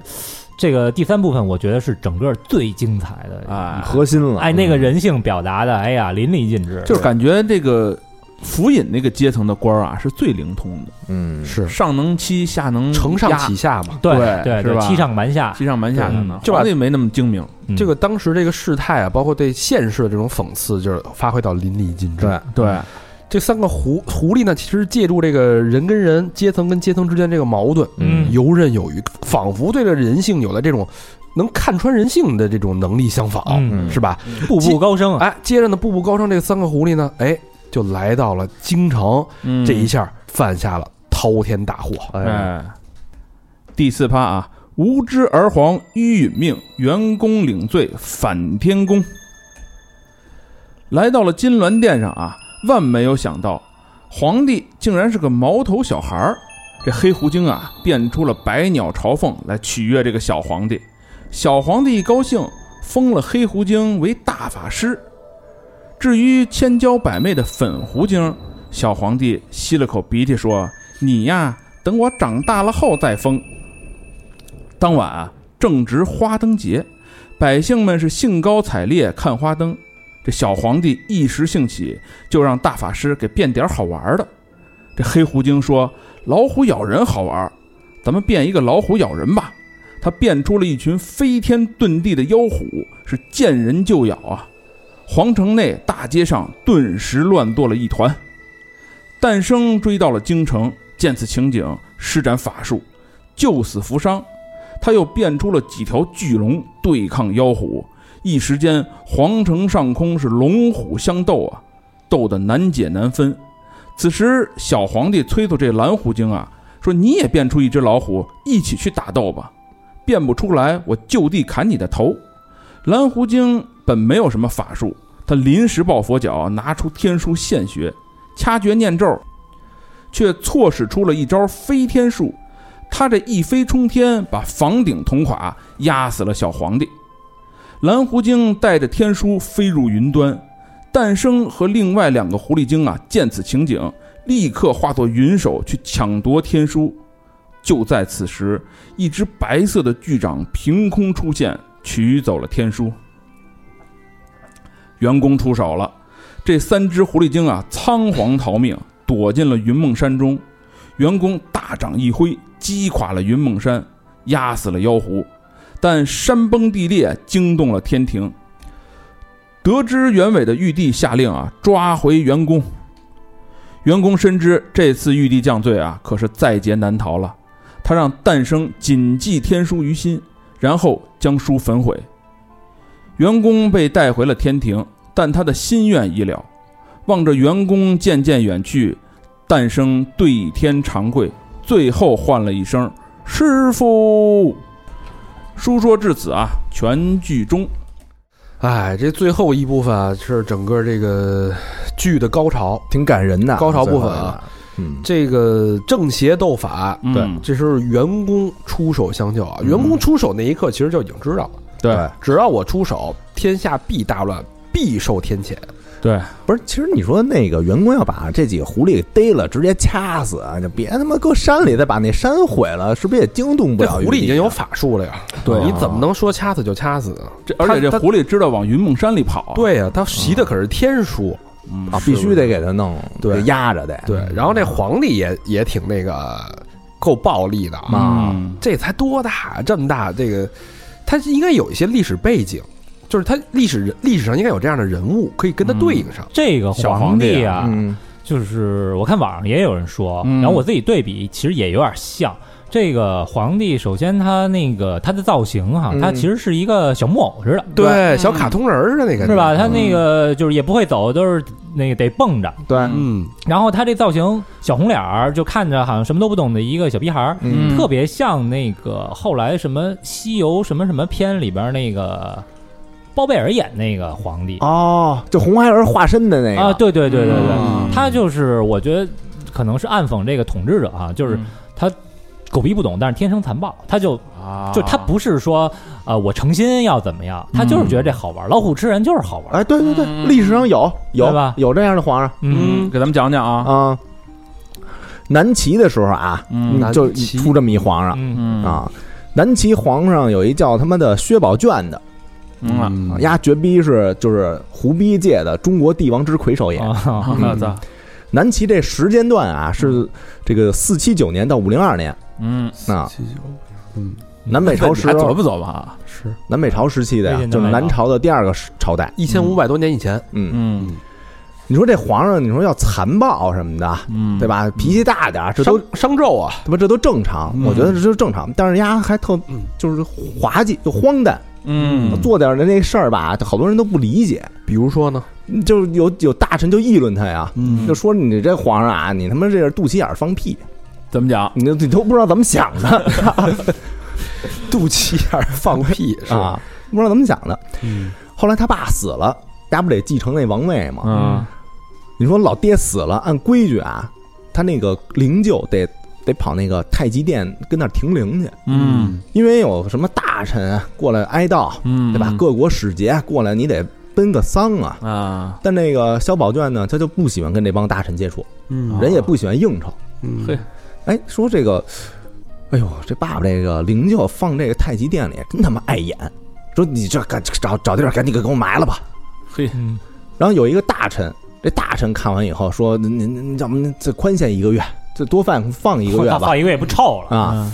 这个第三部分，我觉得是整个最精彩的啊，核心了，哎，那个人性表达的，哎呀，淋漓尽致。就是感觉这个府尹那个阶层的官儿啊是最灵通的，嗯是上能欺，下能承上压启下嘛。对对对是对，吧欺上瞒下，欺上瞒下的呢，嗯就把皇帝没那么精明，嗯这个当时这个事态啊，包括对现世的这种讽刺，就是发挥到淋漓尽致。对，嗯对，这三个狐狐狸呢，其实借助这个人跟人、阶层跟阶层之间这个矛盾，嗯游刃有余，仿佛对着人性有了这种能看穿人性的这种能力相仿，嗯是吧？步步高升啊，哎，接着呢，步步高升这三个狐狸呢，哎，就来到了京城，嗯这一下犯下了滔天大祸。哎，第四趴啊，无知而皇，迂允命，员工领罪，反天宫。来到了金銮殿上啊，万没有想到，皇帝竟然是个毛头小孩儿。这黑狐精啊，变出了百鸟朝凤来取悦这个小皇帝。小皇帝一高兴，封了黑狐精为大法师。至于千娇百媚的粉狐精，小皇帝吸了口鼻涕说：“你呀，等我长大了后再封。当晚啊，正值花灯节，百姓们是兴高采烈看花灯。这小皇帝一时兴起，就让大法师给变点好玩的。这黑狐精说：“老虎咬人好玩，咱们变一个老虎咬人吧。”他变出了一群飞天遁地的妖虎，是见人就咬啊！皇城内大街上顿时乱作了一团。诞生追到了京城，见此情景，施展法术，救死扶伤。他又变出了几条巨龙对抗妖虎，一时间皇城上空是龙虎相斗啊，斗得难解难分。此时，小皇帝催促这蓝狐精啊，说：“你也变出一只老虎，一起去打斗吧。变不出来，我就地砍你的头。”蓝狐精本没有什么法术，他临时抱佛脚，拿出天书现学，掐诀念咒，却错使出了一招飞天术。他这一飞冲天，把房顶捅垮，压死了小皇帝。蓝狐精带着天书飞入云端，诞生和另外两个狐狸精啊，见此情景，立刻化作云手去抢夺天书。就在此时，一只白色的巨掌凭空出现，取走了天书。员工出手了，这三只狐狸精啊，仓皇逃命，躲进了云梦山中。员工大掌一挥，击垮了云梦山，压死了妖狐。但山崩地裂，惊动了天庭。得知原委的玉帝下令啊，抓回员工。员工深知这次玉帝降罪啊，可是在劫难逃了。他让诞生谨记天书于心，然后将书焚毁。员工被带回了天庭，但他的心愿已了。望着员工渐渐远去，诞生对天长跪，最后唤了一声“师傅”。书说至此啊，全剧终。哎，这最后一部分啊，是整个这个剧的高潮，挺感人的高潮部分啊。嗯，这个正邪斗法，嗯对这时候员工出手相救啊。员工出手那一刻，其实就已经知道了，对，只要我出手，天下必大乱，必受天谴。对，不是，其实你说那个员工要把这几个狐狸逮了，直接掐死，啊，就别他妈搁山里再把那山毁了，是不是也惊动不这了玉帝啊？狐狸已经有法术了呀，对啊你怎么能说掐死就掐死呢？这而且这狐狸知道往云梦山里跑，啊对呀、他习的可是天书啊必须得给他弄，对，压着得。对，然后那皇帝也也挺那个够暴力的啊，嗯这才多大这么大这个，他应该有一些历史背景，就是他历史人历史上应该有这样的人物可以跟他对应上。这个小皇帝帝啊，就是我看网上也有人说，嗯然后我自己对比，其实也有点像。这个皇帝，首先他那个他的造型哈、嗯他其实是一个小木偶似的，对嗯小卡通人似的那个嗯是吧？他那个就是也不会走，都是那个得蹦着。对，嗯。然后他这造型，小红脸儿，就看着好像什么都不懂的一个小逼孩儿，嗯特别像那个后来什么《西游》什么什么片里边那个包贝尔演那个皇帝哦，就红孩儿化身的那个嗯啊，对对对对对，他就是我觉得可能是暗讽这个统治者啊，嗯就是他狗逼不懂，但是天生残暴，他就啊啊就他不是说呃我诚心要怎么样，他就是觉得这好玩，老虎吃人就是好玩。嗯哎，对对对，历史上有有对吧有这样的皇上，嗯，给咱们讲讲啊啊。南齐的时候啊，嗯嗯就南齐出这么一皇上、嗯啊。南齐皇上有一叫他妈的薛宝卷的，嗯啊，丫绝逼是就是胡逼界的中国帝王之魁哦首也。啊嗯我操南齐这时间段啊，是这个四七九年到五零二年嗯啊，嗯，南北朝时还琢磨琢磨啊，是南北朝时期的呀魏，晋南就是北朝南朝的第二个时朝代，一千五百多年以前，嗯嗯，你说这皇上，你说要残暴什么的，嗯对吧？脾气大点儿，这都商纣啊，对吧？这都正常，我觉得这都正常。但是丫还特嗯就是滑稽，就荒诞，嗯做点儿的那事儿吧，好多人都不理解。比如说呢，就是有有大臣就议论他呀，嗯就说你这皇上啊，你他妈这是肚脐眼儿放屁，怎么讲？你都你都不知道怎么想的 肚脐眼儿放 屁是吧？ 啊，不知道怎么想的。嗯后来他爸死了，丫不得继承那王位吗？嗯，你说老爹死了，按规矩啊，他那个灵柩得得跑那个太极殿跟那儿停灵去，嗯，因为有什么大臣啊过来哀悼，嗯对吧？各国使节啊过来，你得奔个丧啊。嗯啊，但那个萧宝卷呢，他就不喜欢跟这帮大臣接触，嗯人也不喜欢应酬。嗯嘿，哎，说这个，哎呦，这爸爸这个灵柩放这个太极殿里，真他妈碍眼。说你这赶找找地儿赶紧给给我埋了吧。嘿，嗯然后有一个大臣，这大臣看完以后说：“您您您，要不再宽限一个月，这多放放一个月他 吧放一个也不嗯臭了啊。”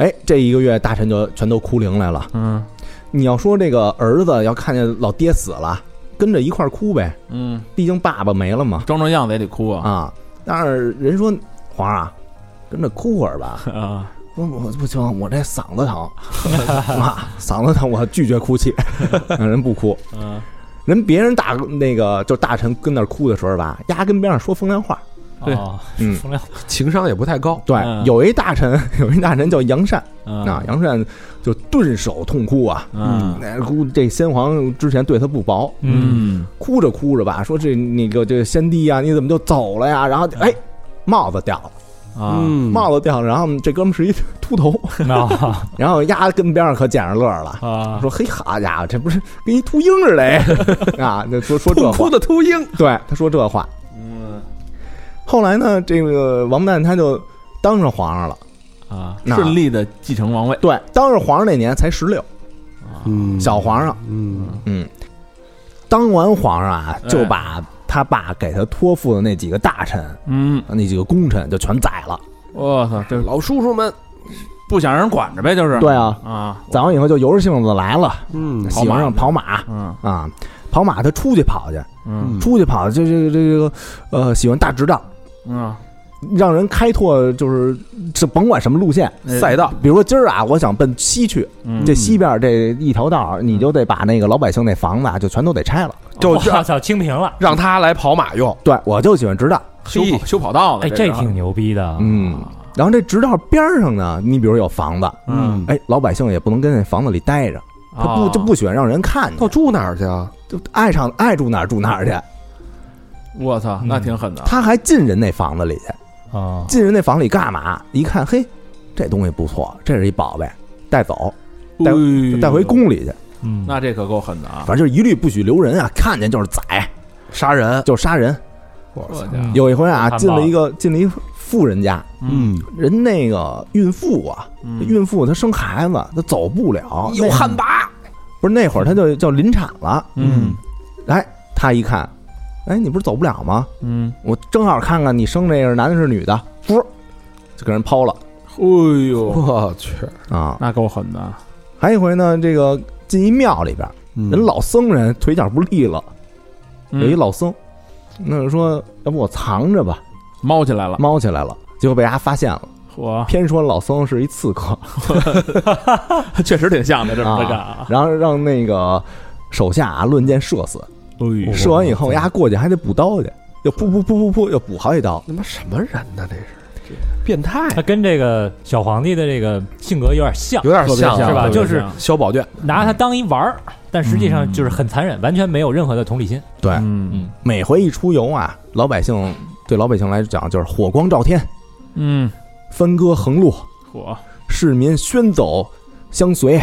哎，这一个月大臣就全都哭灵来了。嗯，你要说这个儿子要看见老爹死了，跟着一块儿哭呗，嗯，毕竟爸爸没了嘛装装样子也得哭啊啊。但是人说皇上啊，跟着哭会儿吧。啊，我我不行，我这嗓子疼， 妈，嗓子疼，我拒绝 哭泣，人不哭。嗯人别人大那个就大臣跟那儿哭的时候吧，丫跟边上说风凉话。对啊， 嗯风凉情商也不太高，啊对，嗯有一大臣， 有一大臣叫杨善嗯啊，杨善就顿首痛哭啊，嗯那哭这先皇之前对他不薄，嗯哭着哭着吧，说这那个这个先帝啊，你怎么就走了呀？然嗯后哎，帽子掉了，啊，嗯帽子掉了，然后这哥们是一 秃头，啊然后丫跟边上可捡着乐儿了。 啊，说嘿好家伙，这不是跟一秃鹰似的哎 啊！就说说这痛话哭，的秃鹰，对，他说这话。后来呢，这个王八蛋他就当上皇上了。啊，那顺利的继承王位，对，当上皇上那年才十六，嗯，小皇上。嗯嗯，当完皇上啊，就把他爸给他托付的那几个大臣、嗯，那几个功臣就全宰了。我操，这老叔叔们，不想让人管着呗，就是对啊，啊，宰完以后就由着性子来了，嗯喜欢上跑马嗯啊，跑马他出去跑去，嗯出去跑去，这这这这个呃，喜欢大直道。嗯，让人开拓就是这甭管什么路线哎赛道，比如说今儿啊，我想奔西去，嗯这西边这一条道儿，你就得把那个老百姓那房子啊，就全都得拆了，就我操，清平了，让他来跑马用。对我就喜欢直道，修跑修跑道呢，哎，这这是啊挺牛逼的，嗯。然后这直道边儿上呢，你比如有房子，嗯，哎，老百姓也不能跟那房子里待着，他不哦就不喜欢让人看见，到住哪儿去啊？就爱上爱住哪儿住哪儿去。啊我操，那挺狠的，嗯他还进人那房子里去，啊，进人那房里干嘛？一看，嘿，这东西不错，这是一宝贝，带走，带哎带回呦，宫里去。嗯，那这可够狠的啊！反正就是一律不许留人啊，看见就是宰，杀人！就是杀人。我嗯家伙有一回啊，看吧进了一个进了一富人家，嗯，人那个孕妇啊，孕妇她生孩子她走不哦了，有旱魃，不是那会儿她就叫临产了，嗯哎，她一看，哎，你不是走不了吗？嗯，我正好看看你生这个是男的是女的，噗，就给人抛了哎呦，我去，啊！那够狠的，还有一回呢，这个进一庙里边，嗯人老僧人腿脚不利了，有一嗯哎老僧，那就说要不我藏着吧，猫起来了，猫起来了，结果被他发现了，我偏说老僧是一 刺客， 确实挺像的，这么着啊，然后让那个手下啊论剑射死，哎呦射完以后，丫过去还得补刀去，又噗噗噗噗噗又补好几刀，他妈什么人呢？这是变态，啊他跟这个小皇帝的这个性格有点像，有点特别像啊像是吧特别就是像小宝卷，拿他当一玩儿，但实际上就是很残忍，完全没有任何的同理心。对，嗯每回一出游啊，老百姓对老百姓来讲就是火光照天，嗯，帆歌横路，火市民喧走相随，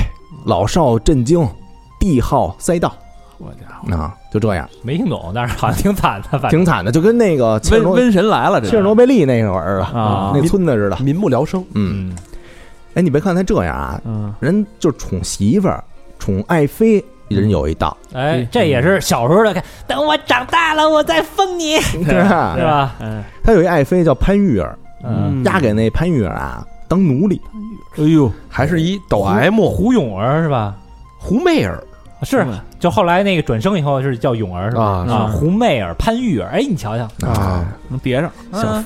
老少震惊，帝号塞道我家伙，啊，就这样，没听懂，但是好像挺惨的，反正挺惨的，就跟那个切尔瘟诺瘟神来了，这切尔诺贝利那会儿啊，啊，那村子似的，民不聊生。嗯，嗯哎，你别看他这样啊，嗯，人就宠媳妇儿，宠爱妃，人有一道，哎嗯，这也是小时候的看。嗯等我长大了，我再封你，对吧对？吧？哎，他有一爱妃叫潘玉儿，嗯，压给那潘玉儿啊当奴隶，哎呦，还是一抖 M 胡勇儿是吧？胡媚儿是，嗯就后来那个转生以后是叫勇儿是吧？啊啊，胡媚儿、潘玉儿，哎，你瞧瞧，啊，能叠上，小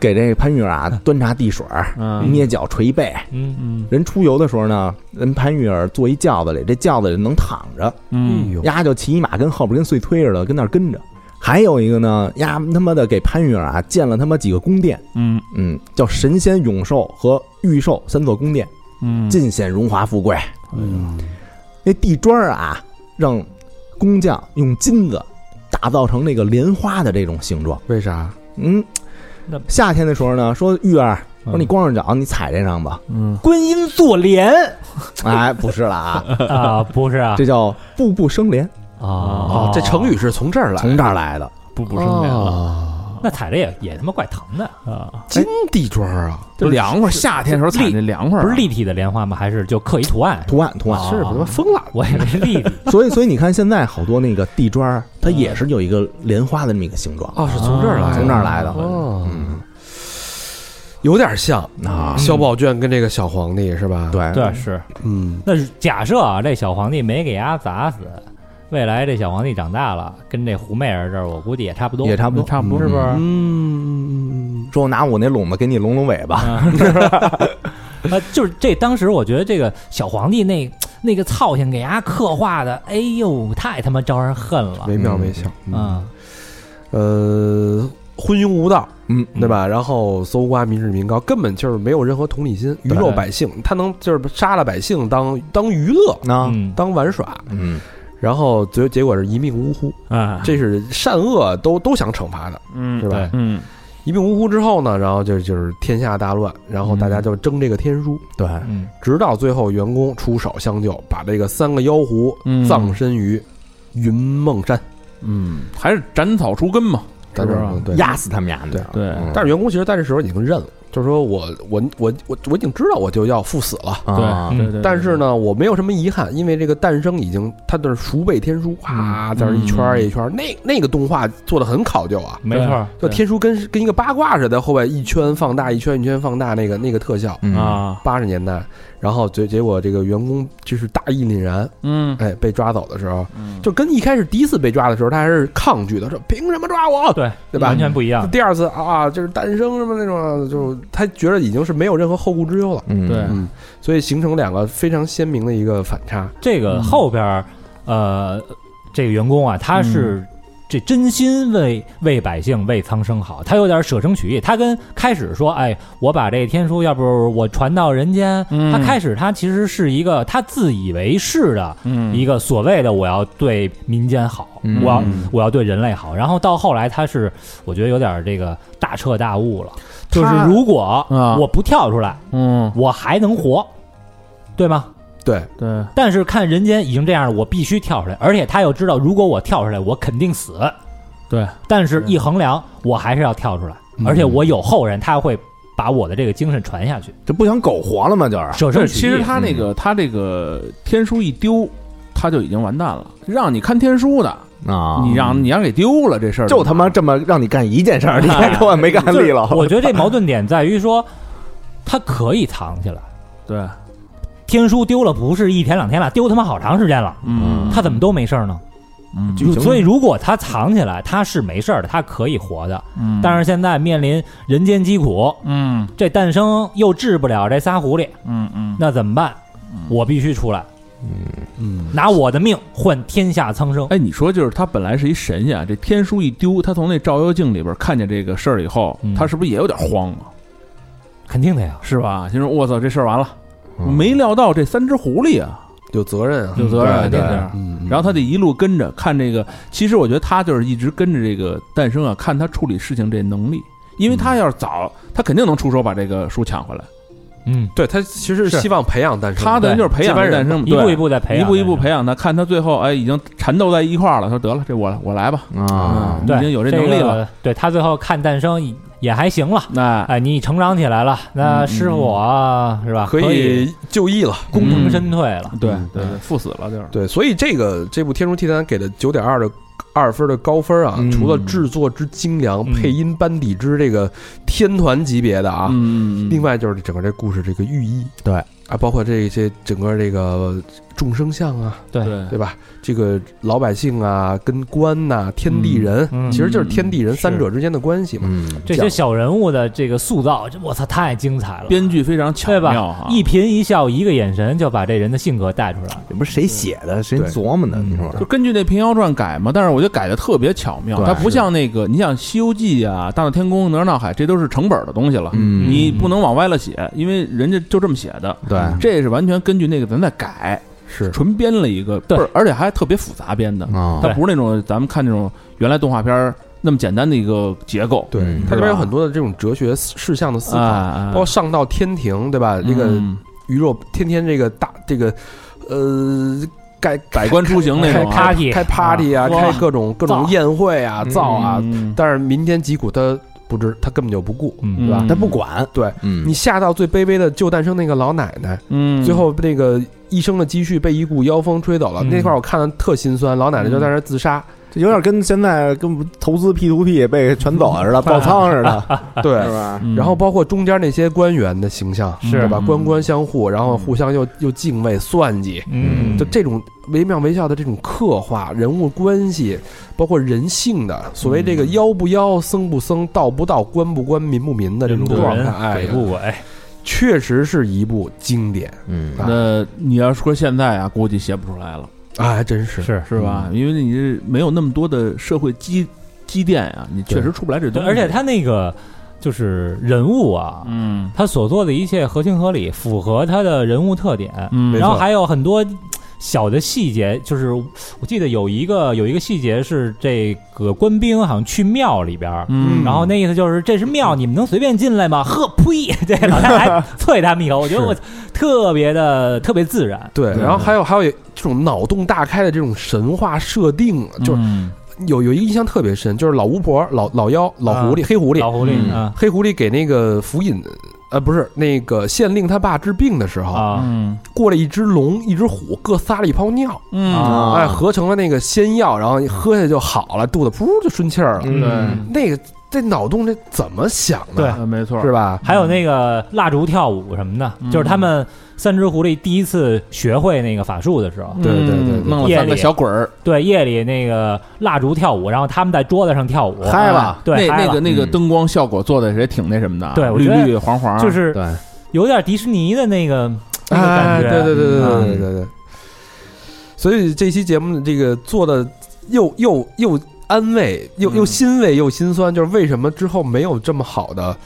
给这潘玉儿啊端茶递水儿，嗯捏脚捶背。嗯嗯，人出游的时候呢，人潘玉儿坐一轿子里，这轿子里能躺着，嗯，丫就骑一马跟后边跟碎推似的，跟那儿跟着。还有一个呢，丫他妈的给潘玉儿啊建了他妈几个宫殿，嗯嗯，叫神仙永寿和御寿三座宫殿，嗯，尽显荣华富贵。那地砖儿啊，让工匠用金子打造成那个莲花的这种形状。为啥？嗯那，夏天的时候呢，说玉儿，嗯说你光着脚，你踩这上吧。嗯，观音坐莲哎，不是了啊， 啊，不是啊这叫步步生莲，哦啊，哦这成语是从这儿来，从这儿来的。步步不生莲了哦那踩着也也他妈怪疼的啊，金地砖啊，就凉快，夏天时候踩那凉快，啊不是立体的莲花吗？还是就刻一图案？图案图案啊是吧？他妈疯了！我以为是 立体， 所以所以你看现在好多那个地砖儿，它也是有一个莲花的那么一个形状，啊，是从这儿来的，从这儿来的。哦，嗯有点像啊，萧宝卷跟这个小皇帝是吧？，对对，是。嗯，那是假设啊，这小皇帝没给丫砸死，未来这小皇帝长大了，跟这胡媚儿这儿，我估计也差不多，也差不多，差不多嗯是不是？嗯，说我拿我那笼子给你拢拢尾巴，啊，就是这当时我觉得这个小皇帝那那个操性给丫刻画的，哎呦，太他妈招人恨了惟妙惟肖。啊！呃，昏庸无道，嗯，对吧？然后搜刮民脂民膏，根本就是没有任何同理心，鱼肉百姓，他能就是杀了百姓当当娱乐，那嗯当玩耍，啊嗯然后结结果是一命呜呼，嗯啊，这是善恶都都想惩罚的，嗯是吧对？嗯一命呜呼之后呢，然后就就是天下大乱，然后大嗯家就争这个天书，对，嗯，直到最后员工出手相救，把这个三个妖狐嗯葬身于云梦山，嗯，还是斩草除根嘛，在这儿是吧对压死他们俩对的。对嗯但是员工其实在这时候已经认了，就是说我我我我我已经知道我就要赴死了，啊对对对但是呢，我没有什么遗憾，因为这个诞生已经，它就是熟背天嗯书，啊，在那一圈儿一圈儿，那那个动画做的很考究啊，没错就天书跟跟一个八卦似的，后边一圈放大，一圈一圈放大，那个那个特效嗯啊，八十年代，然后结结果这个员工就是大义凛然，嗯，哎，被抓走的时候，就跟一开始第一次被抓的时候，他还是抗拒的，说凭什么抓我？对对吧？完全不一样第二次啊，就是诞生什么那种，就是他觉得已经是没有任何后顾之忧了。嗯对嗯，所以形成两个非常鲜明的一个反差。这个后边儿，呃，这个员工啊，他嗯是这真心为为百姓、为苍生好，他有点舍生取义。他跟开始说，哎，我把这天书，要不我传到人间。嗯他开始他其实是一个他自以为是的嗯一个所谓的我要对民间好，嗯我要我要对人类好。然后到后来，他是我觉得有点这个大彻大悟了，就是他如果啊我不跳出来，嗯，我还能活，对吗？对对，但是看人间已经这样了，我必须跳出来，而且他又知道，如果我跳出来，我肯定死。对，但是一衡量，我还是要跳出来，嗯而且我有后人，他会把我的这个精神传下去。这不想苟活了吗？就是舍生对，取义其实他那嗯个、他这个天书一丢，他就已经完蛋了。让你看天书的啊，你让你让给丢了这事儿，就他妈这么让你干一件事儿，你看给我没干就是力了。我觉得这矛盾点在于说，他可以藏起来，对，天书丢了不是一天两天了，丢他妈好长时间了，嗯，他怎么都没事儿呢？嗯剧情所以如果他藏起来，他是没事儿的，他可以活的。嗯但是现在面临人间疾苦，嗯这诞生又治不了这仨狐狸，嗯嗯，那怎么办？我必须出来，嗯，拿我的命换天下苍生。哎，你说就是他本来是一神仙啊，这天书一丢，他从那照妖镜里边看见这个事儿以后，嗯他是不是也有点慌啊？肯定的呀，是吧？心说我操，这事儿完了，没料到这三只狐狸啊，有责任啊。有责任，对肯定是嗯，然后他得一路跟着看这个，其实我觉得他就是一直跟着这个诞生啊，看他处理事情这能力，因为他要是早，他肯定能出手把这个书抢回来。嗯，对他其实是是希望培养诞生，他等于就是培接养班这人诞生，一步对一步再培养，一步一步培养他，看他最后哎已经缠斗在一块儿了，他说得了，这我我来吧，嗯啊，已对，经有这这能力了。个。对他最后看诞生也还行了，那哎，你成长起来了，嗯那师傅我啊是吧？可以就义了。功成身退了。对嗯对对，赴死了就是。对，所以这个这部《天书奇谭》给的九点二的二分的高分啊，嗯除了制作之精良、嗯配音班底之这个天团级别的啊，嗯，嗯嗯另外就是整个这故事这个寓意，对啊，包括这些整个这个众生相啊，对对对吧？这个老百姓啊，跟官呐、天地人，嗯嗯其实就是天地人是三者之间的关系嘛。嗯，这些小人物的这个塑造，这我操太精彩了，编剧非常巧对妙吧哈？，一颦一笑，一个眼神就把这人的性格带出来了。这不是谁写的，谁对琢磨的？嗯你说就根据那《平遥传》改嘛，但是我觉得改的特别巧妙，对它不像那个，你像《西游记》啊，《大闹天宫》《哪吒闹海》，这都是成本的东西了，嗯你不能往歪了写，因为人家就这么写的，对这是完全根据那个咱再改，是纯编了一个，对倍儿而且还特别复杂编的，啊它不是那种咱们看那种原来动画片儿那么简单的一个结构，对嗯，它里是吧边有很多的这种哲学事项的思考，啊，嗯包括上到天庭，对吧？这这个鱼肉天天这个大这个，呃，盖百官出行那开种开啊 party 开 party 啊，哇开各种各种造宴会啊，嗯造啊。嗯但是民间疾苦他不知，他根本就不顾。嗯，吧他不管，对嗯，你下到最卑微的就诞生那个老奶奶，嗯，最后那个一生的积蓄被一股妖风吹走了，嗯那块儿我看的特心酸，老奶奶就在那儿自杀。这有点跟现在跟投资 P to P 被全走似的，爆仓似的，对是，吧？嗯，然后包括中间那些官员的形象，是对吧？嗯官官相护，然后互相又又敬畏、算计，嗯，就这种惟妙惟肖的这种刻画人物关系，包括人性的所谓嗯这个妖不妖、僧不僧、道不道、官不官、民不民的这种人不状人态，哎鬼呀，不鬼，确实是一部经典嗯啊，那你要说现在啊，估计写不出来了。啊，还真是嗯是是吧？因为你是没有那么多的社会积积淀啊，你确实出不来这东对，西。而且，他那个就是人物啊，嗯他所做的一切合情合理，符合他的人物特点，嗯，然后还有很多。小的细节就是，我记得有一个有一个细节是这个官兵好像去庙里边儿，嗯，然后那意思就是这是庙，你们能随便进来吗？ 呵，呸！这老太太还啐他们一口， 我觉得我特别的特别自然，对，然后还有还有这种脑洞大开的这种神话设定，就是嗯有有一个印象特别深，就是老巫婆、老老妖、老狐狸、啊黑狐狸、老狐狸嗯啊黑狐狸给那个府尹，呃，不是那个县令他爸治病的时候，啊嗯，过来一只龙、一只虎，各撒了一泡尿，嗯哎，合成了那个仙药，然后一喝下就好了，肚子噗就顺气儿了。嗯那个这脑洞这怎么想对的？，啊没错，是？吧？还有那个蜡烛跳舞什么的，嗯就是他们三只狐狸第一次学会那个法术的时候，对对对对弄了三个小鬼儿，对夜里那个蜡烛跳舞，然后他们在桌子上跳舞，嗨吧？对，嗨那那了个那个嗯灯光效果做的也挺那什么的啊，对我绿觉得绿黄黄，就是对，有点迪士尼的那个那个哎，感觉，对对对对对嗯对对对。所以这期节目这个做的又又又安慰，又嗯又欣慰又心酸，就是为什么之后没有这么好的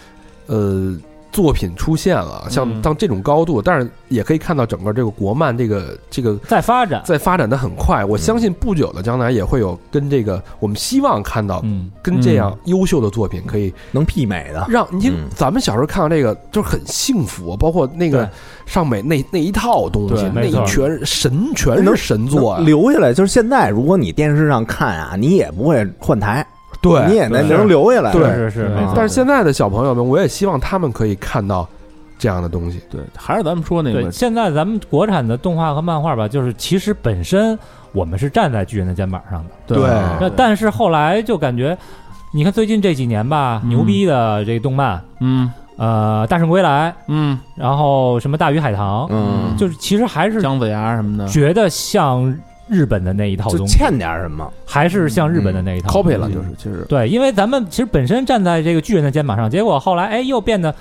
呃作品出现了，嗯像到这种高度，但是也可以看到整个这个国漫这个这个。在发展，在发展的很快，嗯我相信不久的将来也会有跟这个我们希望看到嗯，跟这样优秀的作品可以能媲美的，让你听嗯咱们小时候看到这个就是很幸福，啊包括那个对上美那那一套东西对，那没错一全神全是能神作能啊，留下来。就是现在，如果你电视上看啊，你也不会换台，对你也能对能留下来。对是是是，没错但是现在的小朋友们，我也希望他们可以看到这样的东西。对，还是咱们说那对，个，现在咱们国产的动画和漫画吧，就是其实本身我们是站在巨人的肩膀上的，对嗯对那但是后来就感觉，你看最近这几年吧，嗯牛逼的这个动漫，嗯呃，《大圣归来》，嗯，然后什么《大鱼海棠》，嗯，就是其实还是姜子牙什么的觉得像日本的那一套就嗯东西，欠点什么。还是像日本的那一套东西，copy 了，就是其实对，因为咱们其实本身站在这个巨人的肩膀上，结果后来哎又变得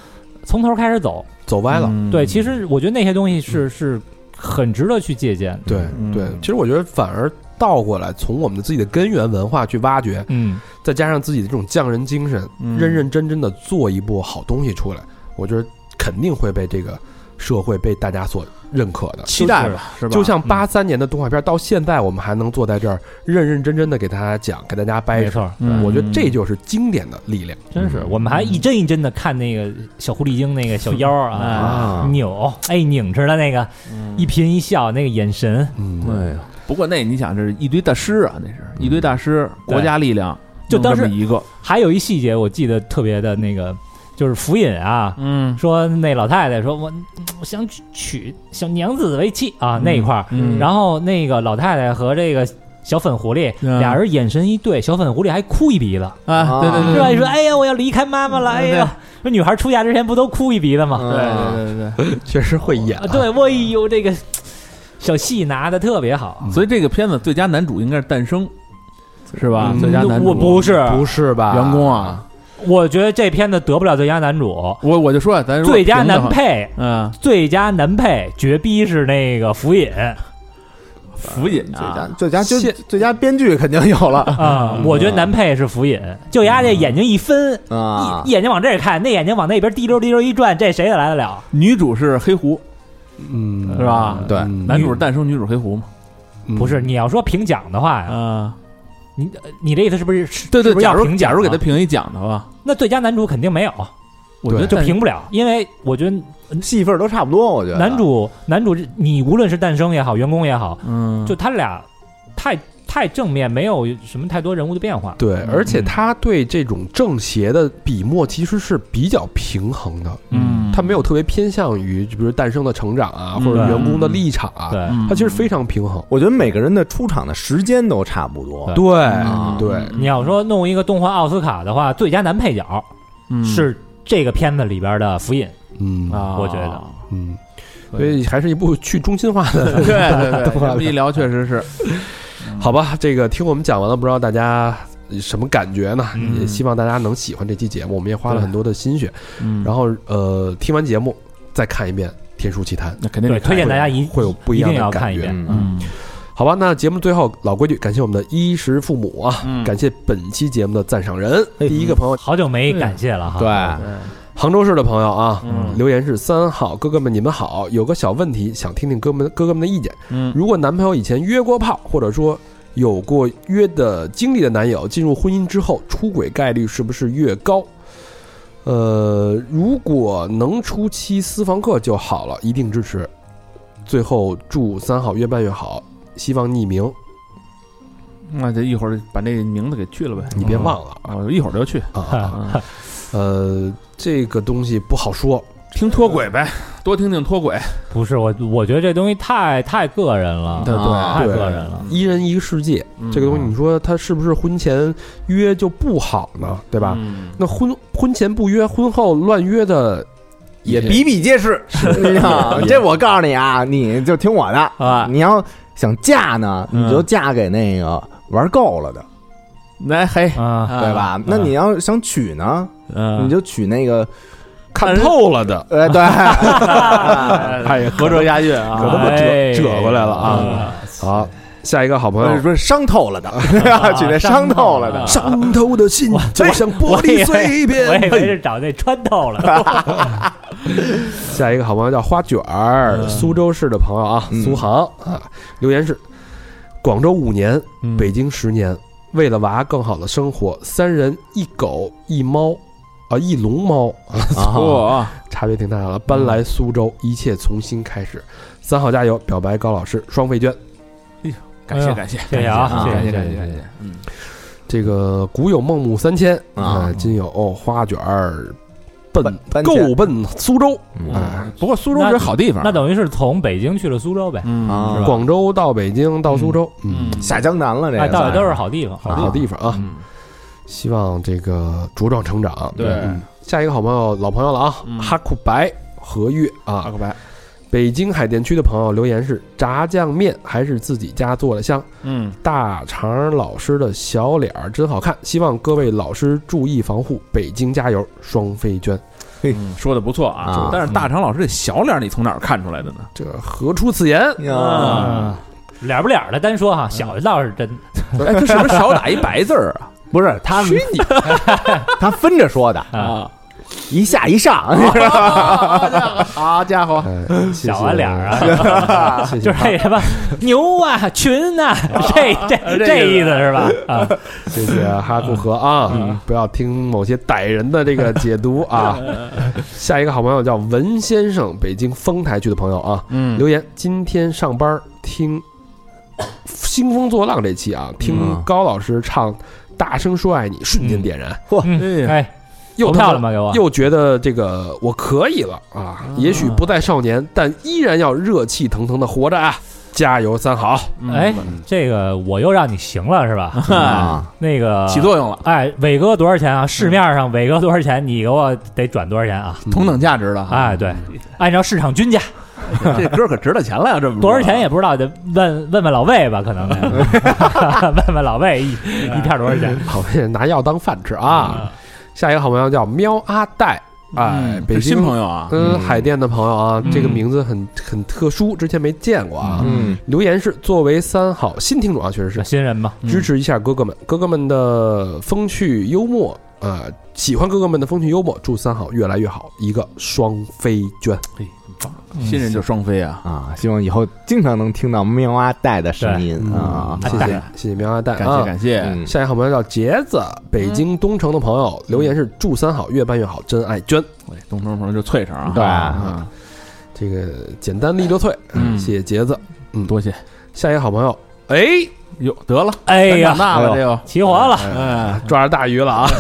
从头开始走，走歪了，对，实其实我觉得那些东西是是很值得去借鉴的，对嗯对，其实我觉得反而倒过来，从我们的自己的根源文化去挖掘，嗯，再加上自己的这种匠人精神，嗯认认真真的做一部好东西出来，我觉得肯定会被这个社会被大家所认可的。期待啊吧，是吧？就像八三年的动画片，到现在我们还能坐在这儿认认真真的给大家讲，给大家没掰扯。错，嗯我觉得这就是经典的力量。真是，我们还一针一针的看那个小狐狸精那个小腰儿啊，啊扭，哎，拧着的那个，一颦一笑，那个眼神，嗯，对，不过那你想，这是一堆大师啊，那是一堆大师，嗯对国家力量，就当时弄这么一个，还有一细节我记得特别的那个，就是府尹啊，嗯说那老太太说我我想娶小娘子为妻啊那一块儿，嗯然后那个老太太和这个小粉狐狸嗯俩人眼神一对，小粉狐狸还哭一鼻子，啊，对对对是吧？对你说哎呀我要离开妈嗯妈了，哎呀，说女孩出嫁之前不都哭一鼻子吗？嗯，对对对对确实会演嗯啊，对，哎呦这个小戏拿的特别好，所以这个片子最佳男主应该是诞生，是吧？嗯最佳男主啊嗯我不是，不是吧？员工，啊，我觉得这片子得不了最佳男主，我我就说啊咱说最佳平等男，配，啊嗯，最佳男配绝逼是那个福尹福尹最佳啊，最佳就现最佳编剧肯定有 了啊，我觉得男配是福尹，就丫这眼睛一分。嗯啊 一，一眼睛往这儿看，那眼睛往那边滴溜滴溜一转，这谁也来得了？女主是黑狐嗯，是吧？对嗯男主是诞生，女主黑狐嘛？嗯呃不是，你要说评奖的话呀，啊，你你这意思是不是？嗯是对对是不，是假要如评奖啊假如给他评一奖的话，那最佳男主肯定没有，我觉得就诞评不了，因为我觉得戏份都差不多，我觉得男主男主这，你无论是诞生也好，员工也好，啊嗯，就他俩太太正面，没有什么太多人物的变化。对，而且嗯他对这种正邪的笔墨其实是比较平衡的，嗯，他没有特别偏向于，比如诞生的成长啊，嗯或者对员工的立场啊，对，嗯，他其实非常平衡。我觉得每个人的出场的时间都差不多。对对对，嗯你要说弄一个动画奥斯卡的话，最佳男配角嗯是这个片子里边的福尹，嗯啊，我觉得嗯，所以还是一部去中心 化的，对对对，动画这么一聊确实是，嗯好吧？这个听我们讲完了，不知道大家什么感觉呢？嗯也希望大家能喜欢这期节目，我们也花了很多的心血。嗯然后呃，听完节目再看一遍《天书奇谭》，那肯定对，得看推荐大家一会有不一一样定的要感看一觉遍。嗯，嗯好吧？那节目最后老规矩，感谢我们的衣食父母啊，嗯感谢本期节目的赞赏人，第一个朋友好久没感谢了哈，对，杭州市的朋友啊，嗯留言是三号哥哥们，你们好，有个小问题想听听哥们哥哥们的意见。嗯如果男朋友以前约过炮，或者说有过约的经历的男友，进入婚姻之后出轨概率是不是越高？呃，如果能出期私房课就好了，一定支持。最后祝三好越办越好，希望匿名。那就一会儿把那名字给去了呗。你别忘了，我一会儿就去啊。呃，这个东西不好说，听脱轨呗，多听听脱轨。不是我，我觉得这东西太太个人了，啊对啊太对，个人了。一人一个世界，嗯这个东西你说他是不是婚前约就不好呢？对嗯吧？那婚婚前不约，婚后乱约的也比比皆是。 啊这我告诉你啊，你就听我的啊！你要想嫁呢，你就嫁给那个玩够了的，那嘿，对啊对吧？那你要想娶呢，嗯你就娶那个看透了的。呃，对，哎，合辙押韵啊，可他妈哎嗯折折过来了啊！好，下一个好朋不友是说伤透了的， 娶那伤透了的，伤透的心就像玻璃碎我片哎以。为是找那穿透了，下一个好朋友叫花卷儿，苏州市的朋友啊，苏杭啊，留言是：广州五年，嗯北京十年，为了娃更好的生活，三人一狗一猫啊，一龙猫啊，哇， 差别挺大的。搬来苏州，一切从新开始。三好加油！表白高老师，双费券。感谢哎感谢，谢谢啊，感谢谢感谢谢感谢谢谢。嗯，这个古有孟母三迁啊呃今有、哦花卷儿奔搬搬家够奔苏州啊。嗯不过苏州是好地方，啊那等于是从北京去了苏州呗，嗯啊是吧？广州到北京到苏州，嗯，嗯下江南了，这啊哎，个到底都是好地方，好地方啊！嗯希望这个茁壮成长。对嗯下一个好朋友老朋友了啊，嗯哈库白何月阿啊，克白，北京海淀区的朋友留言是炸酱面还是自己家做的香？嗯，大肠老师的小脸儿真好看，希望各位老师注意防护，北京加油，双飞娟。说的不错啊啊。但是大长老师这小脸，你从哪儿看出来的 呢？这何出此言？哎呀，啊，脸不脸的单说哈，小的倒是真，哎，他是不是少打一白字儿啊？不是他， 他分着说的，啊，一下一上，你知道 吗？好家伙，哎，谢谢小完脸儿啊， 谢谢就是那什么牛啊、群啊，这这这意思是吧？啊，谢谢哈库河啊，不要听某些歹人的这个解读啊。下一个好朋友叫文先生，北京丰台区的朋友啊，嗯，留言今天上班听《 兴风作浪》这期啊，听嗯高老师唱《大声说爱你》，瞬间点燃，嗯，哎，又投票他妈了吗？给我，又觉得这个我可以了啊，也许不再少年，但依然要热气腾腾的活着啊！加油，三好！嗯哎，这个我又让你行了是吧？嗯啊，那个起作用了，哎，伟哥多少钱啊？市面上伟哥多少钱？你给我得转多少钱啊？同等价值的哈。哎，对，按照市场均价，这歌可值了钱了呀，这么多少钱也不知道，得问问问老魏吧，可能得 问问老魏一一片多少钱？好，拿药当饭吃啊！下一个好朋友叫喵阿黛，哎哎，，北京新朋友啊，嗯跟海淀的朋友啊，这个名字很很特殊，之前没见过啊。嗯，留言是作为三好新听众啊，确实是是新人嘛？支持一下哥哥们，哥哥们的风趣幽默，呃，喜欢哥哥们的风趣幽默，祝三好越来越好，一个双飞娟。新人就双飞啊，啊，希望以后经常能听到喵啊带的声音啊，谢阿谢谢谢喵阿黛感谢啊。感谢，嗯下一个好朋友叫杰子，北京东城的朋友留言是祝三好越办越好，真爱娟。哎东城朋友就脆成啊，对啊，这个简单利落脆，啊嗯谢谢杰子。嗯多谢。下一个好朋友，哎，哟，得了，哎咱呀长，大了这又，齐活了，哎，抓着大鱼了啊！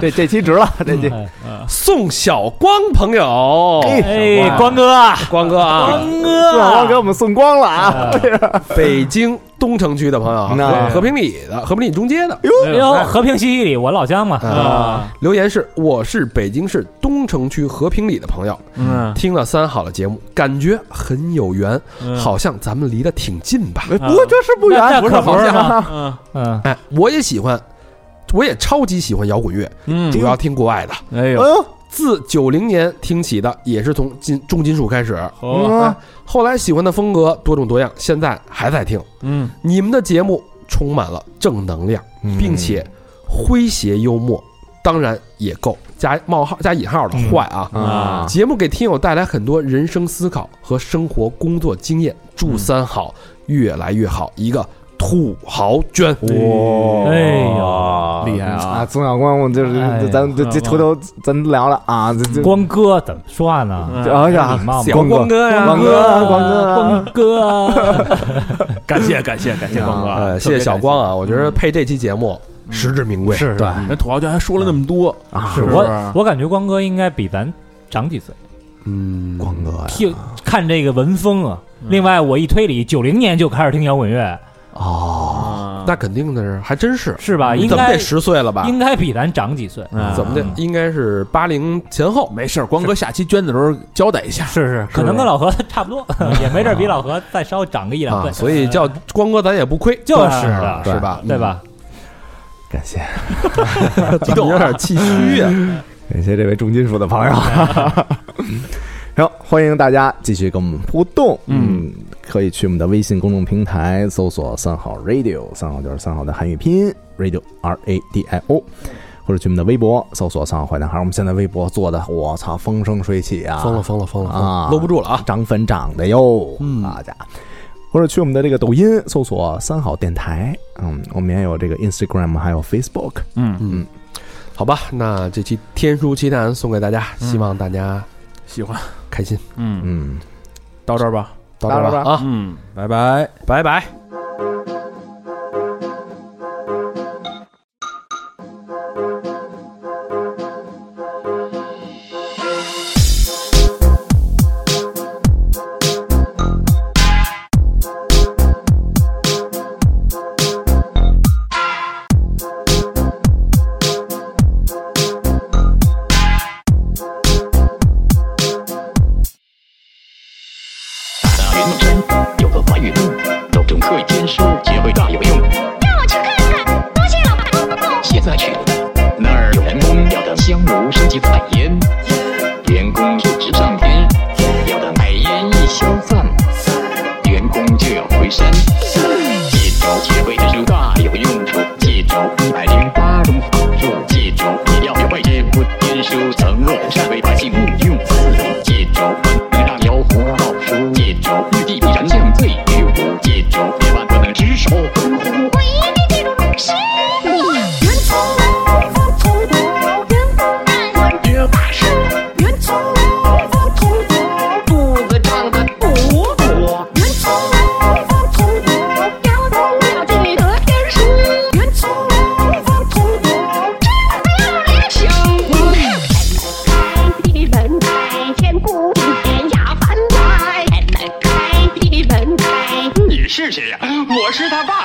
这这期 值了，嗯这期哎嗯宋晓光朋友，哎，光哥，光哥啊，光宋小光给哥，哎我们送光了啊！北京东城区的朋友，那和和平里的，和平里中街的，哎哟，哎和平西西里，我老乡嘛，啊留言是：我是北京市东城区和平里的朋友，嗯，听了三好的节目，感觉很有缘，嗯好像咱们离得挺近吧？哎不，这是不那远，那是可不好是像吗？嗯嗯，哎，我也喜欢，我也超级喜欢摇滚乐，嗯主，要听国外的。哎呦，嗯自九零年听起的，也是从金重金属开始，嗯哦啊，后来喜欢的风格多种多样，现在还在听。嗯，你们的节目充满了正能量，嗯并且诙谐幽默，当然也够加冒号加引号嗯的坏啊。啊，节目给听友带来很多人生思考和生活工作经验，祝三好越来越好，一个土豪捐。哇哎呀厉害啊啊！宗小光，我就是哎呀咱嗯这这光回头咱聊了啊，这这光哥怎么说话呢？哎呀礼貌，吗光光哥，啊光哥，光哥，感谢感谢感谢光哥啊，呃，特谢别谢小光啊，我觉得配这期节目实至名归。是对，感谢。那土豪圈还说了那么多，啊是不我是？我感觉光哥应该比咱长几岁，嗯，光哥呀，听看这个文风啊。另外，我一推理，九零年就开始听摇滚乐，哦，啊那肯定的是，还真是，是吧？应怎么该得十岁了吧？应该比咱长几岁，啊怎么得应该是八零前后。没事儿，光哥下期捐的时候交代一下。是啊是，可能跟老何差不多，也没准比老何再稍长个一两啊，岁。所以叫光哥，咱也不亏，就是的，是吧？嗯对吧？感谢激动，有啊点气虚呀。感谢这位重金属的朋友。 行，欢迎大家继续跟我们互动。嗯，可以去我们的微信公众平台搜索“三好 radio”，三好就是三好的汉语拼音 radio r a d i o，或者去我们的微博搜索“三好坏男孩”。我们现在微博做的，我操，风生水起啊！疯了，疯了，疯了疯了啊，搂不住了啊！涨粉涨的哟，嗯大家。或者去我们的这个抖音搜索“三好电台”，嗯，我们也有这个 Instagram，还有 Facebook。嗯，好吧，那这期《天书奇谈》送给大家，希望大家喜欢，开心。嗯，嗯，到这儿吧，到这儿到吧这儿啊，嗯，拜拜。拜拜。那云山有个华岳洞，洞中会天书，学会大有用。让我去看看，多谢老爸公公。现在去那儿有员工要的香炉升级彩烟，员工入职上天，要的买烟一消散，员工就要回山。记住，学会的书大有用处，记住一百零八种好处，记住你要学会这部天书，承诺善为百姓勿用自如，记住不能让妖狐告书，记住玉帝必然降罪于吾，记住千万不能只手含糊。我一定记住这个事。云从南，风从北，人不干我只把事。云从南，风从北，肚子胀得鼓鼓。云从南，风从北，摇头要地里得天书。云从南，风从北，真的要人想。开地门开，千古经典压翻来。开地门开。你是谁呀、我是他爸。